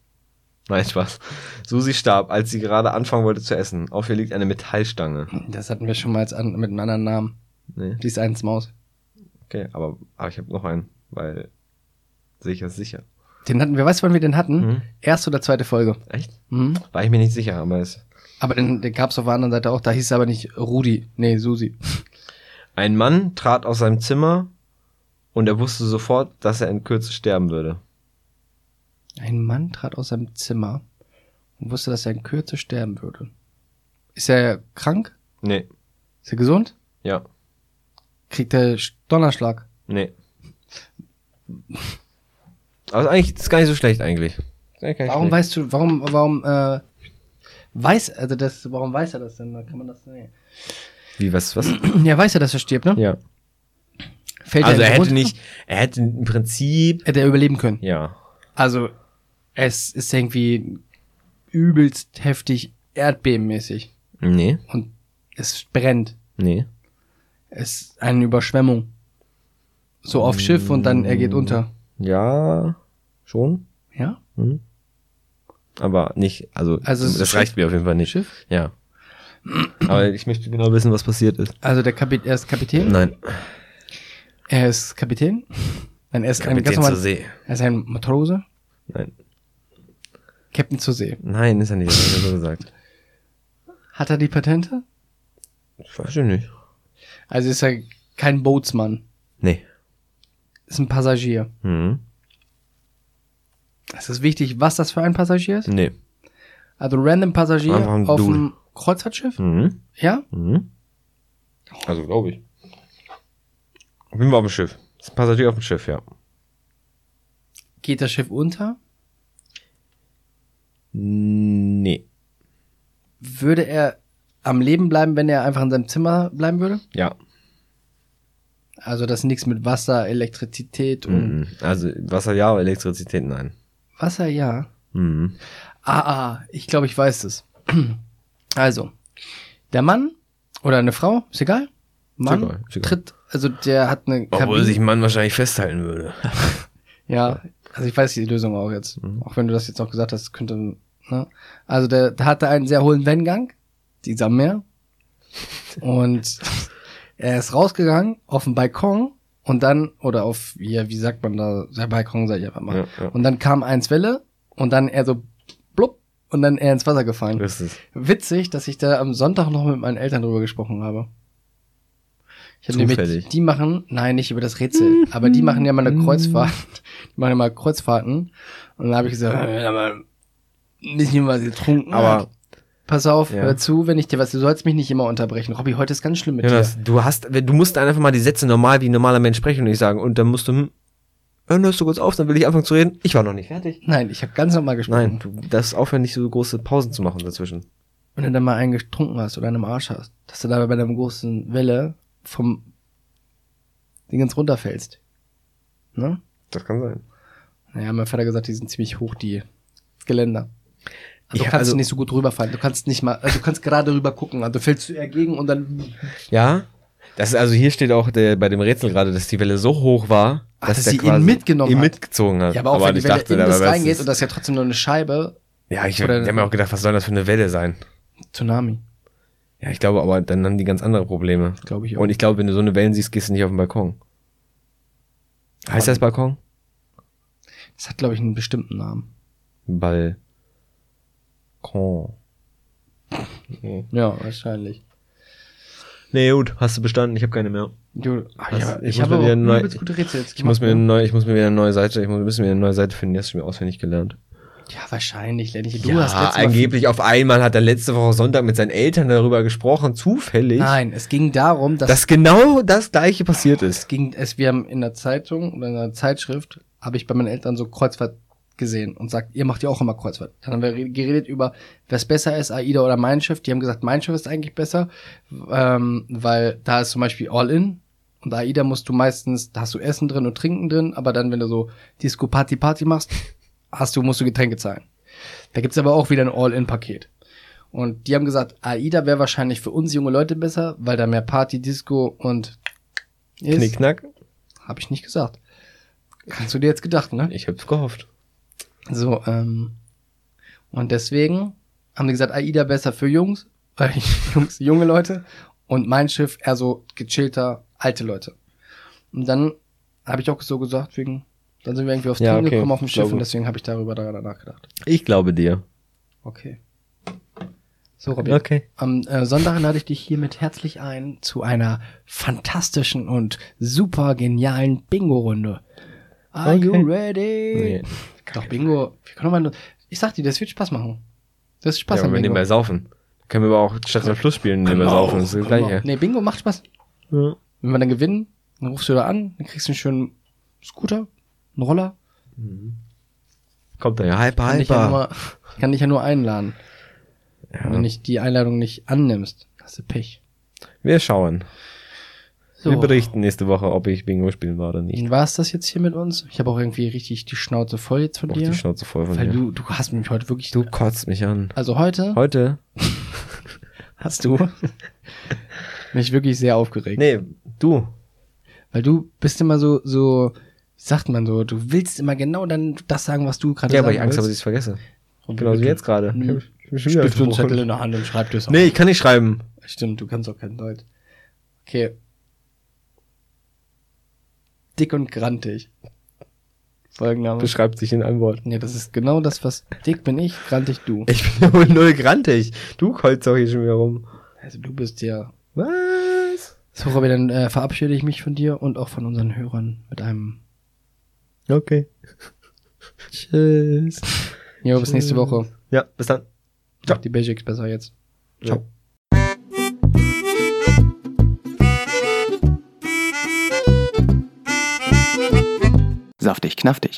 Speaker 3: Nein, Spaß. Susi starb, als sie gerade anfangen wollte zu essen. Auf ihr liegt eine Metallstange.
Speaker 2: Das hatten wir schon mal als an, mit einem anderen Namen.
Speaker 3: Nee,
Speaker 2: Die ist eins Maus.
Speaker 3: okay, aber, aber ich habe noch einen, weil sicher ist sicher.
Speaker 2: Den hatten wir, weißt du, wann wir den hatten?
Speaker 3: Mhm.
Speaker 2: Erste oder zweite Folge.
Speaker 3: Echt?
Speaker 2: Mhm.
Speaker 3: War ich mir nicht sicher, aber es.
Speaker 2: Aber den, den gab's auf der anderen Seite auch. Da hieß es aber nicht Rudi. Nee, Susi.
Speaker 3: Ein Mann trat aus seinem Zimmer und er wusste sofort, dass er in Kürze sterben würde.
Speaker 2: Ein Mann trat aus seinem Zimmer und wusste, dass er in Kürze sterben würde. Ist er krank?
Speaker 3: Nee,
Speaker 2: Ist er gesund?
Speaker 3: ja,
Speaker 2: Kriegt er Sch- Donnerschlag?
Speaker 3: nee. Also eigentlich das ist gar nicht so schlecht eigentlich.
Speaker 2: Warum weißt du, warum, warum, äh, weiß, also das, warum weiß er das denn? Da kann man das, nee.
Speaker 3: Wie was was?
Speaker 2: Ja, weiß er, dass er stirbt, ne?
Speaker 3: ja.
Speaker 2: Fällt
Speaker 3: Also er
Speaker 2: in den
Speaker 3: hätte
Speaker 2: Grund?
Speaker 3: nicht, er hätte im Prinzip
Speaker 2: Hätte er überleben können.
Speaker 3: ja.
Speaker 2: Also, es ist irgendwie übelst heftig erdbebenmäßig
Speaker 3: Nee,
Speaker 2: und es brennt.
Speaker 3: nee.
Speaker 2: Es ist eine Überschwemmung. So auf Schiff und dann er geht unter.
Speaker 3: Ja, schon.
Speaker 2: Ja?
Speaker 3: Hm. Aber nicht, also,
Speaker 2: Also es ist
Speaker 3: das
Speaker 2: Schiff?
Speaker 3: reicht mir auf jeden Fall nicht.
Speaker 2: Schiff?
Speaker 3: Ja. Aber ich möchte genau wissen, was passiert ist.
Speaker 2: Also der Kapit er ist Kapitän.
Speaker 3: Nein,
Speaker 2: Er ist Kapitän. Nein, er ist ein ganz
Speaker 3: Kapitän
Speaker 2: normal,
Speaker 3: zur See.
Speaker 2: Er ist ein Matrose.
Speaker 3: Nein,
Speaker 2: Captain zur See.
Speaker 3: nein, ist ja nicht, das hat er so gesagt.
Speaker 2: Hat er die Patente?
Speaker 3: Weiß ich nicht.
Speaker 2: Also ist er kein Bootsmann.
Speaker 3: Nee.
Speaker 2: Ist ein Passagier.
Speaker 3: Hm.
Speaker 2: Es ist wichtig, was das für ein Passagier ist.
Speaker 3: Nee.
Speaker 2: Also random Passagier
Speaker 3: Einfach ein
Speaker 2: auf
Speaker 3: Dude.
Speaker 2: einem Kreuzfahrtschiff.
Speaker 3: Hm.
Speaker 2: Ja?
Speaker 3: Hm. Also, glaube ich. Auf jeden Fall auf dem Schiff. Ist ein Passagier auf dem Schiff, ja.
Speaker 2: Geht das Schiff unter?
Speaker 3: Hm, Nee.
Speaker 2: Würde er am Leben bleiben, wenn er einfach in seinem Zimmer bleiben würde?
Speaker 3: Ja.
Speaker 2: Also das ist nichts mit Wasser, Elektrizität und
Speaker 3: Mhm. Also Wasser ja, aber Elektrizität nein.
Speaker 2: Wasser, ja.
Speaker 3: Mhm.
Speaker 2: Ah, ah, ich glaube, ich weiß es. Also, der Mann oder eine Frau, ist egal. Mann
Speaker 3: egal, ist egal.
Speaker 2: tritt, also der hat eine
Speaker 3: Obwohl
Speaker 2: Kabine-
Speaker 3: sich ein Mann wahrscheinlich festhalten würde.
Speaker 2: Ja, also ich weiß die Lösung auch jetzt.
Speaker 3: Mhm.
Speaker 2: Auch wenn du das jetzt noch gesagt hast, könnte. Ne? Also der, der hatte einen sehr hohen Wendgang, dieser Meer. Und er ist rausgegangen auf den Balkon und dann, oder auf, ja, wie sagt man da, der Balkon sag ich einfach mal.
Speaker 3: Ja, ja.
Speaker 2: Und dann kam eins Welle und dann er so blub und dann er ins Wasser gefallen.
Speaker 3: Das ist
Speaker 2: Witzig, dass ich da am Sonntag noch mit meinen Eltern drüber gesprochen habe. Ich habe nämlich,
Speaker 3: Zufällig.
Speaker 2: die machen, nein, nicht über das Rätsel, aber die machen ja mal eine Kreuzfahrt, die machen ja mal Kreuzfahrten. Und da habe ich gesagt, äh, sag mal, nicht nur was getrunken.
Speaker 3: Aber-
Speaker 2: hat. pass auf,
Speaker 3: Ja.
Speaker 2: hör zu, wenn ich dir was, du sollst mich nicht immer unterbrechen. Robby, heute ist ganz schlimm mit dir.
Speaker 3: Jonas, du hast, du musst dann einfach mal die Sätze normal wie ein normaler Mensch sprechen und nicht sagen. Und dann musst du, hm, dann hörst du kurz auf, dann will ich anfangen zu reden. Ich war noch nicht fertig.
Speaker 2: Nein, ich habe ganz normal gesprochen.
Speaker 3: Nein, du darfst aufhören, nicht so große Pausen zu machen dazwischen.
Speaker 2: Wenn du dann mal einen getrunken hast oder einen im Arsch hast, dass du dabei bei einer großen Welle vom Dingens runterfällst. Ne?
Speaker 3: Das kann sein.
Speaker 2: Naja, mein Vater hat gesagt, die sind ziemlich hoch, die Geländer. Also du
Speaker 3: Ja,
Speaker 2: kannst
Speaker 3: also-
Speaker 2: nicht so gut rüberfahren. Du kannst nicht mal, also du kannst gerade rüber gucken. Also fällst du eher gegen und dann.
Speaker 3: Ja? Das ist, also hier steht auch der, bei dem Rätsel gerade, dass die Welle so hoch war,
Speaker 2: Ach, dass
Speaker 3: der
Speaker 2: sie ihn mitgenommen
Speaker 3: ihn
Speaker 2: hat.
Speaker 3: mitgezogen hat.
Speaker 2: Ja, aber auch wenn die
Speaker 3: ich
Speaker 2: Welle
Speaker 3: dachte,
Speaker 2: in
Speaker 3: da
Speaker 2: das
Speaker 3: war-
Speaker 2: reingeht
Speaker 3: ist-
Speaker 2: und das ist ja trotzdem nur eine Scheibe.
Speaker 3: Ja, ich,
Speaker 2: oder-
Speaker 3: die haben ja auch gedacht, was soll das für eine Welle sein?
Speaker 2: Tsunami.
Speaker 3: Ja, ich glaube, aber dann haben die ganz andere Probleme.
Speaker 2: Glaube ich auch.
Speaker 3: Und ich glaube, wenn du so eine Wellen siehst, gehst du nicht auf den Balkon. Heißt das Balkon?
Speaker 2: Das hat, glaube ich, einen bestimmten Namen.
Speaker 3: Balkon.
Speaker 2: Ja, wahrscheinlich.
Speaker 3: Nee, gut, hast du bestanden, ich habe keine mehr.
Speaker 2: Du, ach,
Speaker 3: Was?
Speaker 2: ja,
Speaker 3: Ich
Speaker 2: ich
Speaker 3: muss
Speaker 2: habe
Speaker 3: mir
Speaker 2: aber
Speaker 3: wieder
Speaker 2: auch
Speaker 3: neu-
Speaker 2: übelst gute Rätsel jetzt
Speaker 3: Ich muss, mir
Speaker 2: gemacht,
Speaker 3: eine
Speaker 2: ne?
Speaker 3: neue, ich muss mir wieder eine neue Seite, ich muss, müssen wir eine neue Seite finden, die hast du mir auswendig gelernt.
Speaker 2: Ja, wahrscheinlich, Lenny. Du
Speaker 3: Du ja,
Speaker 2: hast letztes
Speaker 3: hast
Speaker 2: Mal-
Speaker 3: angeblich auf einmal hat er letzte Woche Sonntag mit seinen Eltern darüber gesprochen, zufällig,
Speaker 2: Nein, es ging darum, dass
Speaker 3: dass genau das gleiche passiert
Speaker 2: Es
Speaker 3: ist.
Speaker 2: ging es, wir haben in der Zeitung oder in der Zeitschrift, habe ich bei meinen Eltern so Kreuzfahrt gesehen und sagt, ihr macht ja auch immer Kreuzfahrt. Dann haben wir re- geredet über, was besser ist, AIDA oder mein Schiff. Die haben gesagt, mein Schiff ist eigentlich besser, ähm, weil da ist zum Beispiel All-In und AIDA musst du meistens, da hast du Essen drin und Trinken drin, aber dann, wenn du so Disco-Party-Party machst, hast du, musst du Getränke zahlen. Da gibt's aber auch wieder ein All-In-Paket. Und die haben gesagt, AIDA wäre wahrscheinlich für uns junge Leute besser, weil da mehr Party, Disco und ist.
Speaker 3: Knickknack?
Speaker 2: Habe ich nicht gesagt. Kannst du dir jetzt gedacht, ne?
Speaker 3: Ich hab's gehofft.
Speaker 2: So, ähm. Und deswegen haben die gesagt, AIDA besser für Jungs, äh, Jungs, junge Leute. Und mein Schiff eher so gechillter, alte Leute. Und dann habe ich auch so gesagt, wegen, dann sind wir irgendwie aufs
Speaker 3: Ja,
Speaker 2: Team
Speaker 3: okay,
Speaker 2: gekommen auf dem
Speaker 3: ich
Speaker 2: Schiff
Speaker 3: glaube.
Speaker 2: und deswegen habe ich darüber daran nachgedacht.
Speaker 3: Ich glaube dir.
Speaker 2: Okay. So, Robin.
Speaker 3: Okay.
Speaker 2: Am äh, Sonntag lade ich dich hiermit herzlich ein zu einer fantastischen und super genialen Bingo-Runde. Are you
Speaker 3: Okay.
Speaker 2: ready?
Speaker 3: Nee.
Speaker 2: Doch, Bingo. Wir können mal nur, ich sag dir, das wird Spaß machen. Das ist Spaß
Speaker 3: ja,
Speaker 2: am
Speaker 3: aber wir
Speaker 2: Bingo.
Speaker 3: nebenbei saufen. Können wir aber auch statt der Fluss spielen, nebenbei saufen. Das ist das gleiche.
Speaker 2: Nee, Bingo macht Spaß.
Speaker 3: Ja.
Speaker 2: Wenn wir dann gewinnen, dann rufst du da an, dann kriegst du einen schönen Scooter, einen Roller.
Speaker 3: Kommt da ja. Hyper,
Speaker 2: Kann dich ja,
Speaker 3: hyper.
Speaker 2: nur, kann dich ja nur einladen. Und Wenn du nicht die Einladung nicht annimmst, hast du Pech.
Speaker 3: Wir schauen.
Speaker 2: So.
Speaker 3: Wir berichten nächste Woche, ob ich Bingo spielen war oder nicht.
Speaker 2: War es das jetzt hier mit uns? Ich habe auch irgendwie richtig die Schnauze voll jetzt von
Speaker 3: Auch
Speaker 2: dir.
Speaker 3: die Schnauze voll von
Speaker 2: Weil
Speaker 3: dir.
Speaker 2: du, du hast mich heute wirklich.
Speaker 3: Du kotzt mich an.
Speaker 2: also heute,
Speaker 3: Heute?
Speaker 2: hast du mich wirklich sehr aufgeregt.
Speaker 3: Nee, du.
Speaker 2: Weil du bist immer so, so, wie sagt man so, du willst immer genau dann das sagen, was du gerade
Speaker 3: Ja,
Speaker 2: sagen
Speaker 3: weil ich Angst habe, dass
Speaker 2: willst.
Speaker 3: ich es vergesse.
Speaker 2: Und
Speaker 3: Genauso wie
Speaker 2: du-
Speaker 3: jetzt gerade.
Speaker 2: Mhm.
Speaker 3: Ich hab- ich bin schon wieder
Speaker 2: Stift und
Speaker 3: gebrochen.
Speaker 2: Zettel in der Hand und schreib das auf.
Speaker 3: Nee, ich kann nicht schreiben.
Speaker 2: Stimmt, du kannst auch kein Deutsch. Okay. Dick und grantig. Folgenname.
Speaker 3: Beschreibt sich in einem Wort.
Speaker 2: Nee, das ist genau das, was dick bin ich, grantig du.
Speaker 3: Ich bin aber null grantig. Du kolzt doch hier schon wieder rum.
Speaker 2: Also du bist ja
Speaker 3: Was?
Speaker 2: So, Robby, dann äh, verabschiede ich mich von dir und auch von unseren Hörern mit einem
Speaker 3: Okay. Tschüss.
Speaker 2: Jo, bis nächste Woche.
Speaker 3: Ja, bis dann.
Speaker 2: Macht die Basics besser jetzt. Ciao.
Speaker 3: Ja.
Speaker 4: Saftig, knaftig.